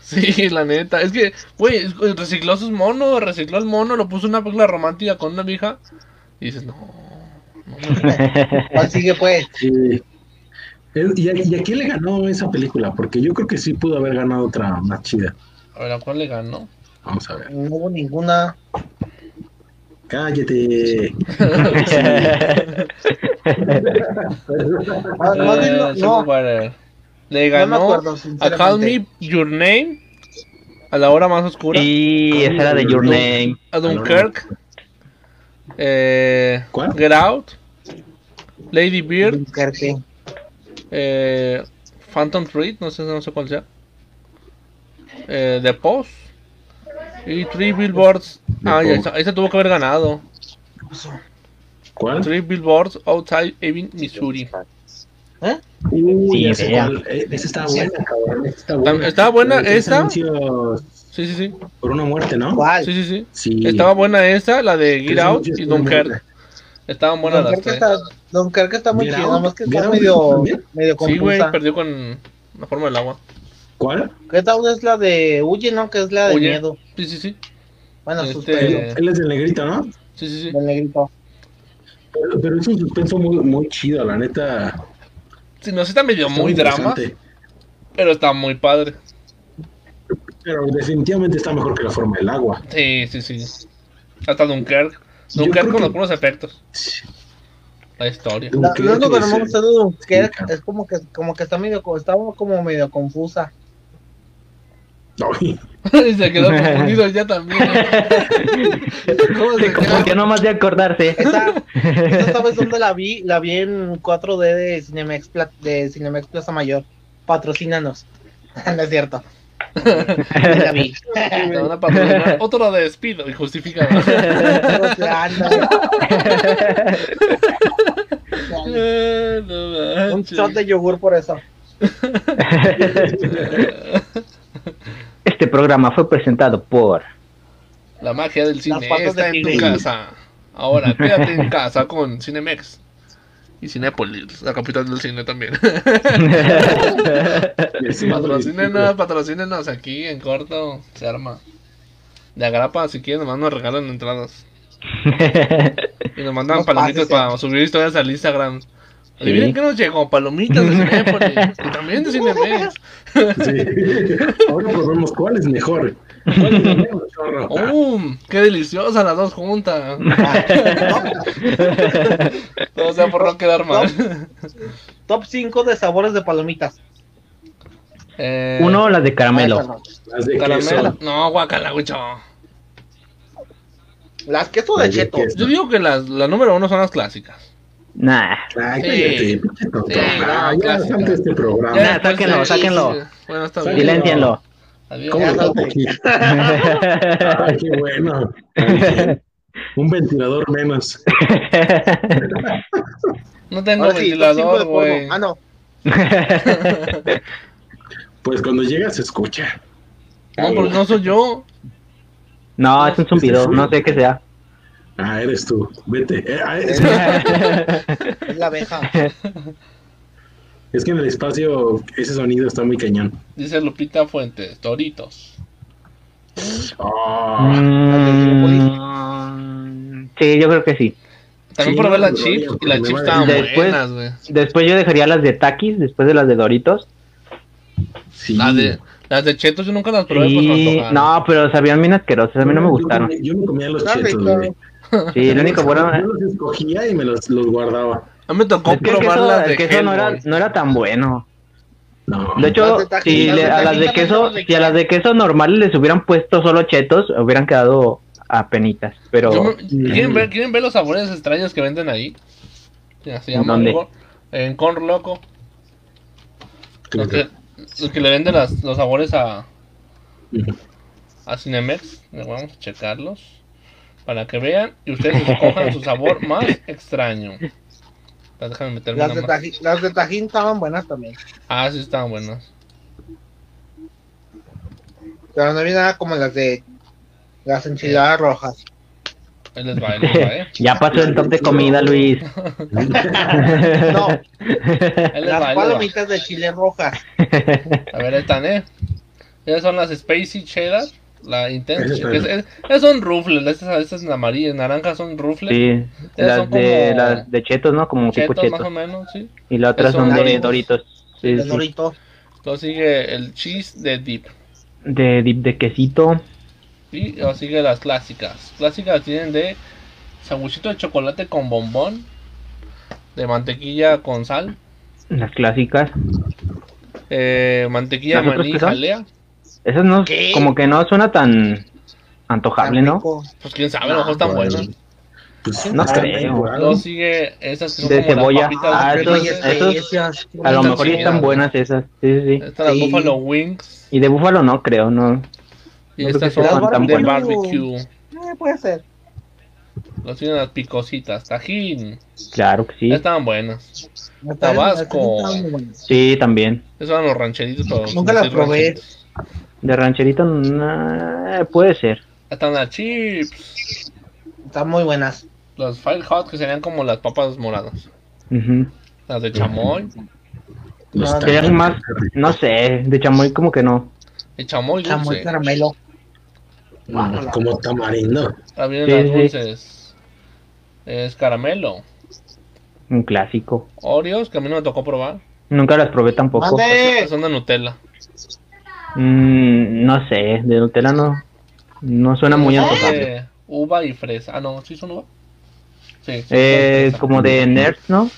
Speaker 4: Sí, la neta. Es que, güey, es- recicló sus monos, recicló el mono, lo puso en una película romántica con una vieja. Y dices, no. no me-
Speaker 5: ¿Cuál sigue, pues?
Speaker 3: Sí. Eh, ¿Y a, y a quién le ganó esa película? Porque yo creo que sí pudo haber ganado otra más chida.
Speaker 4: A ver, ¿a cuál le ganó?
Speaker 3: Vamos a ver.
Speaker 5: No hubo ninguna.
Speaker 3: Cállate.
Speaker 5: Ah, más bien,
Speaker 4: Eh,
Speaker 5: no, no,
Speaker 4: Superwater. Le
Speaker 5: no me
Speaker 4: ganó
Speaker 5: acuerdo,
Speaker 4: a Call
Speaker 5: sinceramente.
Speaker 4: Me Your Name, a la hora más oscura,
Speaker 7: Sí, esa era de Your Name.
Speaker 4: a Dunkirk, eh,
Speaker 3: ¿Cuál?
Speaker 4: Get Out, Lady Bird,
Speaker 5: Dunkerque.
Speaker 4: eh, Phantom Thread, no sé, no sé cuál sea. Eh, The Post. Y Three Billboards.
Speaker 3: The
Speaker 4: Ah, ya,
Speaker 3: Post.
Speaker 4: esa, esa tuvo que haber ganado.
Speaker 3: ¿Cuál?
Speaker 4: Three Billboards Outside Ebbing, Missouri.
Speaker 3: Uy,
Speaker 7: Sí,
Speaker 3: ya sé
Speaker 7: vea.
Speaker 3: cuál. Eh, Esa está buena, cabrón. Esa está
Speaker 4: Tam-
Speaker 3: buena.
Speaker 4: ¿estaba buena
Speaker 3: La de tres
Speaker 4: esta?
Speaker 3: anuncios
Speaker 4: Sí, sí, sí.
Speaker 3: Por una muerte, ¿no?
Speaker 5: ¿Cuál?
Speaker 4: Sí, sí, sí.
Speaker 3: Sí.
Speaker 4: Estaba buena esa, la de
Speaker 3: Tres
Speaker 4: Get Out
Speaker 3: anuncios
Speaker 4: y
Speaker 3: por una
Speaker 4: Dunkirk.
Speaker 3: muerte.
Speaker 4: Estaban buenas las
Speaker 5: Dunkerque
Speaker 4: tres.
Speaker 5: está, Dunkerque está muy
Speaker 3: Get
Speaker 5: chido,
Speaker 3: Out,
Speaker 5: nada más que
Speaker 3: Get
Speaker 5: está
Speaker 3: Out
Speaker 5: medio,
Speaker 3: también.
Speaker 5: medio
Speaker 4: Sí, güey,
Speaker 5: confusa.
Speaker 4: perdió con la forma del agua.
Speaker 3: ¿Cuál?
Speaker 5: ¿Qué tal es la de Huye, no? Que es la de
Speaker 4: Huye.
Speaker 5: miedo.
Speaker 4: Sí, sí, sí.
Speaker 5: Bueno,
Speaker 4: Este-
Speaker 5: suspenso
Speaker 3: Él es el negrito, ¿no?
Speaker 4: Sí, sí, sí.
Speaker 5: del negrito.
Speaker 3: Pero, pero es un suspenso muy, muy chido, la neta.
Speaker 4: Sí, no, sí está medio
Speaker 3: Está
Speaker 4: muy drama,
Speaker 3: interesante.
Speaker 4: pero está muy padre.
Speaker 3: Pero definitivamente está mejor que la forma del agua.
Speaker 4: Sí, sí, sí. Hasta Dunkirk.
Speaker 3: Yo
Speaker 4: Dunkirk
Speaker 3: creo
Speaker 4: con
Speaker 3: que-
Speaker 4: los puros efectos.
Speaker 3: Sí.
Speaker 4: La historia.
Speaker 5: La-
Speaker 3: Dunkerque
Speaker 5: Lo único que no me
Speaker 3: es,
Speaker 5: gusta de Dunkerque
Speaker 3: Dunkerque.
Speaker 5: es como que, como que está medio, co- está como medio confusa.
Speaker 3: Ay,
Speaker 4: y se quedó confundido ya también. ¿Cómo se
Speaker 2: Se
Speaker 4: quedó?
Speaker 2: confundió nomás de acordarse.
Speaker 5: Esa, esa, ¿sabes dónde la vi? La vi en 4D de Cinemex, Pla- de Cinemex Plaza Mayor. Patrocínanos. no es cierto. la vi.
Speaker 4: Te van a patrocinar otro despido y justifica. Eh, no
Speaker 5: Un
Speaker 4: manches.
Speaker 5: shot de yogur por eso.
Speaker 2: Este programa fue presentado por.
Speaker 4: La magia del cine
Speaker 5: patas
Speaker 4: está
Speaker 5: de
Speaker 4: en tu
Speaker 5: tigre.
Speaker 4: casa. Ahora, quédate en casa con Cinemex. Y Cinépolis, la capital del cine también. patrocínenos, patrocínenos aquí en corto. Se arma. De agrapa, si quieren, nomás nos regalan entradas. Y nos mandan
Speaker 5: Nos
Speaker 4: palomitas
Speaker 5: pases, eh.
Speaker 4: para subir historias al Instagram. Adivinen
Speaker 2: Sí.
Speaker 4: qué nos llegó, palomitas de Cinépolis. y también de Cinemex.
Speaker 3: Sí. Ahora probemos cuál es mejor. ¿Cuál es la menos chorro? Ah,
Speaker 4: ¡Oh! ¡Qué deliciosa las dos juntas! Todo sea por no quedar mal.
Speaker 5: Top 5 de sabores de palomitas.
Speaker 4: Eh,
Speaker 2: Uno, las de
Speaker 5: Ah, esa
Speaker 2: caramelo.
Speaker 5: no.
Speaker 3: Las de
Speaker 4: Caramelo.
Speaker 3: queso.
Speaker 4: No, guacala, güicho.
Speaker 5: Las queso
Speaker 3: Las de
Speaker 5: de cheto.
Speaker 3: queso.
Speaker 4: Yo digo que las, la número uno son las clásicas.
Speaker 2: Nah.
Speaker 3: Ay, cállate,
Speaker 4: Sí.
Speaker 3: pinche tonto.
Speaker 4: Sí,
Speaker 3: Ah,
Speaker 4: no,
Speaker 3: ya
Speaker 4: clásica.
Speaker 3: salte este programa.
Speaker 2: Ya, sáquenlo,
Speaker 4: pues, sí,
Speaker 2: sáquenlo.
Speaker 4: sí. Bueno, está bien.
Speaker 2: Silencienlo.
Speaker 4: Adiós.
Speaker 3: ¿Cómo
Speaker 5: Ya
Speaker 3: estás
Speaker 5: salte.
Speaker 3: aquí? Ay, qué bueno. Un ventilador menos.
Speaker 4: No tengo
Speaker 5: Ahora sí, top 5 de
Speaker 4: ventilador, güey.
Speaker 5: polvo. Ah, no.
Speaker 3: Pues cuando llega se escucha.
Speaker 4: no, porque no soy yo.
Speaker 2: no, es un zumbido. No sé qué sea.
Speaker 3: Ah, eres tú. Vete. Eh, ah, es,
Speaker 5: Es la abeja.
Speaker 3: es que en el espacio ese sonido está muy cañón.
Speaker 4: Dice Lupita Fuentes, Doritos.
Speaker 3: Ah,
Speaker 2: Mm, sí, yo creo que sí.
Speaker 4: También
Speaker 3: Sí,
Speaker 4: probé las
Speaker 3: no,
Speaker 4: chips
Speaker 3: no,
Speaker 4: y las
Speaker 3: no,
Speaker 4: chips
Speaker 3: no,
Speaker 4: estaban
Speaker 2: después-
Speaker 4: buenas, güey.
Speaker 2: Después yo dejaría las de Takis, después de las de Doritos.
Speaker 3: sí.
Speaker 4: Las de, las de Chetos yo nunca las probé, pues me
Speaker 2: Y...
Speaker 4: antojaron.
Speaker 2: No, pero sabían bien asquerosas. A mí no me
Speaker 3: Yo
Speaker 2: gustaron.
Speaker 3: comía- Yo me comía los
Speaker 5: Está
Speaker 3: chetos,
Speaker 5: rico.
Speaker 3: güey.
Speaker 2: Sí, lo único bueno.
Speaker 3: Yo los escogía y me los, los guardaba.
Speaker 4: A mí me tocó
Speaker 2: Es que el
Speaker 4: probar
Speaker 2: queso,
Speaker 4: las de
Speaker 2: el queso no, era,
Speaker 4: Hellboy.
Speaker 2: no era tan bueno.
Speaker 3: No.
Speaker 2: De hecho,
Speaker 5: Las de Takis,
Speaker 2: si
Speaker 5: las
Speaker 2: le-
Speaker 5: de
Speaker 2: a las de
Speaker 5: Takis
Speaker 2: queso,
Speaker 5: también son
Speaker 2: si a las de queso normales les hubieran puesto solo chetos, hubieran quedado a penitas. Pero
Speaker 4: Yo me- ¿quieren, ver, ¿Quieren ver los sabores extraños que venden ahí? Ya, se llama
Speaker 2: ¿Dónde?
Speaker 4: Cor- En Corn Loco. Los que, los que le venden las- los sabores a, a Cinemex. Vamos a checarlos. Para que vean y ustedes escojan su sabor más extraño. Ah, Déjame meterme
Speaker 5: Las
Speaker 4: una
Speaker 5: de,
Speaker 4: más.
Speaker 5: tajín, las de tajín estaban buenas también.
Speaker 4: Ah, sí, están buenas.
Speaker 5: Pero no había nada como las de las enchiladas rojas.
Speaker 4: Ahí les va, ahí les va, eh.
Speaker 2: ya pasó el top de comida, Luis.
Speaker 5: No,
Speaker 4: Ahí les va,
Speaker 5: las
Speaker 4: ahí les va.
Speaker 5: palomitas de chile rojas.
Speaker 4: A ver, ahí están, ¿eh? Esas son las Spacey Cheddar. La Intense.
Speaker 3: Esas
Speaker 4: che- Es, es- esas son rufles. Estas, estas amarillas, naranjas son rufles.
Speaker 2: Sí,
Speaker 4: Esas
Speaker 2: las
Speaker 4: son
Speaker 2: de,
Speaker 4: como-
Speaker 2: las de chetos, ¿no? Como tipo
Speaker 4: Chetos, más o
Speaker 2: chetos.
Speaker 4: menos, sí.
Speaker 2: Y la otra
Speaker 4: Esos
Speaker 2: son de
Speaker 5: largos.
Speaker 2: Doritos. Sí,
Speaker 5: De
Speaker 2: sí.
Speaker 5: Dorito.
Speaker 4: Luego sigue el cheese de dip.
Speaker 2: De dip de quesito.
Speaker 4: Y luego sigue las clásicas. Clásicas tienen de sabuchito de chocolate con bombón. De mantequilla con sal.
Speaker 2: Las clásicas.
Speaker 4: eh, mantequilla
Speaker 2: ¿Las otras
Speaker 4: maní
Speaker 2: qué son?
Speaker 4: jalea.
Speaker 2: Esas no,
Speaker 5: ¿Qué?
Speaker 2: como que no suena tan antojable,
Speaker 5: Tan
Speaker 2: ¿no?
Speaker 5: rico.
Speaker 4: Pues quién sabe, a lo mejor están
Speaker 3: Ah, bueno.
Speaker 4: buenas.
Speaker 3: Pues,
Speaker 2: No
Speaker 3: ah,
Speaker 2: creo.
Speaker 3: igual.
Speaker 4: Luego sigue esas que son
Speaker 2: De
Speaker 4: como las
Speaker 2: cebolla.
Speaker 4: papitas
Speaker 2: Ah,
Speaker 4: dulces.
Speaker 2: esos- esos-
Speaker 5: Delicias.
Speaker 2: A lo
Speaker 4: Están
Speaker 2: mejor y están
Speaker 4: chidas.
Speaker 2: buenas esas. Sí, sí, sí.
Speaker 4: Estas las
Speaker 5: Sí.
Speaker 4: Buffalo Wings.
Speaker 2: Y de búfalo no creo, no.
Speaker 4: Y
Speaker 2: No creo
Speaker 4: estas
Speaker 2: que sean
Speaker 4: son
Speaker 2: tan
Speaker 4: del
Speaker 5: buenas.
Speaker 4: barbecue.
Speaker 5: Eh, puede ser.
Speaker 4: Luego siguen las picositas. Tajín.
Speaker 2: Claro que sí.
Speaker 4: Estaban buenas.
Speaker 5: Está bien,
Speaker 4: Tabasco.
Speaker 5: está muy bueno.
Speaker 2: Sí, también.
Speaker 4: Esos eran los rancheritos. pero
Speaker 5: Nunca
Speaker 4: sin
Speaker 5: las
Speaker 4: ser
Speaker 5: probé.
Speaker 4: rancheritos.
Speaker 2: De rancherito, nah, puede ser.
Speaker 4: Están las chips,
Speaker 5: Están muy buenas.
Speaker 4: las fire hot que serían como las papas moradas,
Speaker 2: Ujú.
Speaker 4: las de chamoy.
Speaker 3: Los
Speaker 5: No,
Speaker 2: Serían
Speaker 3: tacos.
Speaker 2: más, no sé, de chamoy como que no.
Speaker 4: El chamoy
Speaker 5: Está muy
Speaker 4: dulce.
Speaker 5: caramelo.
Speaker 3: Ah, Como tamarindo.
Speaker 4: Ahora vienen
Speaker 2: Sí,
Speaker 4: las
Speaker 2: sí.
Speaker 4: dulces. Es caramelo.
Speaker 2: Un clásico.
Speaker 4: Oreos, que a mí no me tocó probar.
Speaker 2: Nunca las probé tampoco.
Speaker 5: ¡Mande!
Speaker 4: Estas son de Nutella.
Speaker 2: Mm, no sé, de Nutella no. No suena muy
Speaker 4: Son
Speaker 2: antojable.
Speaker 4: de Uva y fresa. Ah, no, ¿sí son uva? Sí. son
Speaker 2: Eh,
Speaker 4: fresa.
Speaker 2: como de nerds, ¿no?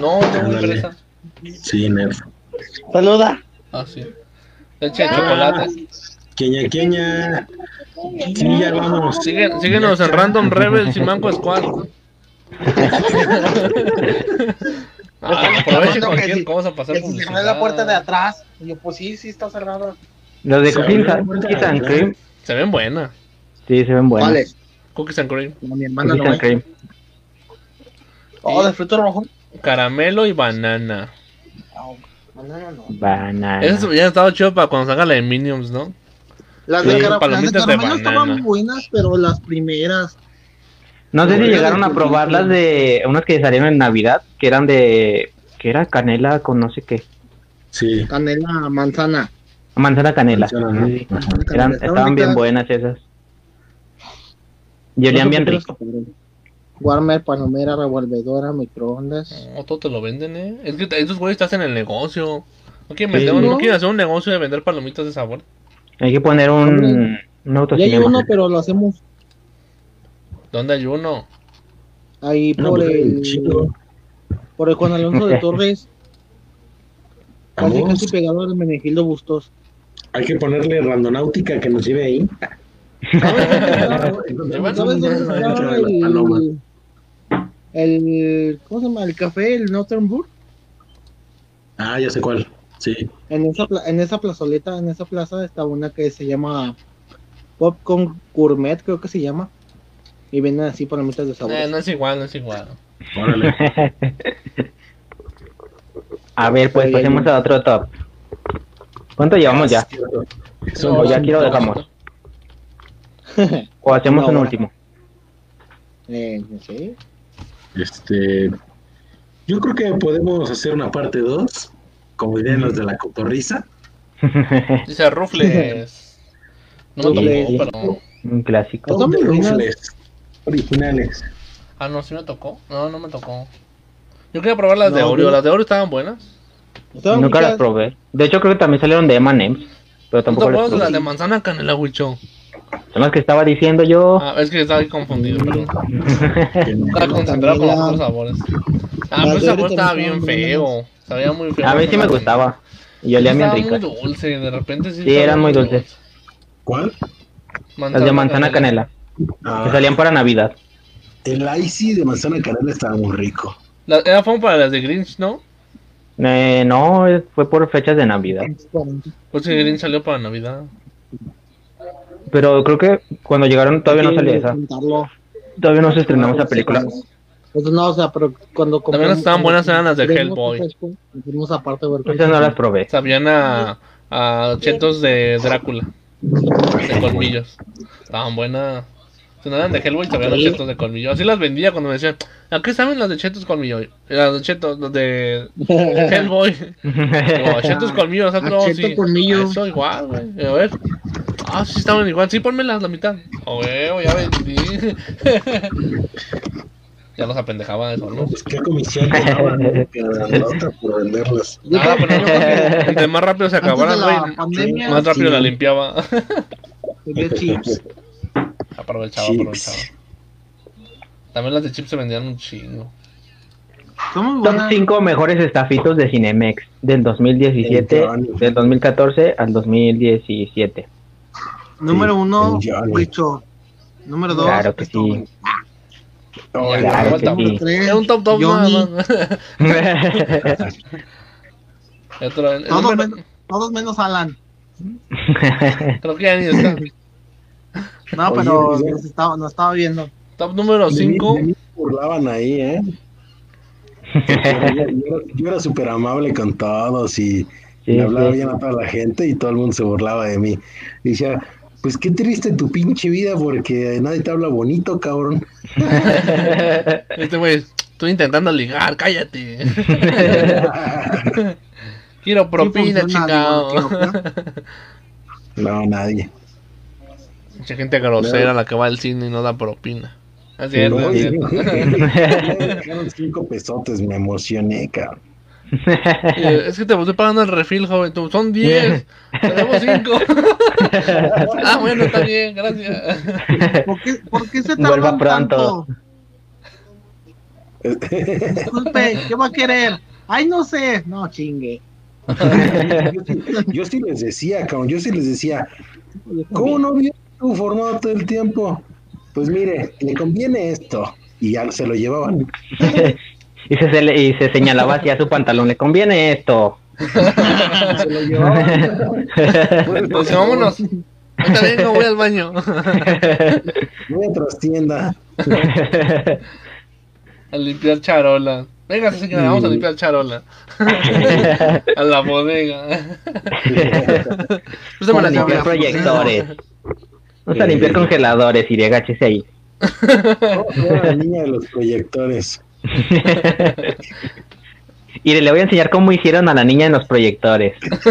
Speaker 4: No, no, uva y
Speaker 3: Ándale.
Speaker 4: fresa.
Speaker 3: Sí, Nerf.
Speaker 5: Saluda.
Speaker 4: Ah, sí. Leche de chocolate.
Speaker 3: Queña, queña. Sí, ya vamos.
Speaker 4: Sigue- síguenos en Random Rebels y Manco Squad. Ah, aprovechen
Speaker 5: Tomando que
Speaker 4: cualquier
Speaker 5: si-
Speaker 4: cosa para hacer
Speaker 5: Que si se abre la puerta de atrás. Y yo, pues sí, sí está cerrada.
Speaker 2: Los de
Speaker 3: Se
Speaker 2: Cookies
Speaker 3: abrió la
Speaker 2: and-
Speaker 3: puerta
Speaker 2: Cookies
Speaker 3: de
Speaker 2: and
Speaker 3: atrás.
Speaker 2: Cream.
Speaker 4: Se ven buenas.
Speaker 2: Sí, se ven buenos.
Speaker 5: Vale,
Speaker 4: Cookies and Cream.
Speaker 5: como mi hermana
Speaker 2: Cookies
Speaker 5: no
Speaker 2: and
Speaker 5: ve.
Speaker 2: Cream.
Speaker 5: Oh, de fruto rojo.
Speaker 4: Caramelo y banana.
Speaker 5: No, no, no, no.
Speaker 2: Banana.
Speaker 4: Eso hubiera estado chido para cuando salga la de Minions, ¿no?
Speaker 5: Las
Speaker 4: Sí,
Speaker 5: de cara- las de
Speaker 4: palomitas de
Speaker 5: caramelo estaban
Speaker 4: banana.
Speaker 5: buenas, pero las primeras.
Speaker 2: No sé si
Speaker 5: Bueno,
Speaker 2: llegaron a
Speaker 5: de
Speaker 2: probar
Speaker 5: Cookies.
Speaker 2: las de unas que salieron en Navidad, que eran de que era canela con no sé qué,
Speaker 3: Sí.
Speaker 5: Canela, manzana.
Speaker 2: manzana canela.
Speaker 3: Manzana, ¿no?
Speaker 2: Sí, sí.
Speaker 3: Ajá.
Speaker 2: Eran-
Speaker 5: Estaban
Speaker 2: estaban bien
Speaker 5: ricas.
Speaker 2: buenas esas. Y olían bien rico.
Speaker 5: Warmer, palomera, revolvedora, microondas.
Speaker 4: No, todo te lo venden, ¿eh? Es que esos güeyes estás en el negocio. No quieren,
Speaker 2: Sí.
Speaker 4: vender, no
Speaker 5: No.
Speaker 4: quieren hacer un negocio de vender palomitas de sabor.
Speaker 2: Hay que poner un, un
Speaker 5: Ya hay
Speaker 2: autocinema.
Speaker 5: uno, pero lo hacemos
Speaker 4: ¿Dónde hay uno?
Speaker 5: ahí
Speaker 3: No,
Speaker 5: por
Speaker 3: pues,
Speaker 5: el.
Speaker 3: chido.
Speaker 5: Por el Juan Alonso de Torres. Casi,
Speaker 3: Vamos.
Speaker 5: casi pegado al Menegildo Bustos.
Speaker 3: Hay que ponerle randonáutica que nos lleve ahí.
Speaker 4: Llevan-
Speaker 5: ¿Sabes dónde estaba el, el. ¿Cómo se llama? El café, el Northern Burg.
Speaker 3: Ah, ya sé cuál. Sí.
Speaker 5: En esa, pla- en esa plazoleta, en esa plaza, está una que se llama Popcorn Gourmet, creo que se llama. Y venden así palomitas de sabor.
Speaker 4: Eh, no es igual, no es igual.
Speaker 3: Órale.
Speaker 2: A ver, pues
Speaker 5: Ahí hay
Speaker 2: pasemos
Speaker 5: uno.
Speaker 2: a otro top. ¿Cuánto llevamos ya?
Speaker 3: Son
Speaker 2: O
Speaker 3: dos.
Speaker 2: ya aquí lo dejamos. O hacemos
Speaker 5: No,
Speaker 2: un
Speaker 5: bueno.
Speaker 2: último.
Speaker 5: Eh, no sé.
Speaker 3: Este, yo creo que podemos hacer una parte 2, como dirían los de la cotorriza.
Speaker 4: Dice Rufles. No me
Speaker 5: Rufles.
Speaker 4: tocó, pero.
Speaker 2: Un clásico.
Speaker 5: Son
Speaker 3: de
Speaker 5: buenas.
Speaker 3: rufles originales.
Speaker 4: Ah, no, sí me tocó. No, no me tocó. Yo quería probar las de
Speaker 5: No,
Speaker 4: Oreo.
Speaker 5: yo-
Speaker 4: Las de Oreo estaban buenas.
Speaker 5: Estaban
Speaker 2: Nunca las
Speaker 5: ricas.
Speaker 2: probé. De hecho, creo que también salieron de M&M's. Pero
Speaker 4: ¿No te
Speaker 2: tampoco las
Speaker 4: acuerdas de las
Speaker 2: probé.
Speaker 4: de manzana canela, Huicho?
Speaker 2: Son las que estaba diciendo yo.
Speaker 4: Ah, es que estaba ahí confundido, perdón.
Speaker 3: Que no-
Speaker 4: Estaba concentrado con los
Speaker 5: canela.
Speaker 4: otros sabores. Ah,
Speaker 5: Las
Speaker 4: pero
Speaker 5: de
Speaker 4: ese sabor
Speaker 5: Oreo
Speaker 4: estaba
Speaker 5: también
Speaker 4: bien
Speaker 5: estaban
Speaker 4: feo. Sabía muy feo.
Speaker 2: A mí sí me gustaba. Y olía bien
Speaker 4: Ah, Estaba muy
Speaker 2: ricas.
Speaker 4: dulce, de repente sí.
Speaker 2: Sí,
Speaker 4: estaba
Speaker 2: eran muy dulces.
Speaker 4: dulce.
Speaker 3: ¿Cuál?
Speaker 2: Las de manzana canela. Que
Speaker 3: Ah,
Speaker 2: salían para Navidad.
Speaker 3: el icy de manzana canela estaba muy rico.
Speaker 4: La- era fue para las de Grinch, ¿no?
Speaker 2: Eh, no, eh, fue por fechas de Navidad.
Speaker 4: Pues que Grinch salió para Navidad.
Speaker 2: Pero creo que cuando llegaron todavía no
Speaker 5: Hay que
Speaker 2: salía esa.
Speaker 5: contarlo.
Speaker 2: Todavía no se
Speaker 5: Ah,
Speaker 2: estrenó esa película.
Speaker 5: Pues no, o sea, pero cuando compramos-
Speaker 4: estaban buenas, eran las de
Speaker 5: compramos
Speaker 4: Hellboy.
Speaker 5: refresco, compramos aparte, güey.
Speaker 2: Esas no las probé.
Speaker 4: Sabían a, a chetos de Drácula. De colmillos. Estaban buenas. Si no eran de Hellboy, sabían los chetos de colmillo. Así las vendía cuando me decían, ¿a qué saben las de chetos colmillo? Y Las de chetos, los de Hellboy. Digo, chetos colmillo, o sea,
Speaker 5: Ah,
Speaker 4: no,
Speaker 5: cheto
Speaker 4: sí.
Speaker 5: colmillo.
Speaker 4: Eso igual, güey. Y A ver. Ah, sí, estaban igual. Sí, ponmelas la mitad. A huevo, ya vendí. ya los apendejaba de solo.
Speaker 3: Pues qué comisión cobraban, grandota por venderlas.
Speaker 5: Yo
Speaker 4: Ah, pero
Speaker 5: creo que
Speaker 4: no, creo que entre más rápido se
Speaker 5: Antes de
Speaker 4: acabaran,
Speaker 5: la
Speaker 4: güey,
Speaker 5: pandemia,
Speaker 4: más rápido
Speaker 3: sí.
Speaker 4: la limpiaba.
Speaker 5: tenía chips.
Speaker 4: aprovechaba, aprovechaba.
Speaker 3: Chips.
Speaker 4: También las de chips se vendían un chingo.
Speaker 5: Somos
Speaker 2: Top
Speaker 5: buenas.
Speaker 2: 5 mejores estafitos de Cinemex del 2017,
Speaker 3: Electrónicos.
Speaker 2: del 2014 al 2017.
Speaker 5: Número uno,
Speaker 3: Ya, güey.
Speaker 5: Huicho. Número dos, pues,
Speaker 2: Claro que
Speaker 5: Cristo,
Speaker 2: sí.
Speaker 4: Ya,
Speaker 2: claro
Speaker 4: vuelta.
Speaker 2: que sí.
Speaker 5: tres,
Speaker 4: Era un top top
Speaker 5: Johnny.
Speaker 4: nada más. Otro- el
Speaker 5: Todos,
Speaker 4: número-
Speaker 5: men- todos menos Alan.
Speaker 4: creo que ya ni está.
Speaker 5: No,
Speaker 3: Oye,
Speaker 5: pero
Speaker 3: Miguel.
Speaker 5: nos estaba, nos estaba viendo.
Speaker 4: Top número
Speaker 3: De
Speaker 4: 5.
Speaker 3: mí- de mí se burlaban ahí, ¿eh? Porque Yo, yo era- yo era súper amable con todos y
Speaker 2: Sí,
Speaker 3: le hablaba
Speaker 2: sí.
Speaker 3: bien a toda la gente y todo el mundo se burlaba de mí. Y decía, pues qué triste tu pinche vida porque nadie te habla bonito, cabrón.
Speaker 4: Este güey, estoy intentando ligar, cállate. Quiero propina,
Speaker 5: funciona,
Speaker 4: chingado.
Speaker 5: digo, quiero
Speaker 3: No, nadie.
Speaker 4: Mucha gente grosera la que va al cine y no da propina. Así es,
Speaker 3: No,
Speaker 4: es
Speaker 3: y-
Speaker 4: cierto.
Speaker 3: me dejaron cinco pesotes, me emocioné, cabrón.
Speaker 4: Eh, Es que te estoy pagando el refil, joven. Tú, son 10. Tenemos 5. ah, bueno, está bien, gracias.
Speaker 5: ¿Por qué, por qué se
Speaker 2: Vuelva
Speaker 5: tardan
Speaker 2: pronto.
Speaker 5: tanto? Disculpe, ¿qué va a querer? Ay, no sé. No, chingue.
Speaker 3: yo, sí, yo sí les decía, cabrón, yo sí les decía, ¿Cómo no viene tu formado todo el tiempo? Pues mire, le conviene esto. Y ya se lo llevaban.
Speaker 2: y, se, se le- y se señalaba hacia su pantalón, le conviene esto.
Speaker 3: Se lo llevaban.
Speaker 4: Pues vámonos. Ahorita vengo, voy al baño.
Speaker 3: Voy a trastienda.
Speaker 4: A limpiar charola. Venga, señora, vamos
Speaker 2: Mm.
Speaker 4: a limpiar charola. a la bodega. Préstame
Speaker 2: Vamos
Speaker 4: la
Speaker 2: a limpiar
Speaker 4: cámara.
Speaker 2: proyectores. Vamos a limpiar congeladores y regáchese ahí.
Speaker 3: Oh, era la niña de los proyectores.
Speaker 2: y le voy a enseñar cómo hicieron a la niña en los proyectores.
Speaker 3: Qué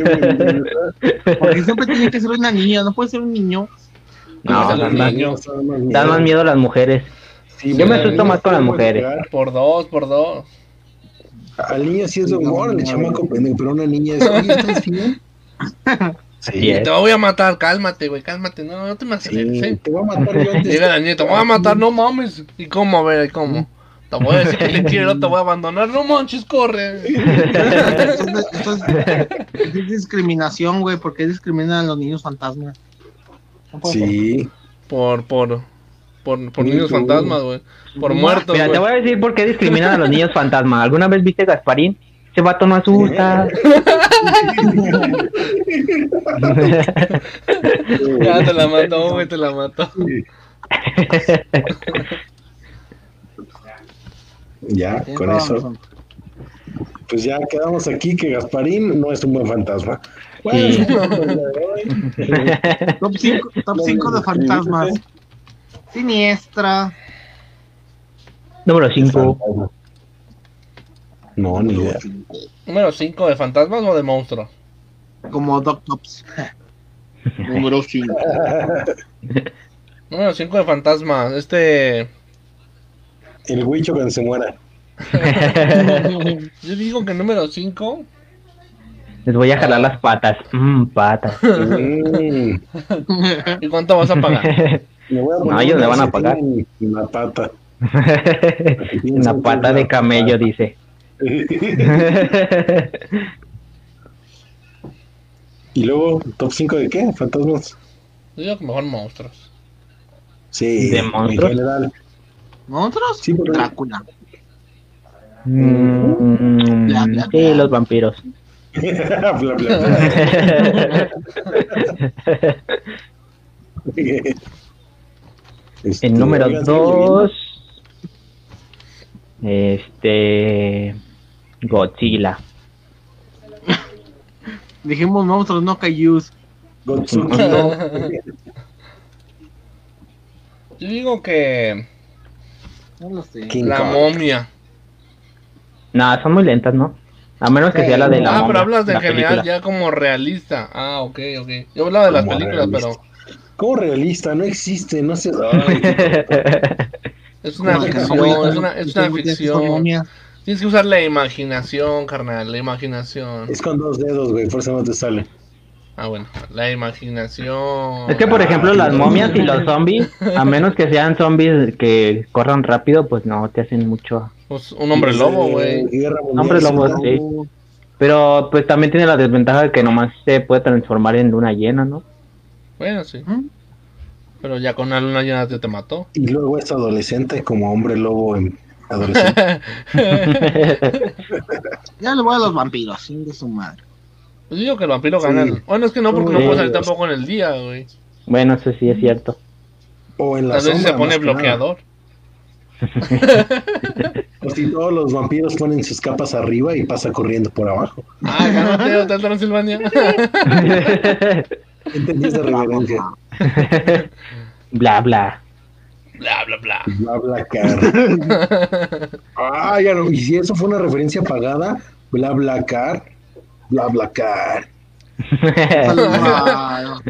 Speaker 3: buen
Speaker 5: Porque siempre tiene que ser una niña, no puede ser un niño.
Speaker 2: No,
Speaker 4: Hasta los
Speaker 2: dan más,
Speaker 4: niños.
Speaker 2: dan más miedo las mujeres.
Speaker 3: Sí,
Speaker 2: Yo me
Speaker 3: al
Speaker 2: asusto
Speaker 3: niño
Speaker 2: más con las
Speaker 3: sí,
Speaker 2: mujeres.
Speaker 3: güey,
Speaker 4: Por dos, por dos.
Speaker 3: Al niño sí es de humor, el chamaco pendejo, pero una niña es, oye, ¿estás bien?
Speaker 2: Así es.
Speaker 4: Te voy a matar, cálmate, güey, cálmate. No, no te me acerques.
Speaker 3: Sí,
Speaker 4: ¿eh?
Speaker 3: te voy a matar yo antes.
Speaker 4: Llega la niña, te voy a matar, no mames. ¿Y cómo? A ver, ¿y
Speaker 2: Mm.
Speaker 4: ¿cómo? Te voy a decir que te quiero, te voy a abandonar. No manches, corre.
Speaker 5: Esto es, esto es- esto es discriminación, güey, porque discriminan a los niños fantasmas. No puede ser.
Speaker 3: Sí.
Speaker 4: Por, por, por, por
Speaker 3: Ni
Speaker 4: niños
Speaker 3: tú.
Speaker 4: fantasmas, güey. Por muertos,
Speaker 2: Mira, te voy
Speaker 4: güey.
Speaker 2: a decir por qué discriminan a los niños fantasma. ¿Alguna vez viste Gasparín? Ese vato no asusta.
Speaker 4: Ya te la mató, güey, te la mató.
Speaker 3: Ya,
Speaker 5: Tienes
Speaker 3: con
Speaker 5: toda la
Speaker 3: eso.
Speaker 5: razón.
Speaker 3: Pues ya quedamos aquí que Gasparín no es un buen fantasma. Bueno,
Speaker 2: Sí.
Speaker 3: es un buen fantasma de hoy.
Speaker 5: Top 5 de fantasmas. Siniestra.
Speaker 2: Número 5.
Speaker 3: No, ni idea.
Speaker 4: Número 5, ¿de fantasmas o de monstruos?
Speaker 5: Como Doc Tops. Número 5.
Speaker 4: Número 5 de fantasmas. Este.
Speaker 3: El huicho cuando se muera.
Speaker 4: Yo digo que número 5.
Speaker 2: Les voy a jalar las patas. Mmm, patas.
Speaker 3: Mm,
Speaker 4: ¿Y cuánto vas a pagar?
Speaker 3: me voy a
Speaker 2: No,
Speaker 3: poner
Speaker 2: ellos le
Speaker 3: una
Speaker 2: van a pagar.
Speaker 3: calcetina en La pata.
Speaker 2: Una pata de camello, dice.
Speaker 3: y luego, top 5 de qué? Fantasmas.
Speaker 4: Yo digo que mejor monstruos.
Speaker 3: Sí,
Speaker 2: ¿De monstruos?
Speaker 3: en general.
Speaker 5: ¿Monstruos?
Speaker 3: Sí, porque-
Speaker 5: Drácula.
Speaker 2: Mm,
Speaker 5: Bla, bla,
Speaker 2: sí,
Speaker 5: bla.
Speaker 2: los vampiros.
Speaker 3: Bla, bla, bla. Este,
Speaker 2: El número
Speaker 3: oigan, sigue lloviendo.
Speaker 2: 2. Este. Godzilla.
Speaker 5: Dijimos monstruos, no Cayus.
Speaker 3: Gotsuki, no.
Speaker 4: Yo digo que.
Speaker 5: No lo sé.
Speaker 3: King
Speaker 4: La
Speaker 3: Kong.
Speaker 4: momia.
Speaker 2: Nada, son muy lentas, ¿no? A menos que
Speaker 5: Sí.
Speaker 2: sea la de la.
Speaker 4: Ah, pero
Speaker 2: momia,
Speaker 4: hablas de
Speaker 2: la
Speaker 4: general
Speaker 2: película.
Speaker 4: ya como realista. Ah, ok, ok. Yo hablaba de las
Speaker 3: Como
Speaker 4: películas,
Speaker 3: realista.
Speaker 4: pero.
Speaker 3: ¿Cómo realista? No existe, no sé. Ay,
Speaker 4: Es una
Speaker 5: Como que
Speaker 4: ficción,
Speaker 5: son muy-
Speaker 4: es una, es
Speaker 5: son
Speaker 4: una
Speaker 5: muy tensas, son
Speaker 4: ficción.
Speaker 5: momias.
Speaker 4: Tienes que usar la imaginación, carnal, la imaginación.
Speaker 3: es con dos dedos, güey, por eso no te sale.
Speaker 4: Ah, bueno, la imaginación. Ah,
Speaker 2: Es que, por ejemplo, las momias y los zombies, a menos que sean zombies que corran rápido, pues no te hacen mucho.
Speaker 4: Pues, un hombre lobo, güey.
Speaker 3: Guerra Mundial
Speaker 2: Hombre lobo,
Speaker 3: Z.
Speaker 2: sí. Pero pues también tiene la desventaja de que nomás se puede transformar en luna llena, ¿no?
Speaker 4: Bueno, sí.
Speaker 5: ¿Mm?
Speaker 4: Pero ya con la luna llena te, te mató.
Speaker 3: Y luego es adolescente como hombre lobo en adolescente.
Speaker 5: Ya le voy a los vampiros, sin de su madre.
Speaker 4: Pues digo que el vampiro
Speaker 3: Sí.
Speaker 4: gana. Bueno, es que no, porque no
Speaker 3: Sí.
Speaker 4: puede salir tampoco en el día, güey.
Speaker 2: bueno, eso sí es cierto.
Speaker 3: O en
Speaker 4: Tal
Speaker 3: la
Speaker 4: vez si
Speaker 3: sombra,
Speaker 4: se pone
Speaker 3: más que nada.
Speaker 4: bloqueador.
Speaker 3: O Pues si todos los vampiros ponen sus capas arriba y pasa corriendo por abajo.
Speaker 4: Ah, gánate, Hotel Transilvania.
Speaker 3: Entendí esa reverencia.
Speaker 2: bla, bla.
Speaker 4: bla, bla, bla.
Speaker 3: Bla bla car. Ah, ya no. Y si eso fue una referencia pagada, bla bla car, bla bla car.
Speaker 5: Un saludo a-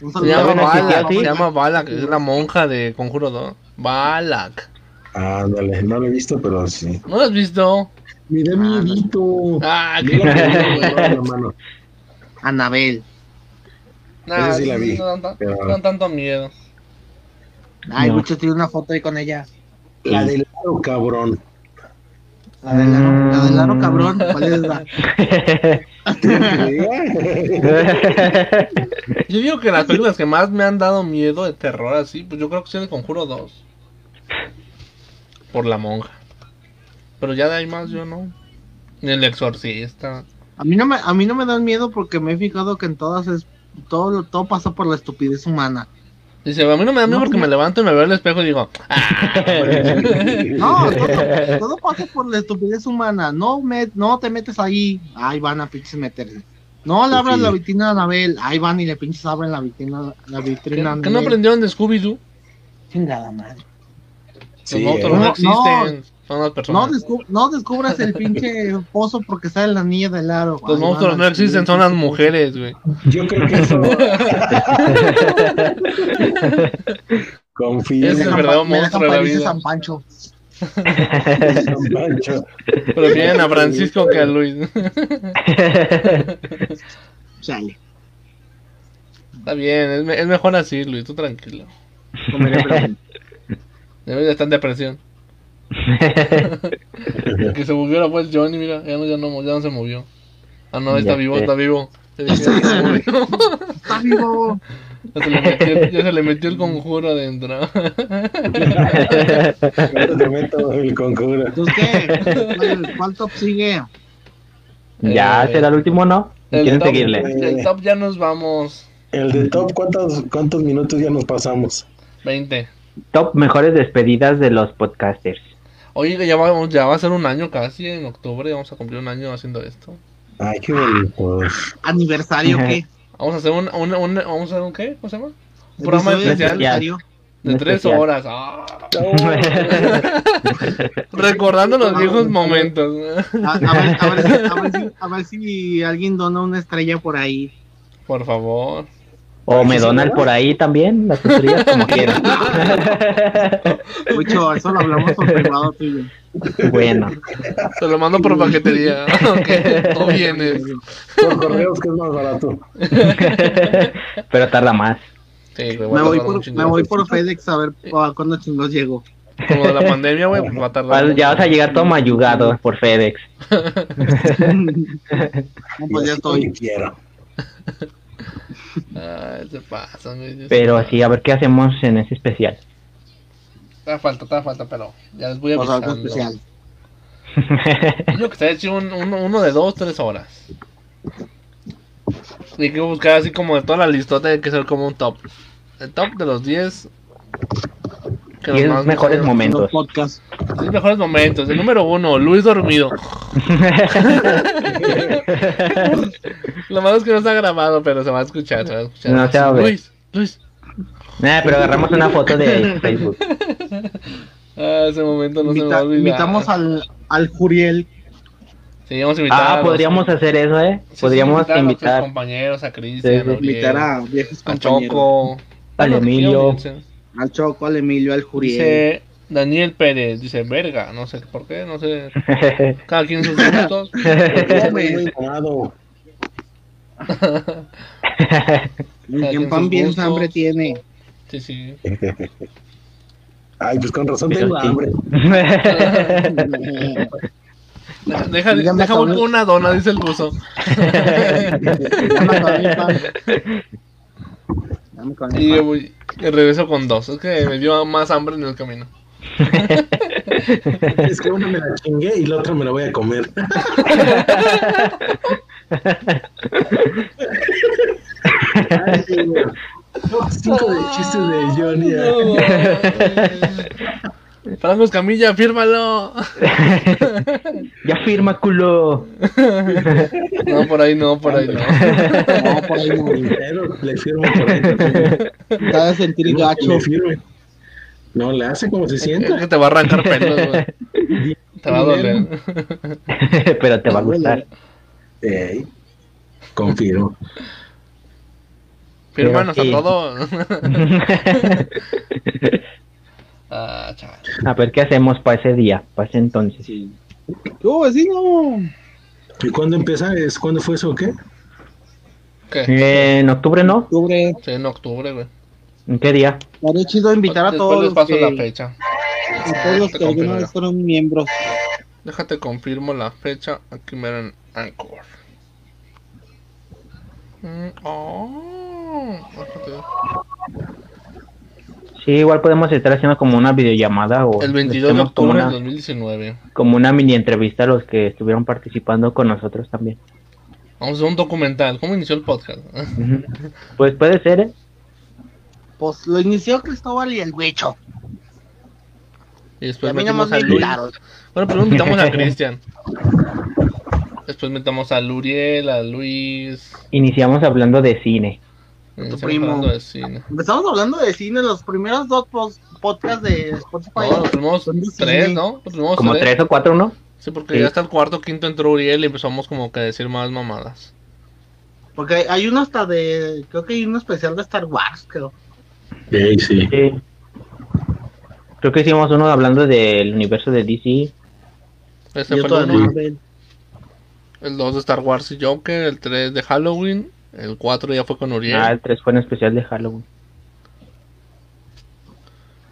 Speaker 5: un
Speaker 4: Se
Speaker 5: saludo
Speaker 4: llama
Speaker 5: a-
Speaker 2: bueno, sí,
Speaker 4: Balak,
Speaker 2: sí,
Speaker 4: se
Speaker 2: sí.
Speaker 4: llama Balak, es la monja de Conjuro 2. Balak.
Speaker 3: Ándale, no lo he visto, pero sí.
Speaker 4: ¿No lo has visto?
Speaker 3: Me da miedito.
Speaker 4: Ah, qué
Speaker 3: Yo la tengo en la mano.
Speaker 5: Anabel.
Speaker 4: Nah,
Speaker 3: Esa sí la vi,
Speaker 4: No dan, tan-
Speaker 3: pero-
Speaker 4: no dan tanto miedo.
Speaker 5: Ay,
Speaker 2: No.
Speaker 5: mucho tiene una foto ahí con ella.
Speaker 3: La del aro, cabrón.
Speaker 5: La del aro, la del aro cabrón, ¿cuál es la?
Speaker 4: Yo digo que las películas que más me han dado miedo de terror así, pues yo creo que son el Conjuro 2. Por la monja. Pero ya de ahí más yo no. Ni el exorcista.
Speaker 5: A mí no me, a mí no me dan miedo porque me he fijado que en todas es, todo, lo- todo pasa por la estupidez humana.
Speaker 4: Dice, a mí no me da miedo porque me levanto y me veo en el espejo y digo,
Speaker 5: No, todo, todo pasa por la estupidez humana. No, me, no te metes ahí. Ahí van a pinches meterse. No le abras
Speaker 3: Sí.
Speaker 5: la vitrina a Anabel. Ahí van y le pinches abren la vitrina, la
Speaker 4: ¿qué,
Speaker 5: vitrina. a
Speaker 4: qué no
Speaker 5: Anabel.
Speaker 4: aprendieron de Scooby-Doo?
Speaker 5: Chingada madre.
Speaker 3: Sí,
Speaker 4: Los monstruos
Speaker 5: eh.
Speaker 4: no
Speaker 5: No,
Speaker 4: existen, son las personas.
Speaker 5: No, descu- no descubras el pinche pozo porque sale la niña del aro.
Speaker 4: Los
Speaker 5: Ahí
Speaker 4: monstruos
Speaker 5: van
Speaker 4: no
Speaker 5: a-
Speaker 4: existen, son las mujeres, güey.
Speaker 3: Yo creo que eso. Confío
Speaker 4: Es
Speaker 5: Me
Speaker 4: el
Speaker 5: dejan
Speaker 3: en
Speaker 4: verdadero
Speaker 5: pa- me dejan
Speaker 4: monstruo de la
Speaker 5: parir de
Speaker 4: vida.
Speaker 5: San Pancho.
Speaker 3: San Pancho.
Speaker 4: Prefieren a Francisco que a Luis.
Speaker 5: Chale.
Speaker 4: Está bien, es, me- es mejor así, Luis, tú tranquilo.
Speaker 5: Comeré brócoli.
Speaker 4: Debería estar en depresión. Que se movió la fue el Johnny, mira, ya no, ya no, ya no se movió. Ah, no, está
Speaker 7: Ya
Speaker 4: vivo,
Speaker 7: sé.
Speaker 4: está vivo. Te dije, Ya se movió.
Speaker 5: Está vivo.
Speaker 4: Ya se le metió, ya se le metió el conjuro adentro.
Speaker 3: Ahora te meto el conjuro.
Speaker 5: ¿Entonces qué? ¿Cuál- ¿Cuál top sigue?
Speaker 7: ya
Speaker 4: Eh,
Speaker 7: será el último, ¿no?
Speaker 4: El
Speaker 7: ¿Quieren
Speaker 4: top-
Speaker 7: seguirle?
Speaker 4: El top ya nos vamos.
Speaker 3: El de top, ¿cuántos, cuántos minutos ya nos pasamos?
Speaker 4: 20.
Speaker 7: Top mejores despedidas de los podcasters.
Speaker 4: Oye, que ya va, ya va a ser un año casi, en octubre vamos a cumplir un año haciendo esto.
Speaker 3: Ay, qué bonito.
Speaker 5: ¿Aniversario qué?
Speaker 4: Vamos a hacer un, un, un- vamos a hacer un qué, ¿cómo se llama? Un programa
Speaker 5: ¿Episodio
Speaker 4: especial
Speaker 7: especial.
Speaker 4: de
Speaker 7: Un
Speaker 4: tres
Speaker 7: especial.
Speaker 4: horas. Ah,
Speaker 3: No.
Speaker 4: recordando los viejos momentos.
Speaker 5: A, a ver, a, ver, si- a ver si, a ver si alguien dona una estrella por ahí.
Speaker 4: Por favor.
Speaker 7: O me donan por ahí también, las estrellas como quieran.
Speaker 5: Ocho, eso lo hablamos por privado tuyo.
Speaker 7: bueno,
Speaker 4: Te lo mando por paquetería. Ok, tú vienes.
Speaker 3: Por correos, que es más barato.
Speaker 7: pero tarda más.
Speaker 4: Sí, güey,
Speaker 5: Me
Speaker 4: a
Speaker 5: voy,
Speaker 4: tardar un
Speaker 5: por,
Speaker 4: chingo.
Speaker 5: me voy por FedEx a ver a cuándo chingos llego.
Speaker 4: Como de la pandemia, güey, pues va a tardar.
Speaker 7: Vas- Ya vas a llegar todo mayugado por FedEx.
Speaker 5: No, pues
Speaker 3: Así
Speaker 5: ya estoy.
Speaker 3: como Quiero.
Speaker 4: Ay, Ah, se pasan, güey.
Speaker 7: Pero así, a ver qué hacemos en ese especial.
Speaker 4: Te da Ah, falta, te da falta, pero ya les voy
Speaker 5: Pues
Speaker 4: avisando.
Speaker 5: algo especial.
Speaker 4: Yo que estaría chido un- uno, uno de dos, tres horas. Y hay que buscar así como de toda la listota, hay que ser como un top. El top de los 10. que los
Speaker 7: Diez
Speaker 4: más
Speaker 7: mejores
Speaker 5: No
Speaker 7: momentos.
Speaker 5: podcast.
Speaker 4: Los mejores momentos. El número uno, Luis dormido. Lo malo es que no está grabado, pero se va a escuchar. Se va a escuchar.
Speaker 7: No se va a ver.
Speaker 4: Luis, Luis.
Speaker 7: Nah, pero agarramos una foto de Facebook.
Speaker 4: Ah, ese momento no se me va a
Speaker 5: Invita-
Speaker 4: olvidar.
Speaker 5: invitamos al, al Juriel.
Speaker 4: Sí, vamos a invitar a
Speaker 7: Ah,
Speaker 4: los-
Speaker 7: podríamos hacer eso, ¿eh?
Speaker 4: sí, sí,
Speaker 7: Podríamos
Speaker 4: a nuestros
Speaker 7: invitar
Speaker 4: compañeros, a Cristian,
Speaker 7: Sí, sí.
Speaker 4: a, Uriel,
Speaker 5: Invitar a viejos
Speaker 4: a
Speaker 5: compañeros.
Speaker 4: Choco.
Speaker 7: al
Speaker 4: Bueno, que
Speaker 7: Emilio.
Speaker 4: quieran unirse.
Speaker 5: Al Choco, al Emilio, al Juriel.
Speaker 4: Dice Daniel Pérez, dice, verga, no sé por qué, no sé. Cada quien sus gustos.
Speaker 3: Estoy muy enamorado.
Speaker 4: cada
Speaker 5: ¿Quién
Speaker 4: quien
Speaker 5: pan
Speaker 4: sus
Speaker 5: bien
Speaker 4: gustos.
Speaker 5: hambre tiene?
Speaker 4: Sí, sí.
Speaker 3: Ay, pues con razón
Speaker 7: Pero
Speaker 3: tengo
Speaker 7: sí.
Speaker 3: hambre.
Speaker 4: Deja, deja,
Speaker 5: Ya me
Speaker 4: deja
Speaker 5: acabé.
Speaker 4: busco una dona, dice el buzo.
Speaker 5: Ya me acabé mi pan. Ya me acabé mi
Speaker 4: Y
Speaker 5: pan.
Speaker 4: yo voy- y regreso con dos. Es que me dio más hambre en el camino.
Speaker 3: Es que una me la chingué y la otra me la voy a comer. Ay, señor. Top cinco de chistes de Johnny.
Speaker 4: No, güey. Franco Escamilla, fírmalo.
Speaker 7: ya firma, culo.
Speaker 4: No, por ahí no, por ahí no.
Speaker 5: No, por ahí no.
Speaker 3: Pero le firmo por ahí. también.
Speaker 5: Te ha de sentir
Speaker 3: No,
Speaker 5: gacho.
Speaker 3: le firme. No, le hace como se
Speaker 4: Es
Speaker 3: sienta.
Speaker 4: que te va a arrancar pelos, güey. Te va a doler.
Speaker 7: pero te va a gustar.
Speaker 3: Ey, confirmo.
Speaker 4: Fírmanos a
Speaker 7: sí.
Speaker 4: todo. Ah, chaval.
Speaker 7: a ver qué hacemos para ese día, para ese entonces.
Speaker 5: ¡Tú, vecino!
Speaker 3: ¿Y cuándo empieza? ¿Es cuándo fue eso o qué?
Speaker 4: ¿Qué?
Speaker 7: Eh, en octubre, ¿no?
Speaker 5: Octubre.
Speaker 4: Sí, en octubre, güey.
Speaker 7: ¿En qué día?
Speaker 5: Estaría chido invitar a
Speaker 4: Pues Después
Speaker 5: todos
Speaker 4: les
Speaker 5: los
Speaker 4: paso
Speaker 5: que,
Speaker 4: la fecha.
Speaker 5: a todos los que alguna vez fueron miembros.
Speaker 4: Déjate confirmo la fecha aquí mero en Anchor. Mm, oh, déjate-
Speaker 2: Sí, igual podemos estar haciendo como una videollamada o
Speaker 4: El 22 de
Speaker 2: hacemos como
Speaker 4: octubre del
Speaker 2: una,
Speaker 4: 2019.
Speaker 2: como una mini entrevista a los que estuvieron participando con nosotros también.
Speaker 4: Vamos a hacer un documental. ¿Cómo inició el podcast?
Speaker 2: Ujú. Pues puede ser, ¿eh?
Speaker 5: Pues lo inició Cristóbal y el huecho.
Speaker 4: Y
Speaker 5: Y
Speaker 4: después
Speaker 5: a mí nomás
Speaker 4: Pues metimos
Speaker 5: me
Speaker 4: a Luis.
Speaker 5: invitaron.
Speaker 4: Bueno, primero metamos a Cristian. Después metamos a Luriel, a Luis.
Speaker 2: Iniciamos hablando de cine.
Speaker 4: Estamos
Speaker 5: primo.
Speaker 4: hablando de cine.
Speaker 5: Empezamos hablando de cine, los primeros dos pos- podcasts de Spotify.
Speaker 4: No, los primeros
Speaker 5: Son de
Speaker 4: tres,
Speaker 5: cine.
Speaker 4: ¿no? Los primeros
Speaker 2: Como tres o cuatro, ¿no?
Speaker 4: Sí, porque
Speaker 2: Sí.
Speaker 4: ya hasta el cuarto, quinto entró Uriel y empezamos como que a decir más mamadas.
Speaker 5: Porque hay- hay uno hasta de. Creo que hay uno especial de Star Wars, creo.
Speaker 3: Sí, sí.
Speaker 2: Sí. Creo que hicimos uno hablando del universo de DC.
Speaker 4: Ese fue
Speaker 5: Y otro de
Speaker 4: el uno,
Speaker 5: Marvel.
Speaker 4: el 2 de Star Wars y Joker, el 3 de Halloween, el 4 ya fue con Uriel.
Speaker 2: Ah, el 3 fue un especial de Halloween.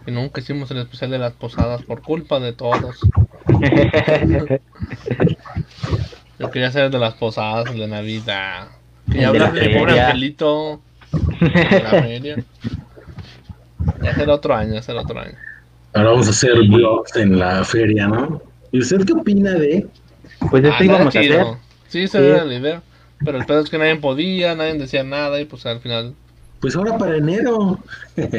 Speaker 4: Y nunca hicimos el especial de las posadas por culpa de todos. Yo quería hacer el de las posadas, el de Navidad. Quería
Speaker 2: El de la
Speaker 4: hablar de mi pobre
Speaker 2: feria.
Speaker 4: angelito. el de la feria. Ya será otro año, ya será otro año.
Speaker 3: Ahora vamos a hacer vlogs en la feria, ¿no? ¿Y usted qué opina de?
Speaker 2: Pues
Speaker 4: Ah,
Speaker 2: esto
Speaker 4: no,
Speaker 2: íbamos a
Speaker 4: chido.
Speaker 2: hacer.
Speaker 4: Sí, esa
Speaker 2: Sí.
Speaker 4: era la idea. Pero el pedo es que nadie podía, nadie decía nada y pues al final
Speaker 3: Pues ahora para enero.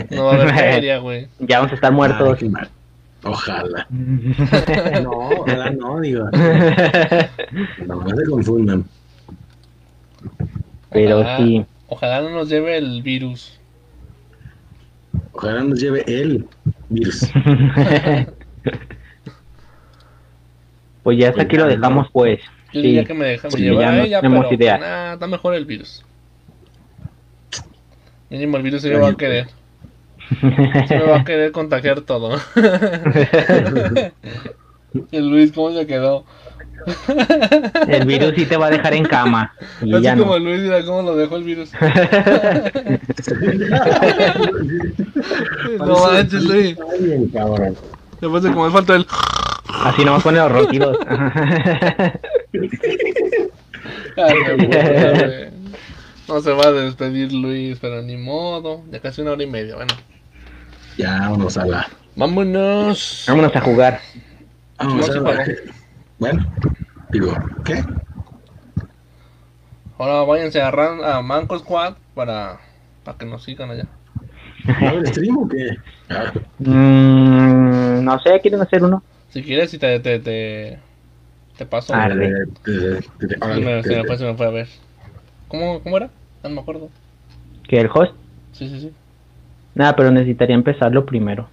Speaker 4: no va a haber feria, güey.
Speaker 2: Ya vamos a estar
Speaker 3: Ay,
Speaker 2: muertos.
Speaker 3: qué mal. Ojalá.
Speaker 2: no,
Speaker 3: No, ojalá no, digo. No, no se confundan.
Speaker 2: Pero
Speaker 4: Ojalá-
Speaker 2: sí.
Speaker 4: Ojalá no nos lleve el virus.
Speaker 3: Ojalá nos lleve el virus.
Speaker 2: pues ya hasta aquí lo dejamos, pues.
Speaker 4: Yo
Speaker 2: Sí.
Speaker 4: diría que me dejan
Speaker 2: Sí,
Speaker 4: llevar
Speaker 2: ya
Speaker 4: a
Speaker 2: no
Speaker 4: ella,
Speaker 2: tenemos
Speaker 4: pero
Speaker 2: idea.
Speaker 4: nah, está mejor el virus. Mínimo el virus se me va a querer. Se me va a querer contagiar todo. el Luis, ¿cómo se quedó?
Speaker 2: El virus sí te va a dejar en cama. Y
Speaker 4: Así
Speaker 2: ya
Speaker 4: como
Speaker 2: no.
Speaker 4: el Luis, mira cómo lo dejó el virus. no manches, Luis.
Speaker 3: Bien, cabrón.
Speaker 4: Después de comer falta el...
Speaker 2: Así nomás pone los ronquidos.
Speaker 4: Ay, me muero, güey. No se va a despedir Luis, pero ni modo. Ya casi una hora y media, bueno.
Speaker 3: Ya, vámonos a la.
Speaker 4: Vámonos.
Speaker 2: Vámonos a jugar.
Speaker 3: Vámonos
Speaker 4: No,
Speaker 3: a
Speaker 4: sí,
Speaker 3: la.
Speaker 4: pagó.
Speaker 3: Bueno, digo, ¿qué?
Speaker 4: Ahora váyanse a, Ran- a Manco Squad para, para que nos sigan allá.
Speaker 3: ¿Va a haber stream o qué? Ah,
Speaker 2: Mm, no sé, ¿quieren hacer uno?
Speaker 4: Si quieres, si te, te, te, te paso.
Speaker 2: Ah,
Speaker 4: Sí,
Speaker 2: sí.
Speaker 3: eh, eh, eh,
Speaker 4: me,
Speaker 3: órale,
Speaker 4: se, me
Speaker 3: eh,
Speaker 4: fue, se me fue a ver. ¿Cómo, cómo era? Ah, No me acuerdo.
Speaker 2: ¿Que el host?
Speaker 4: Sí, sí, sí.
Speaker 2: Nada, pero necesitaría empezarlo primero.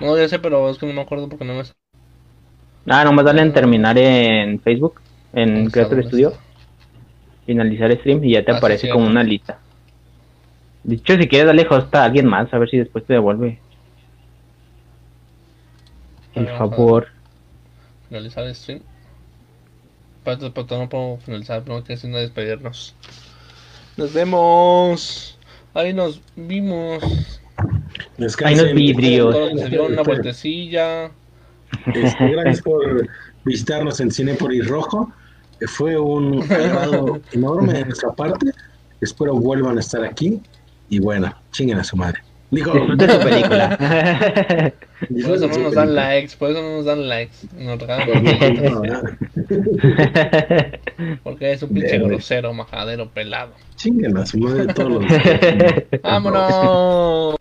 Speaker 4: No, ya sé, pero es que no me acuerdo porque no me.
Speaker 2: Ah, nomás dale en terminar en Facebook, en
Speaker 4: ¿Dónde está?
Speaker 2: Creator
Speaker 4: ¿Dónde
Speaker 2: Studio,
Speaker 4: está?
Speaker 2: finalizar stream y ya te
Speaker 4: Ah, sí,
Speaker 2: aparece
Speaker 4: cierto.
Speaker 2: como una lista. De hecho, si quieres darle host a alguien más, a ver si después te devuelve el
Speaker 4: Vamos a
Speaker 2: favor.
Speaker 4: Finalizar el stream. Espérate, espérate, no puedo finalizar, tengo que haciendo despedirnos. Nos vemos. Ahí nos vimos.
Speaker 2: Hay
Speaker 3: descansen.
Speaker 2: unos vidrios.
Speaker 4: Todos se dieron una vueltecilla.
Speaker 3: Este, gracias por visitarnos en Cinepolis Rojo. Eh, Fue un agrado enorme de nuestra parte. Espero vuelvan a estar aquí. Y bueno, chinguen a su madre. Digo,
Speaker 2: Disfruta su película.
Speaker 4: Por eso no
Speaker 3: su
Speaker 4: nos dan
Speaker 3: película.
Speaker 4: likes, por eso no nos dan likes. Y Nos regalan
Speaker 3: Pues No, nada.
Speaker 4: porque es un pinche
Speaker 3: Verde.
Speaker 4: grosero, majadero, pelado.
Speaker 3: Chinguen a su madre todos los
Speaker 4: ¡Vámonos!